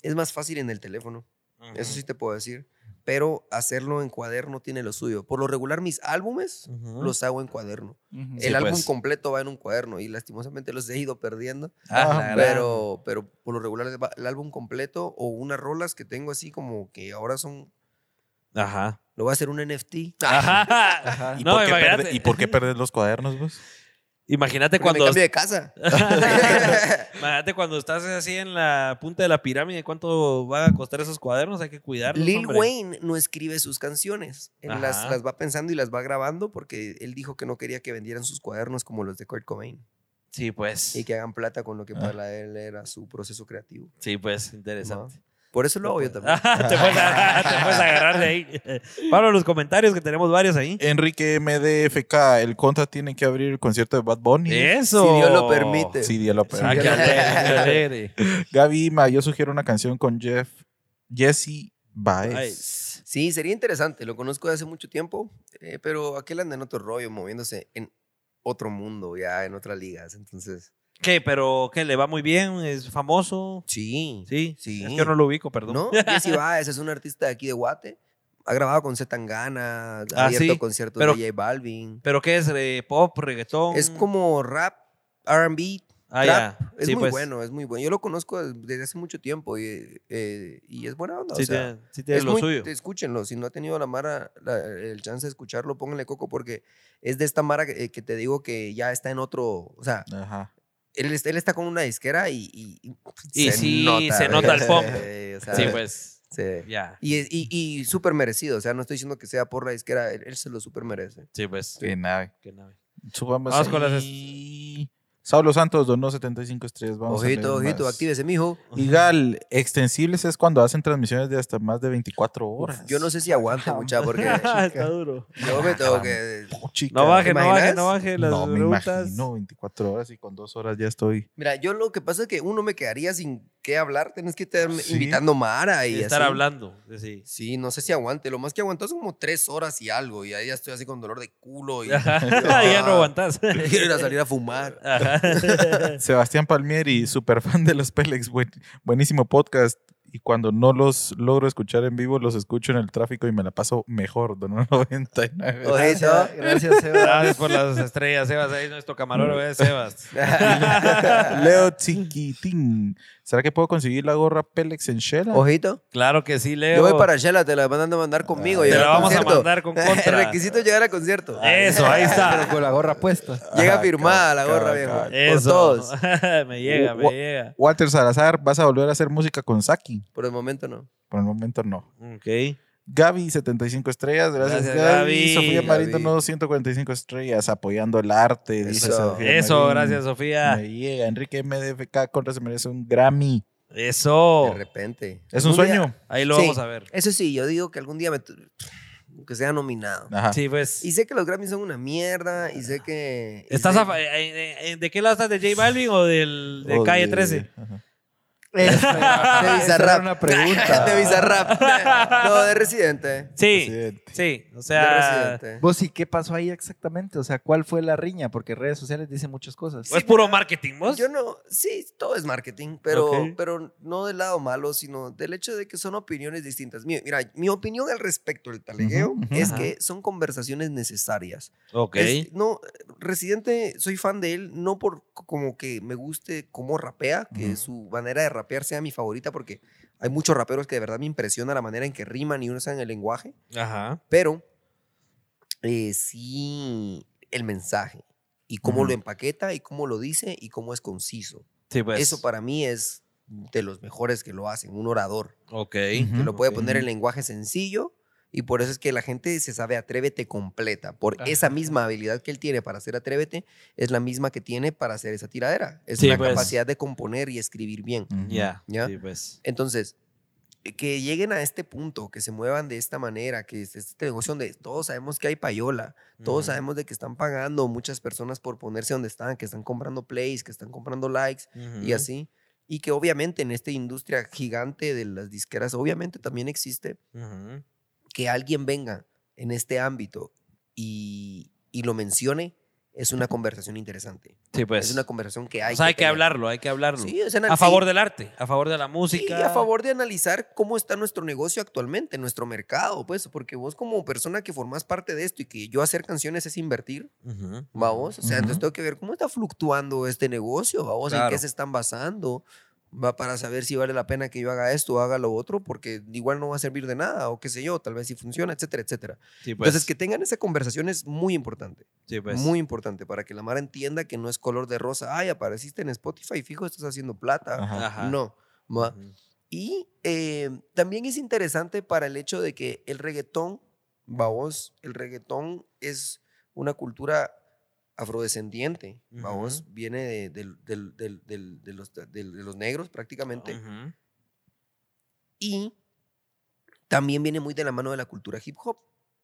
[SPEAKER 7] Es más fácil en el teléfono.
[SPEAKER 1] Ujú.
[SPEAKER 7] Eso sí te puedo decir. Pero hacerlo en cuaderno tiene lo suyo. Por lo regular, mis álbumes
[SPEAKER 1] Ujú.
[SPEAKER 7] los hago en cuaderno.
[SPEAKER 3] Ujú.
[SPEAKER 1] Sí,
[SPEAKER 7] el álbum
[SPEAKER 1] pues.
[SPEAKER 7] completo va en un cuaderno y lastimosamente los he ido perdiendo.
[SPEAKER 1] Ah, la gran-
[SPEAKER 7] pero, pero por lo regular va el álbum completo o unas rolas que tengo así como que ahora son...
[SPEAKER 1] Ajá.
[SPEAKER 7] Lo voy a hacer un NFT.
[SPEAKER 1] Ajá.
[SPEAKER 3] Ajá.
[SPEAKER 2] ¿Y,
[SPEAKER 1] No,
[SPEAKER 2] por qué
[SPEAKER 1] imagínate.
[SPEAKER 2] perder, ¿Y por
[SPEAKER 1] *laughs*
[SPEAKER 2] qué perder los cuadernos, vos?
[SPEAKER 1] Imagínate
[SPEAKER 7] Porque me
[SPEAKER 1] cuando.
[SPEAKER 7] cambio
[SPEAKER 1] *laughs*
[SPEAKER 7] de casa.
[SPEAKER 1] Imagínate cuando estás así en la punta de la pirámide, ¿cuánto va a costar esos cuadernos? Hay que cuidarlos.
[SPEAKER 7] Lil
[SPEAKER 1] hombre.
[SPEAKER 7] Wayne no escribe sus canciones. Él las,
[SPEAKER 1] Ajá.
[SPEAKER 7] las va pensando y las va grabando porque él dijo que no quería que vendieran sus cuadernos como los de Kurt Cobain
[SPEAKER 1] Sí, pues.
[SPEAKER 7] y que hagan plata con lo
[SPEAKER 1] Ah.
[SPEAKER 7] que para él era su proceso creativo.
[SPEAKER 1] Sí, pues, interesante.
[SPEAKER 7] Por eso lo hago
[SPEAKER 1] pues.
[SPEAKER 7] yo también.
[SPEAKER 1] Ajá, te, puedes, *laughs* agarrar- te puedes agarrar de ahí. Pablo, los comentarios que tenemos varios ahí.
[SPEAKER 7] Eh,
[SPEAKER 2] Enrique MDFK, el Conta tiene que abrir el concierto de Bad Bunny.
[SPEAKER 1] Eso.
[SPEAKER 7] Si Dios lo permite.
[SPEAKER 2] Sí, día lo
[SPEAKER 1] Ah,
[SPEAKER 7] *laughs*
[SPEAKER 1] qué
[SPEAKER 2] abre.
[SPEAKER 1] alegre, qué alegre.
[SPEAKER 2] Gaby Ma, yo sugiero una canción con Jeff, Jesse
[SPEAKER 1] Ay,
[SPEAKER 2] Baez.
[SPEAKER 7] Sí, sería interesante. Lo conozco de hace mucho tiempo, eh, pero aquel anda en otro rollo, moviéndose en otro mundo, ya en otras ligas. Entonces,
[SPEAKER 1] ¿Qué? ¿Pero qué? ¿Le va muy bien? ¿Es famoso?
[SPEAKER 7] sí.
[SPEAKER 1] Sí.
[SPEAKER 7] Sí.
[SPEAKER 1] Es que yo no lo ubico, perdón.
[SPEAKER 7] ¿No? Jesse Baez es un artista de aquí de Guate. Ha grabado con Zetangana, ha
[SPEAKER 1] Ah,
[SPEAKER 7] abierto
[SPEAKER 1] sí,
[SPEAKER 7] conciertos
[SPEAKER 1] pero-
[SPEAKER 7] de J Balvin.
[SPEAKER 1] ¿Pero qué es? eh, ¿Pop? ¿Reggaetón?
[SPEAKER 7] Es como rap, RB.
[SPEAKER 1] Ah,
[SPEAKER 7] trap.
[SPEAKER 1] ya.
[SPEAKER 7] Es
[SPEAKER 1] Sí,
[SPEAKER 7] muy
[SPEAKER 1] pues.
[SPEAKER 7] bueno, es muy bueno. Yo lo conozco desde hace mucho tiempo y, eh, y es buena onda. o
[SPEAKER 1] Sí,
[SPEAKER 7] sea,
[SPEAKER 1] tiene, sí tiene
[SPEAKER 7] es
[SPEAKER 1] lo
[SPEAKER 7] muy-
[SPEAKER 1] suyo.
[SPEAKER 7] te- Escúchenlo. Si no ha tenido la Mara la- el chance de escucharlo, pónganle coco porque es de esta Mara que, que te digo que ya está en otro. O sea,
[SPEAKER 2] Ajá.
[SPEAKER 7] él, es- él está con una disquera y. Y,
[SPEAKER 1] Y sí, se nota el pop.
[SPEAKER 7] *laughs* o sea,
[SPEAKER 1] Sí, pues.
[SPEAKER 7] sí.
[SPEAKER 1] Ya.
[SPEAKER 7] Y, es- y, y súper merecido. O sea, no estoy diciendo que sea por la disquera, él, él se lo súper merece.
[SPEAKER 1] Sí, pues.
[SPEAKER 2] Sí, nada.
[SPEAKER 1] Qué
[SPEAKER 7] *laughs*
[SPEAKER 1] nave.
[SPEAKER 2] Subamos
[SPEAKER 1] Vamos con las
[SPEAKER 2] ahí. Saulo Santos donó 75 estrellas. Vamos a
[SPEAKER 7] ojito,
[SPEAKER 2] leer
[SPEAKER 7] ojito,
[SPEAKER 2] más.
[SPEAKER 7] actívese, mijo.
[SPEAKER 2] Y Gal, extensibles es cuando hacen transmisiones de hasta más de 24 horas.
[SPEAKER 7] Yo no sé
[SPEAKER 2] *laughs*
[SPEAKER 7] si aguante, mucha, porque
[SPEAKER 1] Está duro.
[SPEAKER 7] *laughs* yo me tengo que.
[SPEAKER 2] Oh, chica.
[SPEAKER 1] No baje,
[SPEAKER 7] Ah, ¿te
[SPEAKER 1] no baje,
[SPEAKER 7] imaginas?
[SPEAKER 1] no baje las
[SPEAKER 2] No, me
[SPEAKER 1] preguntas.
[SPEAKER 2] imagino 24 horas y con dos horas ya estoy.
[SPEAKER 7] Mira, yo lo que pasa es que uno me quedaría sin qué hablar. Tenés que estar
[SPEAKER 2] Sí.
[SPEAKER 7] invitando Mara y
[SPEAKER 1] Y estar
[SPEAKER 7] así.
[SPEAKER 1] hablando. Sí.
[SPEAKER 7] Sí, no sé si aguante. Lo más que aguantó son como tres horas y algo. Y ahí ya estoy así con dolor de culo.
[SPEAKER 1] *laughs*
[SPEAKER 7] Y *laughs*
[SPEAKER 1] ya no aguantás.
[SPEAKER 7] Quiero ir a salir
[SPEAKER 1] *laughs*
[SPEAKER 7] a fumar.
[SPEAKER 1] Ajá.
[SPEAKER 2] Sebastián Palmieri, super fan de los Pelex, buen- buenísimo podcast. Y cuando no los logro escuchar en vivo, los escucho en el tráfico y me la paso mejor, donó
[SPEAKER 7] *laughs*
[SPEAKER 2] 99.
[SPEAKER 7] Ojito. *laughs*
[SPEAKER 3] Gracias, Seba.
[SPEAKER 1] Gracias por las estrellas, Sebas. Ahí nuestro camarógrafo es
[SPEAKER 7] *laughs*
[SPEAKER 1] Sebas.
[SPEAKER 2] Leo Chiquitín, ¿será que puedo conseguir la gorra Pelex en Shela?
[SPEAKER 7] Ojito.
[SPEAKER 1] *laughs* Claro que sí, Leo.
[SPEAKER 7] Yo voy para Shela, te la mandan a mandar conmigo.
[SPEAKER 1] Ah, Te
[SPEAKER 7] llegar
[SPEAKER 1] la
[SPEAKER 7] al
[SPEAKER 1] vamos a
[SPEAKER 7] concierto.
[SPEAKER 1] mandar con
[SPEAKER 7] *laughs* El
[SPEAKER 1] contra. Ah,
[SPEAKER 7] requisito es llegar al concierto.
[SPEAKER 1] Eso, ahí
[SPEAKER 3] Pero
[SPEAKER 1] está.
[SPEAKER 3] con la gorra puesta.
[SPEAKER 7] Llega
[SPEAKER 2] Ajá,
[SPEAKER 7] firmada la gorra,
[SPEAKER 2] cabal,
[SPEAKER 7] viejo.
[SPEAKER 2] cabal.
[SPEAKER 7] Por
[SPEAKER 1] Eso.
[SPEAKER 7] todos.
[SPEAKER 1] *laughs* me llega, me
[SPEAKER 2] Wa-
[SPEAKER 1] llega.
[SPEAKER 2] Walter Salazar, ¿vas a volver a hacer música con Saki?
[SPEAKER 7] Por el momento no.
[SPEAKER 2] Por el momento no.
[SPEAKER 1] Ok.
[SPEAKER 2] Gaby, 75 estrellas. Gracias,
[SPEAKER 1] Gracias,
[SPEAKER 2] Gaby.
[SPEAKER 1] Gaby.
[SPEAKER 2] Sofía
[SPEAKER 7] Gaby.
[SPEAKER 2] Marito, no, 145 estrellas, apoyando el arte. dice
[SPEAKER 7] Eso.
[SPEAKER 2] Sofía
[SPEAKER 1] Eso,
[SPEAKER 2] Marín.
[SPEAKER 1] gracias, Sofía.
[SPEAKER 2] Me llega. Enrique MDFK, Contra se merece un Grammy.
[SPEAKER 1] Eso.
[SPEAKER 7] De repente.
[SPEAKER 2] Es un
[SPEAKER 7] Algún día-
[SPEAKER 2] sueño.
[SPEAKER 1] Ahí lo
[SPEAKER 7] Sí.
[SPEAKER 1] vamos a ver.
[SPEAKER 7] Eso sí, yo digo que algún día me tu- que sea nominado.
[SPEAKER 2] Ajá.
[SPEAKER 1] Sí, pues.
[SPEAKER 7] Y sé que los Grammys son una mierda y sé que... y
[SPEAKER 1] ¿Estás
[SPEAKER 7] sé-
[SPEAKER 1] eh,
[SPEAKER 7] Oh,
[SPEAKER 1] a fa- eh, eh, eh, ¿De qué lado estás? ¿De J Balvin o del, de
[SPEAKER 2] O
[SPEAKER 1] Calle
[SPEAKER 2] Oh, de-
[SPEAKER 1] 13?
[SPEAKER 2] ajá.
[SPEAKER 1] *laughs*
[SPEAKER 3] Esa
[SPEAKER 1] Ah,
[SPEAKER 3] era-
[SPEAKER 7] Este, De
[SPEAKER 3] esa era
[SPEAKER 7] Bizarrap.
[SPEAKER 3] una pregunta.
[SPEAKER 7] *laughs* De Bizarrap. No, de Residente.
[SPEAKER 1] Sí,
[SPEAKER 2] Presidente.
[SPEAKER 1] sí. O
[SPEAKER 7] De
[SPEAKER 1] sea,
[SPEAKER 7] Residente.
[SPEAKER 3] Vos, ¿y qué pasó ahí exactamente? O sea, ¿cuál fue la riña? Porque redes sociales dicen muchas cosas.
[SPEAKER 1] es puro marketing, vos.
[SPEAKER 7] Yo no, sí, todo es marketing, pero,
[SPEAKER 1] Ok.
[SPEAKER 7] pero no del lado malo, sino del hecho de que son opiniones distintas. Mi- Mira, mi opinión al respecto del talegueo
[SPEAKER 2] Ujú, ujú.
[SPEAKER 7] es
[SPEAKER 1] Ajá.
[SPEAKER 7] que son conversaciones necesarias.
[SPEAKER 1] Ok.
[SPEAKER 7] Es- no, Residente, soy fan de él, no por c- como que me guste cómo rapea, que
[SPEAKER 2] Ujú.
[SPEAKER 7] su manera de rapear sea mi favorita, porque hay muchos raperos que de verdad me impresiona la manera en que riman y usan el lenguaje,
[SPEAKER 1] Ajá.
[SPEAKER 7] pero eh, sí el mensaje y cómo
[SPEAKER 2] Ujú.
[SPEAKER 7] lo empaqueta y cómo lo dice y cómo es conciso.
[SPEAKER 1] Sí, pues.
[SPEAKER 7] Eso para mí es de los mejores que lo hacen, un orador,
[SPEAKER 1] Ok.
[SPEAKER 7] que lo puede
[SPEAKER 1] Mm, ok.
[SPEAKER 7] poner en lenguaje sencillo y por eso es que la gente se sabe atrévete completa. Por
[SPEAKER 3] Ajá,
[SPEAKER 7] esa
[SPEAKER 3] ajá.
[SPEAKER 7] misma habilidad que él tiene para hacer atrévete, es la misma que tiene para hacer esa tiradera. Es
[SPEAKER 1] Sí,
[SPEAKER 7] la
[SPEAKER 1] pues.
[SPEAKER 7] capacidad de componer y escribir bien.
[SPEAKER 2] Ujú.
[SPEAKER 1] Ya.
[SPEAKER 7] Ya.
[SPEAKER 1] Sí, pues.
[SPEAKER 7] Entonces, que lleguen a este punto, que se muevan de esta manera, que es este negocio donde todos sabemos que hay payola, todos
[SPEAKER 1] Ujú.
[SPEAKER 7] sabemos de que están pagando muchas personas por ponerse donde están, que están comprando plays, que están comprando likes y
[SPEAKER 1] Ujú.
[SPEAKER 7] así. Y que obviamente en esta industria gigante de las disqueras, obviamente también existe
[SPEAKER 1] Ujú.
[SPEAKER 7] que alguien venga en este ámbito y, y lo mencione, es una conversación interesante.
[SPEAKER 1] Sí, pues.
[SPEAKER 7] es una conversación que hay.
[SPEAKER 1] o sea, hay que
[SPEAKER 7] tener.
[SPEAKER 1] hablarlo, hay que hablarlo.
[SPEAKER 7] Sí, es
[SPEAKER 1] a
[SPEAKER 7] anal-
[SPEAKER 1] favor
[SPEAKER 7] sí,
[SPEAKER 1] del arte, a favor de la
[SPEAKER 7] sí,
[SPEAKER 1] música.
[SPEAKER 7] a favor de analizar cómo está nuestro negocio actualmente, nuestro mercado, pues, porque vos como persona que formas parte de esto y que yo hacer canciones es invertir,
[SPEAKER 1] Ujú.
[SPEAKER 7] Vamos, o sea, entonces
[SPEAKER 2] Ujú.
[SPEAKER 7] tengo que ver cómo está fluctuando este negocio, vamos, en
[SPEAKER 1] Claro.
[SPEAKER 7] qué se están basando, va para saber si vale la pena que yo haga esto o haga lo otro, porque igual no va a servir de nada, o qué sé yo, tal vez si funciona, etcétera, etcétera.
[SPEAKER 1] Sí, pues.
[SPEAKER 7] Entonces, que tengan esa conversación es muy importante,
[SPEAKER 1] Sí, pues.
[SPEAKER 7] muy importante, para que la Mara entienda que no es color de rosa, ay, apareciste en Spotify, fijo, estás haciendo plata.
[SPEAKER 2] Ajá.
[SPEAKER 1] Ajá.
[SPEAKER 7] No, ma-
[SPEAKER 1] Ujú.
[SPEAKER 7] y eh, también es interesante para el hecho de que el reggaetón, vamos, el reggaetón es una cultura afrodescendiente, vamos, viene de, del- del- del- del- de los, de- de los negros prácticamente,
[SPEAKER 1] Ujú.
[SPEAKER 7] y también viene muy de la mano de la cultura hip hop,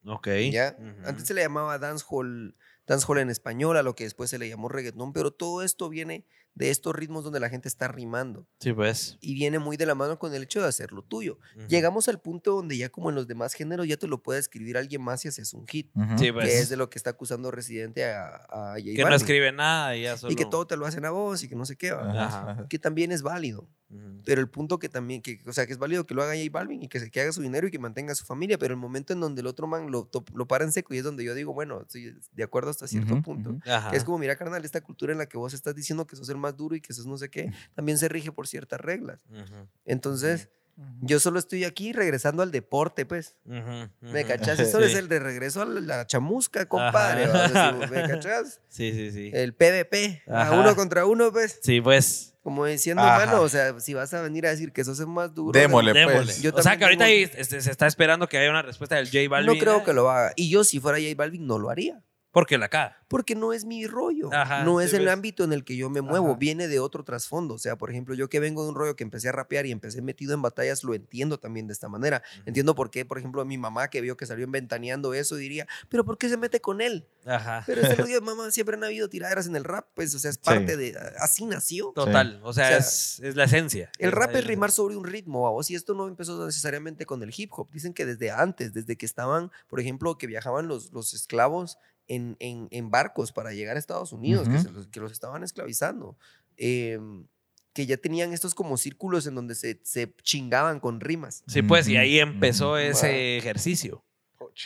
[SPEAKER 1] Ok.
[SPEAKER 7] ¿ya?
[SPEAKER 1] Ujú.
[SPEAKER 7] Antes se le llamaba dancehall, dancehall en español, a lo que después se le llamó reggaetón, pero todo esto viene de estos ritmos donde la gente está rimando,
[SPEAKER 1] Sí, pues.
[SPEAKER 7] y viene muy de la mano con el hecho de hacerlo tuyo.
[SPEAKER 1] Ujú.
[SPEAKER 7] Llegamos al punto donde ya como en los demás géneros ya te lo puede escribir alguien más y haces un hit,
[SPEAKER 2] Ujú.
[SPEAKER 1] Sí, pues.
[SPEAKER 7] que es de lo que está acusando Residente a, a J
[SPEAKER 1] que no
[SPEAKER 7] Balvin.
[SPEAKER 1] escribe nada y ya solo.
[SPEAKER 7] y que todo te lo hacen a vos y que no sé qué, ¿va?
[SPEAKER 2] Ajá,
[SPEAKER 1] Ajá.
[SPEAKER 2] ajá.
[SPEAKER 7] que también es válido,
[SPEAKER 1] Ujú.
[SPEAKER 7] pero el punto que también, que, o sea, que es válido que lo haga J Balvin y que, se, que haga su dinero y que mantenga a su familia, pero el momento en donde el otro man lo, to- lo para en seco y es donde yo digo, bueno, estoy de acuerdo hasta cierto
[SPEAKER 2] Ujú,
[SPEAKER 7] punto.
[SPEAKER 2] ujú.
[SPEAKER 1] Ajá.
[SPEAKER 7] Que es como, mira, carnal, esta cultura en la que vos estás diciendo que sos el más duro y que sos no sé qué, también se rige por ciertas reglas.
[SPEAKER 1] Ujú.
[SPEAKER 7] Entonces,
[SPEAKER 1] pues,
[SPEAKER 3] Ujú.
[SPEAKER 7] yo solo estoy aquí regresando al deporte, pues.
[SPEAKER 1] Ujú.
[SPEAKER 7] ¿Me
[SPEAKER 1] Ujú. *laughs*
[SPEAKER 7] cachás? Eso es el de regreso a la chamusca, compadre.
[SPEAKER 1] Ajá.
[SPEAKER 7] O sea,
[SPEAKER 1] *laughs*
[SPEAKER 7] si ¿Me cachás?
[SPEAKER 1] Sí, sí, sí.
[SPEAKER 7] El PvP, a
[SPEAKER 1] Ajá.
[SPEAKER 7] uno contra uno, pues.
[SPEAKER 1] Sí, pues.
[SPEAKER 7] Como diciendo,
[SPEAKER 1] Ajá.
[SPEAKER 7] mano, o sea, si vas a venir a decir que sos el más duro.
[SPEAKER 2] Démosle,
[SPEAKER 1] Démosle.
[SPEAKER 2] pues.
[SPEAKER 7] Yo
[SPEAKER 1] o sea,
[SPEAKER 7] también
[SPEAKER 1] que ahorita
[SPEAKER 7] tengo-
[SPEAKER 1] ahí, este, se está esperando que haya una respuesta del J Balvin. ¿eh?
[SPEAKER 7] No creo que lo haga. Y yo, si fuera J Balvin, no lo haría.
[SPEAKER 1] Porque la caga.
[SPEAKER 7] Porque no es mi rollo.
[SPEAKER 1] Ajá,
[SPEAKER 7] no
[SPEAKER 1] sí, pues.
[SPEAKER 7] es el
[SPEAKER 1] ves.
[SPEAKER 7] ámbito en el que yo me muevo.
[SPEAKER 3] Ajá.
[SPEAKER 7] Viene de otro trasfondo. O sea, por ejemplo, yo que vengo de un rollo que empecé a rapear y empecé metido en batallas, lo entiendo también de esta manera. Entiendo por qué, por ejemplo, mi mamá que vio que salió ventaneando eso diría, pero ¿por qué se mete con él?
[SPEAKER 1] Ajá. *laughs*
[SPEAKER 7] Pero ese rollo, mamá, siempre han habido tiraderas en el rap, pues, o sea, es parte de. Así nació.
[SPEAKER 1] Total. O sea,
[SPEAKER 7] O sea,
[SPEAKER 1] es, es la esencia.
[SPEAKER 7] El rap
[SPEAKER 1] la-
[SPEAKER 7] es rimar sobre un ritmo, vos y esto no empezó necesariamente con el hip hop. Dicen que desde antes, desde que estaban, por ejemplo, que viajaban los, los esclavos en, en- en barcos para llegar a Estados Unidos, que,
[SPEAKER 2] Ujú.
[SPEAKER 7] se los, que los estaban esclavizando. eh, que ya tenían estos como círculos en donde se, se chingaban con rimas.
[SPEAKER 1] Sí, pues, y ahí
[SPEAKER 2] Ujú.
[SPEAKER 1] empezó ese
[SPEAKER 7] Wow.
[SPEAKER 1] ejercicio.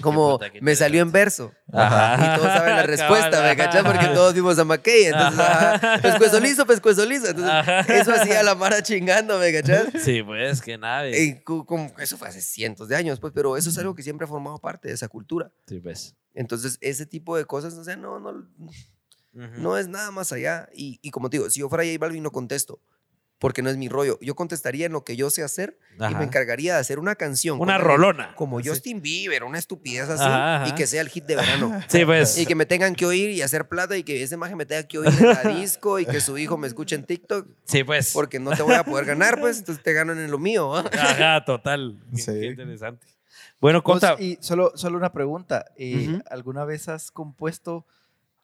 [SPEAKER 7] Como
[SPEAKER 1] puta, qué
[SPEAKER 7] me salió en verso. Ajá. Y todos
[SPEAKER 1] *laughs*
[SPEAKER 7] saben la respuesta, ¿me cachas? Porque todos vimos a McKay. Entonces,
[SPEAKER 1] Ajá.
[SPEAKER 7] ajá, pescuezo liso, pescuezo liso. Entonces,
[SPEAKER 1] Ajá.
[SPEAKER 7] eso hacía la mara chingando, ¿me cachas?
[SPEAKER 1] Sí, pues, qué nave.
[SPEAKER 7] Eh, cu- como- eso fue hace cientos de años, pues, pero eso es algo que siempre ha formado parte de esa cultura.
[SPEAKER 1] Sí, pues.
[SPEAKER 7] Entonces, ese tipo de cosas, o sea, no, no,
[SPEAKER 1] Ujú.
[SPEAKER 7] no es nada más allá. Y, y como te digo, si yo fuera J Balvin, no contesto, porque no es mi rollo. Yo contestaría en lo que yo sé hacer y
[SPEAKER 1] Ajá.
[SPEAKER 7] me encargaría de hacer una canción.
[SPEAKER 1] Una
[SPEAKER 7] como-
[SPEAKER 1] rolona.
[SPEAKER 7] Como Justin Bieber, una estupidez así,
[SPEAKER 1] Ajá, ajá.
[SPEAKER 7] y que sea el hit de verano.
[SPEAKER 1] Sí, pues.
[SPEAKER 7] Y que me tengan que oír y hacer plata y que ese maje me tenga que oír en la disco y que su hijo me escuche en TikTok
[SPEAKER 1] Sí, pues.
[SPEAKER 7] porque no te voy a poder ganar, pues entonces te ganan en lo mío. ¿ah? ¿va?
[SPEAKER 1] Ajá, total. Qué-
[SPEAKER 2] Sí.
[SPEAKER 1] qué interesante. Bueno,
[SPEAKER 7] Pues,
[SPEAKER 3] Vos,
[SPEAKER 1] Conta.
[SPEAKER 3] Y solo, solo una pregunta. eh,
[SPEAKER 7] Ujú.
[SPEAKER 3] ¿Alguna vez has compuesto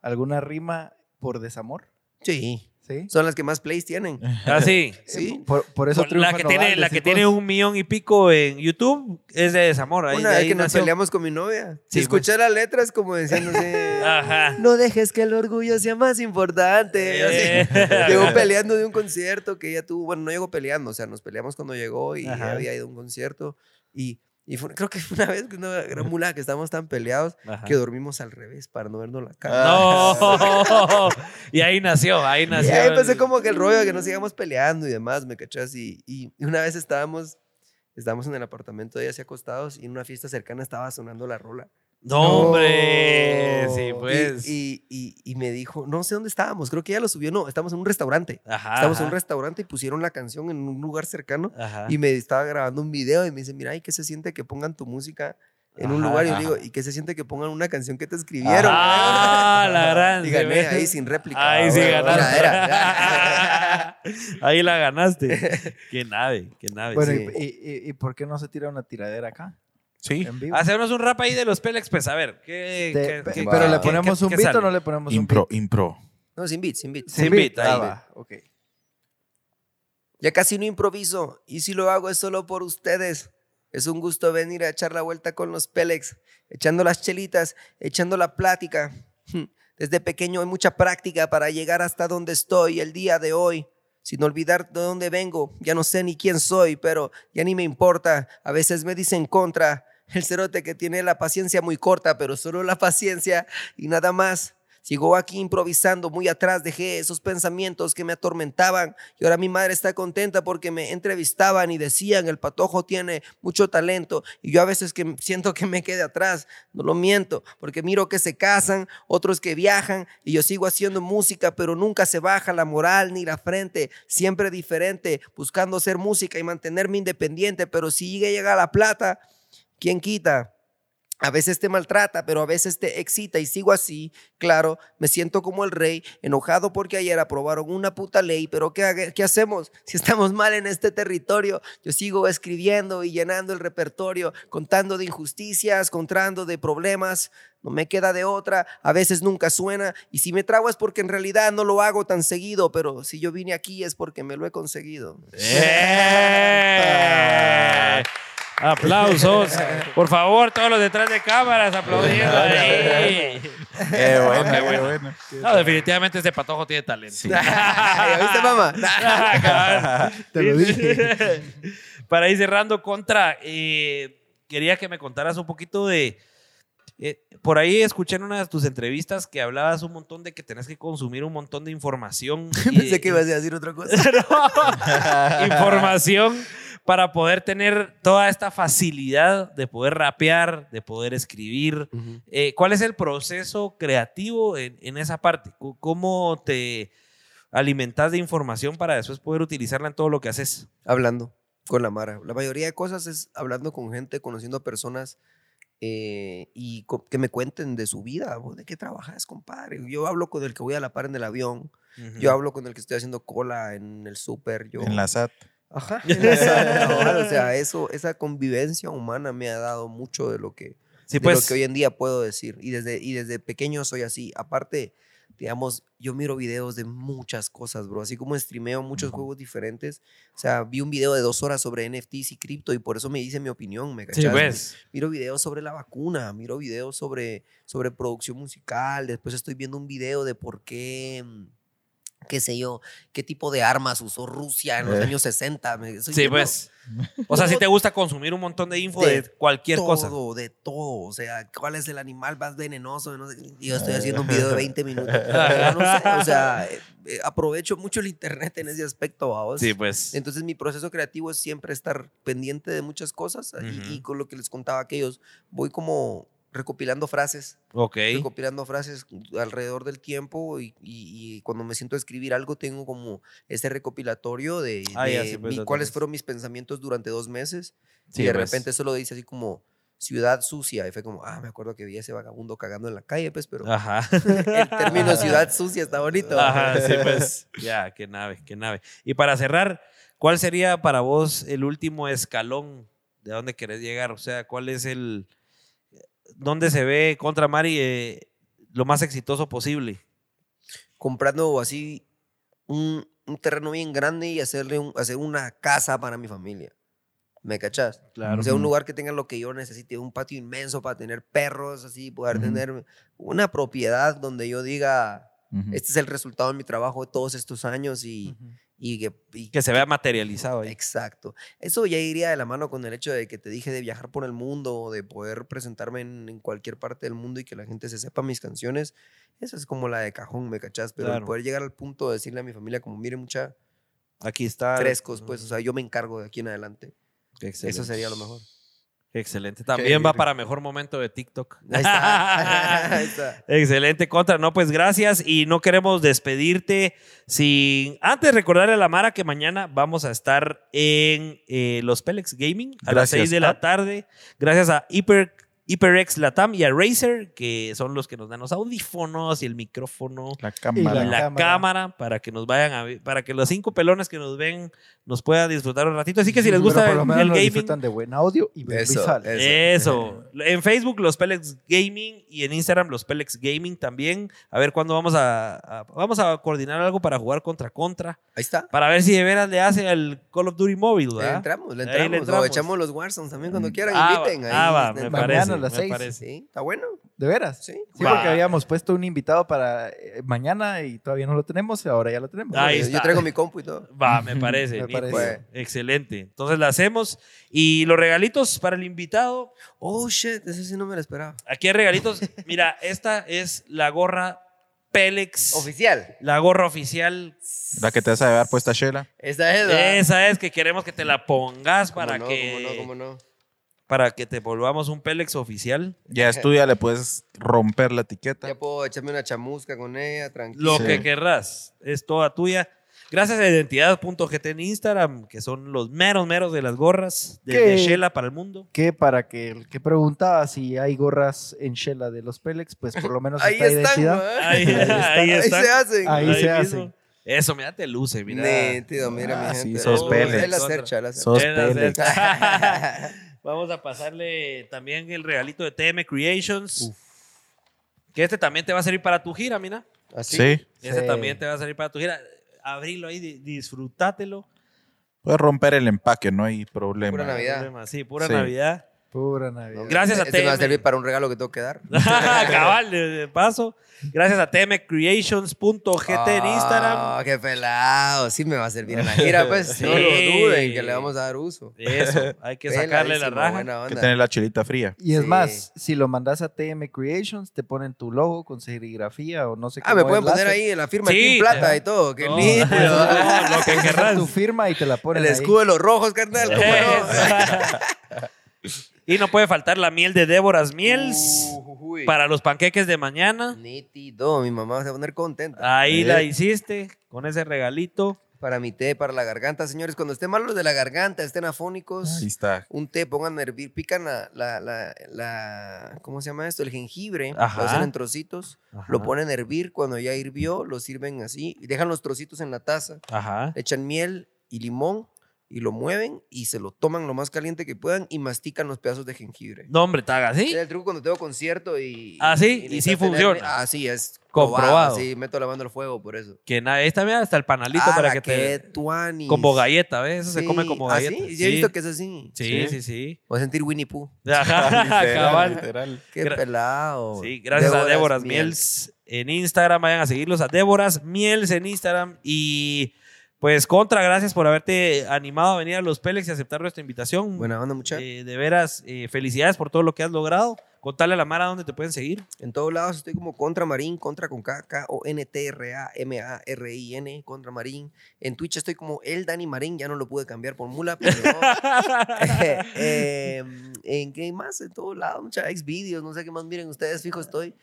[SPEAKER 3] alguna rima por desamor?
[SPEAKER 7] Sí.
[SPEAKER 3] Sí. Eh,
[SPEAKER 7] Son las que más plays tienen.
[SPEAKER 1] Eh,
[SPEAKER 7] *laughs*
[SPEAKER 1] Así.
[SPEAKER 7] Sí.
[SPEAKER 3] Por, por eso
[SPEAKER 1] Con ah, la
[SPEAKER 3] triunfan
[SPEAKER 1] que
[SPEAKER 3] Nogales
[SPEAKER 1] tiene, la
[SPEAKER 3] y
[SPEAKER 1] que
[SPEAKER 3] vos.
[SPEAKER 1] tiene un millón y pico en YouTube es de Desamor. Ahí,
[SPEAKER 7] pues. Una
[SPEAKER 1] de
[SPEAKER 7] vez
[SPEAKER 1] ahí
[SPEAKER 7] que nos
[SPEAKER 1] nació.
[SPEAKER 7] peleamos con mi novia.
[SPEAKER 1] Sí, pues. Ah.
[SPEAKER 7] Si escuché las letras como
[SPEAKER 1] *laughs*
[SPEAKER 7] diciéndose.
[SPEAKER 1] Ajá.
[SPEAKER 7] No dejes que el orgullo sea más importante. Yo
[SPEAKER 1] Eh. *laughs*
[SPEAKER 7] así, Llegó peleando de un concierto que ella tuvo. Bueno, no llegó peleando, o sea, nos peleamos cuando llegó y
[SPEAKER 1] Ajá.
[SPEAKER 7] ella había ido a un concierto. Y, y fue- creo que fue una vez que una gran mula que estábamos tan peleados
[SPEAKER 1] Ajá.
[SPEAKER 7] que dormimos al revés para no vernos la cara.
[SPEAKER 1] No. *laughs* y ahí nació, ahí
[SPEAKER 7] *laughs* Y
[SPEAKER 1] nació.
[SPEAKER 7] ahí empecé
[SPEAKER 1] el- Mm.
[SPEAKER 7] como que el rollo de que nos sigamos peleando y demás, me cachas. Y, y una vez estábamos, estábamos en el apartamento de ella, así acostados, y en una fiesta cercana estaba sonando la rola.
[SPEAKER 1] No, hombre.
[SPEAKER 3] No.
[SPEAKER 1] Sí,
[SPEAKER 3] Y-
[SPEAKER 1] pues.
[SPEAKER 7] Y, y, y- y me dijo, no sé dónde estábamos, creo que ella lo subió, no, estábamos en un restaurante.
[SPEAKER 1] Ajá,
[SPEAKER 7] Estábamos en
[SPEAKER 1] ajá,
[SPEAKER 7] un restaurante y pusieron la canción en un lugar cercano
[SPEAKER 1] ajá.
[SPEAKER 7] y me estaba grabando un video y me dice, mira, ay, ¿qué se siente que pongan tu música en un
[SPEAKER 1] Ajá,
[SPEAKER 7] lugar? Y yo
[SPEAKER 1] ajá.
[SPEAKER 7] le digo, ¿y qué se siente que pongan una canción que te escribieron?
[SPEAKER 1] Ah, *laughs* la gran.
[SPEAKER 7] y gané
[SPEAKER 1] sí,
[SPEAKER 7] ahí sin réplica.
[SPEAKER 1] Ahí sí
[SPEAKER 7] Bueno,
[SPEAKER 1] ganaste. *laughs*
[SPEAKER 7] era, era.
[SPEAKER 1] Ahí la
[SPEAKER 7] *laughs*
[SPEAKER 1] ganaste. Qué nave, qué nave.
[SPEAKER 3] Bueno,
[SPEAKER 1] sí.
[SPEAKER 3] y- y, y- y por qué no se tira una tiradera acá?
[SPEAKER 2] Sí.
[SPEAKER 3] En vivo.
[SPEAKER 1] Hacernos un rap ahí de los Pélex, pues a ver. ¿qué,
[SPEAKER 3] Te-
[SPEAKER 1] qué-
[SPEAKER 3] pe-
[SPEAKER 1] qué-
[SPEAKER 3] pero
[SPEAKER 1] qué-
[SPEAKER 3] le
[SPEAKER 1] qué-
[SPEAKER 3] ponemos
[SPEAKER 1] qué-
[SPEAKER 3] un
[SPEAKER 1] qué
[SPEAKER 3] beat o
[SPEAKER 1] sale?
[SPEAKER 3] no le ponemos
[SPEAKER 2] Impro,
[SPEAKER 3] un beat.
[SPEAKER 7] *laughs*
[SPEAKER 2] impro.
[SPEAKER 7] No, sin beat, sin beat.
[SPEAKER 1] Sin beat, ahí.
[SPEAKER 3] Ah, va, ok.
[SPEAKER 7] Ya casi no improviso y si lo hago es solo por ustedes. Es un gusto venir a echar la vuelta con los Pélex, echando las chelitas, echando la plática. *laughs* Desde pequeño hay mucha práctica para llegar hasta donde estoy el día de hoy. Sin olvidar de dónde vengo, ya no sé ni quién soy, pero ya ni me importa. A veces me dicen contra el cerote que tiene la paciencia muy corta, pero solo la paciencia y nada más. Sigo aquí improvisando, muy atrás dejé esos pensamientos que me atormentaban y ahora mi madre está contenta porque me entrevistaban y decían, el patojo tiene mucho talento y yo a veces que siento que me quede atrás, no lo miento, porque miro que se casan, otros que viajan y yo sigo haciendo música, pero nunca se baja la moral ni la frente, siempre diferente, buscando hacer música y mantenerme independiente, pero si llega llega la plata, ¿quién quita? A veces te maltrata, pero a veces te excita y sigo así, claro, me siento como el rey, enojado porque ayer aprobaron una puta ley, pero ¿qué, haga- qué hacemos *laughs* si estamos mal en este territorio? Yo sigo escribiendo y llenando el repertorio, contando de injusticias, contando de problemas, no me queda de otra, a veces nunca suena, y si me trago es porque en realidad no lo hago tan seguido, pero si yo vine aquí es porque me lo he conseguido.
[SPEAKER 3] *laughs*
[SPEAKER 1] ¡Eh! Aplausos. Por favor, todos los detrás de cámaras
[SPEAKER 3] *laughs*
[SPEAKER 1] aplaudiendo. ahí.
[SPEAKER 2] Qué
[SPEAKER 1] *laughs*
[SPEAKER 2] bueno,
[SPEAKER 1] Qué
[SPEAKER 2] qué
[SPEAKER 1] bueno.
[SPEAKER 2] bueno.
[SPEAKER 1] *laughs* No, definitivamente este patojo tiene talento.
[SPEAKER 2] Sí.
[SPEAKER 7] ¿Ya
[SPEAKER 1] *laughs*
[SPEAKER 7] viste, mamá?
[SPEAKER 1] Te lo dije. *laughs* Para ir cerrando, Contra, eh, quería que me contaras un poquito de... eh, por ahí escuché en una de tus entrevistas que hablabas un montón de que tenés que consumir un montón de información. y-
[SPEAKER 7] *laughs* Pensé que ibas a decir otra cosa.
[SPEAKER 1] *laughs* No. información para poder tener toda esta facilidad de poder rapear, de poder escribir. Eh, ¿Cuál es el proceso creativo en, en esa parte? Cu- ¿Cómo te alimentas de información para después poder utilizarla en todo lo que haces?
[SPEAKER 7] Hablando con la Mara. La mayoría de cosas es hablando con gente, conociendo a personas eh, y co- que me cuenten de su vida. ¿Vos ¿De qué trabajas, compadre? Yo hablo con el que voy a la par en el avión. Yo hablo con el que estoy haciendo cola en el súper. Yo...
[SPEAKER 2] En la SAT.
[SPEAKER 7] Ajá.
[SPEAKER 2] *laughs*
[SPEAKER 7] *laughs* en la sala, cabal, o sea, eso, esa convivencia humana me ha dado mucho de lo que
[SPEAKER 1] Sí,
[SPEAKER 7] de
[SPEAKER 1] pues.
[SPEAKER 7] lo que hoy en día puedo decir. Y desde, y desde pequeño soy así. Aparte, digamos, yo miro videos de muchas cosas, bro. Así como streameo muchos juegos diferentes. O sea, vi un video de dos horas sobre NFTs y cripto y por eso me hice mi opinión, ¿me
[SPEAKER 1] Sí,
[SPEAKER 7] cachas?
[SPEAKER 1] pues.
[SPEAKER 7] Miro videos sobre la vacuna, miro videos sobre, sobre producción musical. Después estoy viendo un video de por qué mm, qué sé yo, qué tipo de armas usó Rusia en los
[SPEAKER 2] Eh.
[SPEAKER 7] años 60. Me- estoy
[SPEAKER 1] Sí,
[SPEAKER 7] viendo-
[SPEAKER 1] pues. O sea, si te gusta consumir un montón de info de,
[SPEAKER 7] De
[SPEAKER 1] cualquier
[SPEAKER 7] todo,
[SPEAKER 1] cosa.
[SPEAKER 7] de todo. O sea, ¿cuál es el animal más venenoso? No sé, y yo
[SPEAKER 1] Ah.
[SPEAKER 7] estoy haciendo un video de 20 minutos. Yo no sé, o sea, eh, eh, aprovecho mucho el internet en ese aspecto, vamos.
[SPEAKER 1] Sí, pues.
[SPEAKER 7] Entonces, mi proceso creativo es siempre estar pendiente de muchas cosas. y-
[SPEAKER 1] Ujú.
[SPEAKER 7] y, con lo que les contaba a aquellos, voy como recopilando frases,
[SPEAKER 1] Ok.
[SPEAKER 7] recopilando frases alrededor del tiempo y, y- y cuando me siento a escribir algo tengo como ese recopilatorio de,
[SPEAKER 1] Ah, ya,
[SPEAKER 7] de
[SPEAKER 1] sí, pues,
[SPEAKER 7] mi-
[SPEAKER 1] lo
[SPEAKER 7] cuáles
[SPEAKER 1] tenés.
[SPEAKER 7] fueron mis pensamientos durante dos meses
[SPEAKER 1] Sí,
[SPEAKER 7] y de
[SPEAKER 1] pues.
[SPEAKER 7] repente eso lo dice así como ciudad sucia. Y fue como, ah, me acuerdo que vi a ese vagabundo cagando en la calle, pues, pero *laughs*
[SPEAKER 1] *laughs* Ajá.
[SPEAKER 7] el término
[SPEAKER 1] *laughs*
[SPEAKER 7] ciudad sucia está bonito.
[SPEAKER 1] Ajá,
[SPEAKER 7] *laughs*
[SPEAKER 1] sí, pues. Ya, qué nave, qué nave. Y para cerrar, ¿cuál sería para vos el último escalón de dónde querés llegar? O sea, ¿cuál es el. ¿Dónde se ve contra Mari eh, lo más exitoso posible?
[SPEAKER 7] Comprando así un, un terreno bien grande y hacerle un- hacer una casa para mi familia. ¿Me cachás?
[SPEAKER 3] Claro.
[SPEAKER 7] O sea, un lugar que tenga lo que yo necesite, un patio inmenso para tener perros, así, poder
[SPEAKER 2] Ujú.
[SPEAKER 7] tener una propiedad donde yo diga,
[SPEAKER 1] Mm.
[SPEAKER 2] Ujú.
[SPEAKER 7] este es el resultado de mi trabajo de todos estos años y, y que... y
[SPEAKER 1] Que se vea materializado ahí.
[SPEAKER 7] Exacto. Eso ya iría de la mano con el hecho de que te dije de viajar por el mundo, o de poder presentarme en, en cualquier parte del mundo y que la gente se sepa mis canciones. Esa es como la de cajón, ¿me cachás? Pero el
[SPEAKER 1] Claro.
[SPEAKER 7] poder llegar al punto de decirle a mi familia como, mire mucha,
[SPEAKER 1] Aquí está.
[SPEAKER 7] frescos, pues, o sea, yo me encargo de aquí
[SPEAKER 1] *laughs*
[SPEAKER 7] en adelante. Eso sería lo mejor.
[SPEAKER 1] Excelente. También va
[SPEAKER 2] rico.
[SPEAKER 1] para mejor momento de TikTok.
[SPEAKER 7] Ahí
[SPEAKER 1] *laughs*
[SPEAKER 7] está. *laughs* Ahí está.
[SPEAKER 1] Excelente, Contra. No, pues gracias y no queremos despedirte sin antes recordarle a la Mara que mañana vamos a estar en eh, los Pelex Gaming a las
[SPEAKER 2] Gracias,
[SPEAKER 1] 6 de la
[SPEAKER 3] Ah.
[SPEAKER 2] Pat.
[SPEAKER 1] tarde. Gracias a Hyper, HyperX Latam y a Razer, que son los que nos dan los audífonos y el micrófono.
[SPEAKER 2] La cámara.
[SPEAKER 1] La, cámara. para que nos vayan a ver- para que los cinco pelones que nos ven nos puedan disfrutar un ratito. Así que si les gusta
[SPEAKER 3] Pero por lo
[SPEAKER 1] el,
[SPEAKER 3] menos
[SPEAKER 1] el
[SPEAKER 3] lo
[SPEAKER 1] gaming,
[SPEAKER 3] disfrutan de buen audio y buen
[SPEAKER 7] Eso,
[SPEAKER 3] visual.
[SPEAKER 1] eh,
[SPEAKER 7] eso.
[SPEAKER 1] eso. En Facebook, los Pelex Gaming y en Instagram, los Pelex Gaming también. A ver cuándo vamos a, a- vamos a coordinar algo para jugar contra contra.
[SPEAKER 7] Ahí está.
[SPEAKER 1] Para ver si de veras le hace al Call of Duty Mobile,
[SPEAKER 7] Le
[SPEAKER 1] ¿verdad?
[SPEAKER 7] entramos, le
[SPEAKER 1] Ahí
[SPEAKER 7] entramos. Mm.
[SPEAKER 1] le entramos.
[SPEAKER 7] O echamos los Warzone también cuando quieran.
[SPEAKER 1] Ah,
[SPEAKER 7] inviten.
[SPEAKER 1] va,
[SPEAKER 7] Ahí
[SPEAKER 1] ah, va,
[SPEAKER 7] está-
[SPEAKER 1] me
[SPEAKER 3] Mañana
[SPEAKER 1] parece.
[SPEAKER 3] a las
[SPEAKER 1] me
[SPEAKER 3] seis.
[SPEAKER 1] parece.
[SPEAKER 7] Sí, está bueno.
[SPEAKER 3] ¿De veras?
[SPEAKER 7] Sí.
[SPEAKER 3] Sí,
[SPEAKER 1] Va.
[SPEAKER 3] porque habíamos puesto un invitado para eh, mañana y todavía no lo tenemos, ahora ya lo tenemos.
[SPEAKER 1] Ahí
[SPEAKER 7] Yo-
[SPEAKER 1] está.
[SPEAKER 7] Yo traigo mi compu y todo.
[SPEAKER 1] Va, me parece.
[SPEAKER 3] *laughs* Me
[SPEAKER 1] nítido.
[SPEAKER 7] Pues.
[SPEAKER 3] parece.
[SPEAKER 1] Excelente. Entonces la hacemos. Y los regalitos para el invitado,
[SPEAKER 7] Oh, shit, eso sí no me lo esperaba.
[SPEAKER 1] Aquí hay
[SPEAKER 7] *laughs*
[SPEAKER 1] regalitos. Mira, esta es la gorra Pélex.
[SPEAKER 7] Oficial.
[SPEAKER 1] La gorra oficial.
[SPEAKER 2] La que te vas a llevar puesta, Shela.
[SPEAKER 7] Esa es. ¿verdad?
[SPEAKER 1] Esa es que queremos que te la pongas
[SPEAKER 7] Cómo
[SPEAKER 1] para
[SPEAKER 7] no,
[SPEAKER 1] que
[SPEAKER 7] cómo no, cómo no.
[SPEAKER 1] para que te volvamos un Pélex oficial. *laughs*
[SPEAKER 2] Ya es tuya, le puedes romper la etiqueta.
[SPEAKER 1] pues,
[SPEAKER 7] Ya puedo echarme una chamusca con ella, tranquilo.
[SPEAKER 1] Lo
[SPEAKER 2] Sí.
[SPEAKER 1] que querrás. Es toda tuya. Gracias a identidad.gt en Instagram, que son los meros meros de las gorras de,
[SPEAKER 3] ¿Qué?
[SPEAKER 1] de Shela para el mundo.
[SPEAKER 3] Que para que el que preguntaba si hay gorras en Shela de los Pelex, pues por lo menos
[SPEAKER 7] *laughs* Ahí
[SPEAKER 3] está
[SPEAKER 7] están,
[SPEAKER 3] identidad.
[SPEAKER 7] ¿verdad?
[SPEAKER 1] Ahí, ahí
[SPEAKER 7] Ahí
[SPEAKER 1] está.
[SPEAKER 7] se hacen.
[SPEAKER 3] Ahí se
[SPEAKER 1] mismo.
[SPEAKER 3] hacen.
[SPEAKER 1] Eso, mira, te luce, mira.
[SPEAKER 7] Nítido, mira,
[SPEAKER 2] Ah,
[SPEAKER 7] mi
[SPEAKER 2] sí,
[SPEAKER 7] gente.
[SPEAKER 2] sos
[SPEAKER 7] Oh,
[SPEAKER 2] Pélex.
[SPEAKER 7] Es la cercha, la cercha.
[SPEAKER 2] Sos
[SPEAKER 1] Era
[SPEAKER 2] Pélex.
[SPEAKER 1] cerca. *laughs* Vamos a pasarle también el regalito de TM Creations. Que este también te va a servir para tu gira, mira.
[SPEAKER 7] Así.
[SPEAKER 2] Sí.
[SPEAKER 1] Este
[SPEAKER 3] Sí.
[SPEAKER 1] también te va a servir para tu gira. Abrilo ahí, di- disfrutátelo.
[SPEAKER 2] Puedes romper el empaque, no hay
[SPEAKER 7] Pura
[SPEAKER 2] problema.
[SPEAKER 7] Navidad.
[SPEAKER 1] Sí, pura
[SPEAKER 2] Sí.
[SPEAKER 1] Navidad.
[SPEAKER 3] Pura Navidad.
[SPEAKER 1] Gracias a
[SPEAKER 7] Este me va a
[SPEAKER 1] TM.
[SPEAKER 7] servir para un regalo que tengo que dar.
[SPEAKER 1] *laughs* Cabal, de, de paso. Gracias a tmcreations.gt en Instagram.
[SPEAKER 7] Ah, qué pelado. Sí me va a servir en la gira,
[SPEAKER 1] *laughs*
[SPEAKER 7] pues. No lo
[SPEAKER 1] Sí.
[SPEAKER 7] duden, que le vamos a dar uso.
[SPEAKER 1] Eso, hay que sacarle la
[SPEAKER 7] Peladísimo,
[SPEAKER 1] raja.
[SPEAKER 7] buena
[SPEAKER 2] Hay que
[SPEAKER 7] onda.
[SPEAKER 2] tener la chelita fría.
[SPEAKER 3] Y es
[SPEAKER 7] Sí.
[SPEAKER 3] más, si lo mandas a TM Creations, te ponen tu logo con serigrafía o no sé qué.
[SPEAKER 7] Ah, me pueden poner ahí en la firma
[SPEAKER 1] Sí,
[SPEAKER 7] aquí en plata
[SPEAKER 1] ya.
[SPEAKER 7] y todo. Qué
[SPEAKER 1] No,
[SPEAKER 7] lindo. pues.
[SPEAKER 1] no, *laughs* lo que querrás.
[SPEAKER 3] Tu firma y te la ponen
[SPEAKER 7] *laughs* El
[SPEAKER 3] ahí.
[SPEAKER 7] escudo de los rojos, carnal. ¿cómo
[SPEAKER 1] Eh,
[SPEAKER 7] no?
[SPEAKER 1] *laughs* y no puede faltar la miel de Déboras Miels
[SPEAKER 7] Ujujuy.
[SPEAKER 1] para los panqueques de mañana.
[SPEAKER 7] Nítido, mi mamá se va a poner contenta.
[SPEAKER 1] Ahí
[SPEAKER 2] Eh.
[SPEAKER 1] la hiciste con ese regalito.
[SPEAKER 7] Para mi té, para la garganta, señores. Cuando estén malos de la garganta, estén
[SPEAKER 1] Pues,
[SPEAKER 7] afónicos.
[SPEAKER 2] Ahí está.
[SPEAKER 7] Un té, pongan a hervir, pican la, la, la, la- ¿cómo se llama esto? El jengibre,
[SPEAKER 1] Ajá.
[SPEAKER 7] lo hacen en trocitos, lo ponen a hervir, cuando ya hirvió, lo sirven así, y dejan los trocitos en la taza,
[SPEAKER 1] Ajá.
[SPEAKER 7] le echan miel y limón, y lo mueven, y se lo toman lo más caliente que puedan, y mastican los pedazos de jengibre.
[SPEAKER 1] No, hombre, taga, así.
[SPEAKER 7] Era el truco cuando tengo concierto y...
[SPEAKER 1] Ah, sí, y sí
[SPEAKER 7] necesitas tener-
[SPEAKER 1] funciona.
[SPEAKER 7] Ah, sí, es
[SPEAKER 1] Comprobado.
[SPEAKER 7] probado, Sí, meto la mano al fuego por eso.
[SPEAKER 1] Que nada, esta mira hasta el panalito
[SPEAKER 7] Ah,
[SPEAKER 1] para
[SPEAKER 7] la
[SPEAKER 1] que te.
[SPEAKER 7] tuanis.
[SPEAKER 1] Como galleta, ¿ves? Eso se
[SPEAKER 7] Sí.
[SPEAKER 1] come como
[SPEAKER 7] ¿Ah,
[SPEAKER 1] galleta.
[SPEAKER 7] sí? Yo he visto que es así.
[SPEAKER 1] Sí, sí, sí.
[SPEAKER 7] Voy a sentir Winnie Pooh.
[SPEAKER 1] *laughs*
[SPEAKER 7] *laughs*
[SPEAKER 1] Ajá, *laughs* cabal.
[SPEAKER 7] Qué
[SPEAKER 1] Gra-
[SPEAKER 7] pelado.
[SPEAKER 1] Sí, gracias a Déboras
[SPEAKER 7] Miel.
[SPEAKER 1] Miels en Instagram. Vayan a seguirlos a Déboras Miels en Instagram. Y pues, Contra, gracias por haberte animado a venir a los Pélex y aceptar nuestra invitación.
[SPEAKER 7] Buena onda, muchachos.
[SPEAKER 1] Eh, de veras, eh, felicidades por todo lo que has logrado. Contale a la Mara dónde te pueden seguir. *laughs*
[SPEAKER 7] En todos lados estoy como Contra Marín, Contra con K, K-O-N-T-R-A-M-A-R-I-N, Contra Marín. En Twitch estoy como El Dani Marín, ya no lo pude cambiar por Mula, pero no. *laughs* Eh, ¿En qué más? En todos lados, muchas Xvideos, no sé qué más miren ustedes,
[SPEAKER 1] *laughs*
[SPEAKER 7] fijo estoy.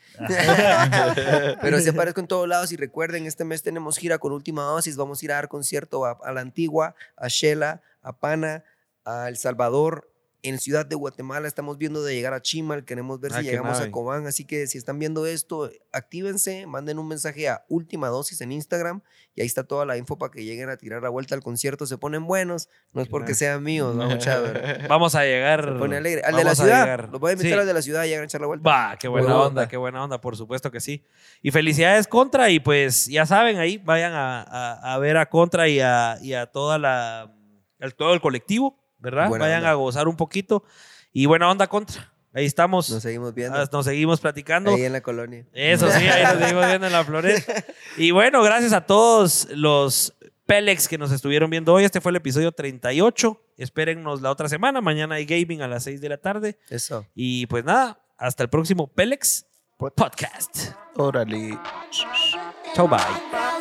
[SPEAKER 7] Pero se aparezco en todos lados y recuerden, este mes tenemos gira con Última Dosis, vamos a ir a dar concierto a, a La Antigua, a Shela, a Pana, a El Salvador, En Ciudad de Guatemala estamos viendo de llegar a Chimal, queremos ver
[SPEAKER 1] Ah,
[SPEAKER 7] si
[SPEAKER 1] qué
[SPEAKER 7] llegamos
[SPEAKER 1] nave.
[SPEAKER 7] a Cobán, así que si están viendo esto, actívense, manden un mensaje a Última Dosis en Instagram y ahí está toda la info para que lleguen a tirar la vuelta al concierto, se ponen buenos, no es porque sean míos, vamos
[SPEAKER 1] *laughs*
[SPEAKER 7] chaval.
[SPEAKER 1] Vamos a llegar.
[SPEAKER 7] Se pone alegre. Al de la
[SPEAKER 1] Vamos a
[SPEAKER 7] ciudad,
[SPEAKER 1] llegar.
[SPEAKER 7] los voy a invitar
[SPEAKER 1] Sí.
[SPEAKER 7] al de la ciudad y llegan a echar la vuelta.
[SPEAKER 1] Va, qué buena
[SPEAKER 7] Buena
[SPEAKER 1] onda,
[SPEAKER 7] onda.
[SPEAKER 1] qué buena onda, por supuesto que sí. Y felicidades Contra y pues ya saben ahí, vayan a, a- a ver a Contra y a, y a toda la, al- todo el colectivo, ¿verdad?
[SPEAKER 7] Buena
[SPEAKER 1] vayan
[SPEAKER 7] onda.
[SPEAKER 1] a gozar un poquito y buena onda Contra. Ahí estamos,
[SPEAKER 7] Nos
[SPEAKER 1] Ah,
[SPEAKER 7] seguimos viendo
[SPEAKER 1] nos, seguimos platicando.
[SPEAKER 7] ahí en la colonia.
[SPEAKER 1] Eso sí, ahí nos seguimos viendo en la floresta. Y bueno, gracias a todos los Pelex que nos estuvieron viendo hoy. Este fue el episodio 38. Espérennos la otra semana. Mañana hay gaming a las 6 de la tarde.
[SPEAKER 7] Eso.
[SPEAKER 1] Y pues nada, hasta el próximo Pelex Podcast.
[SPEAKER 2] Órale.
[SPEAKER 1] Chau, bye.
[SPEAKER 8] Bye.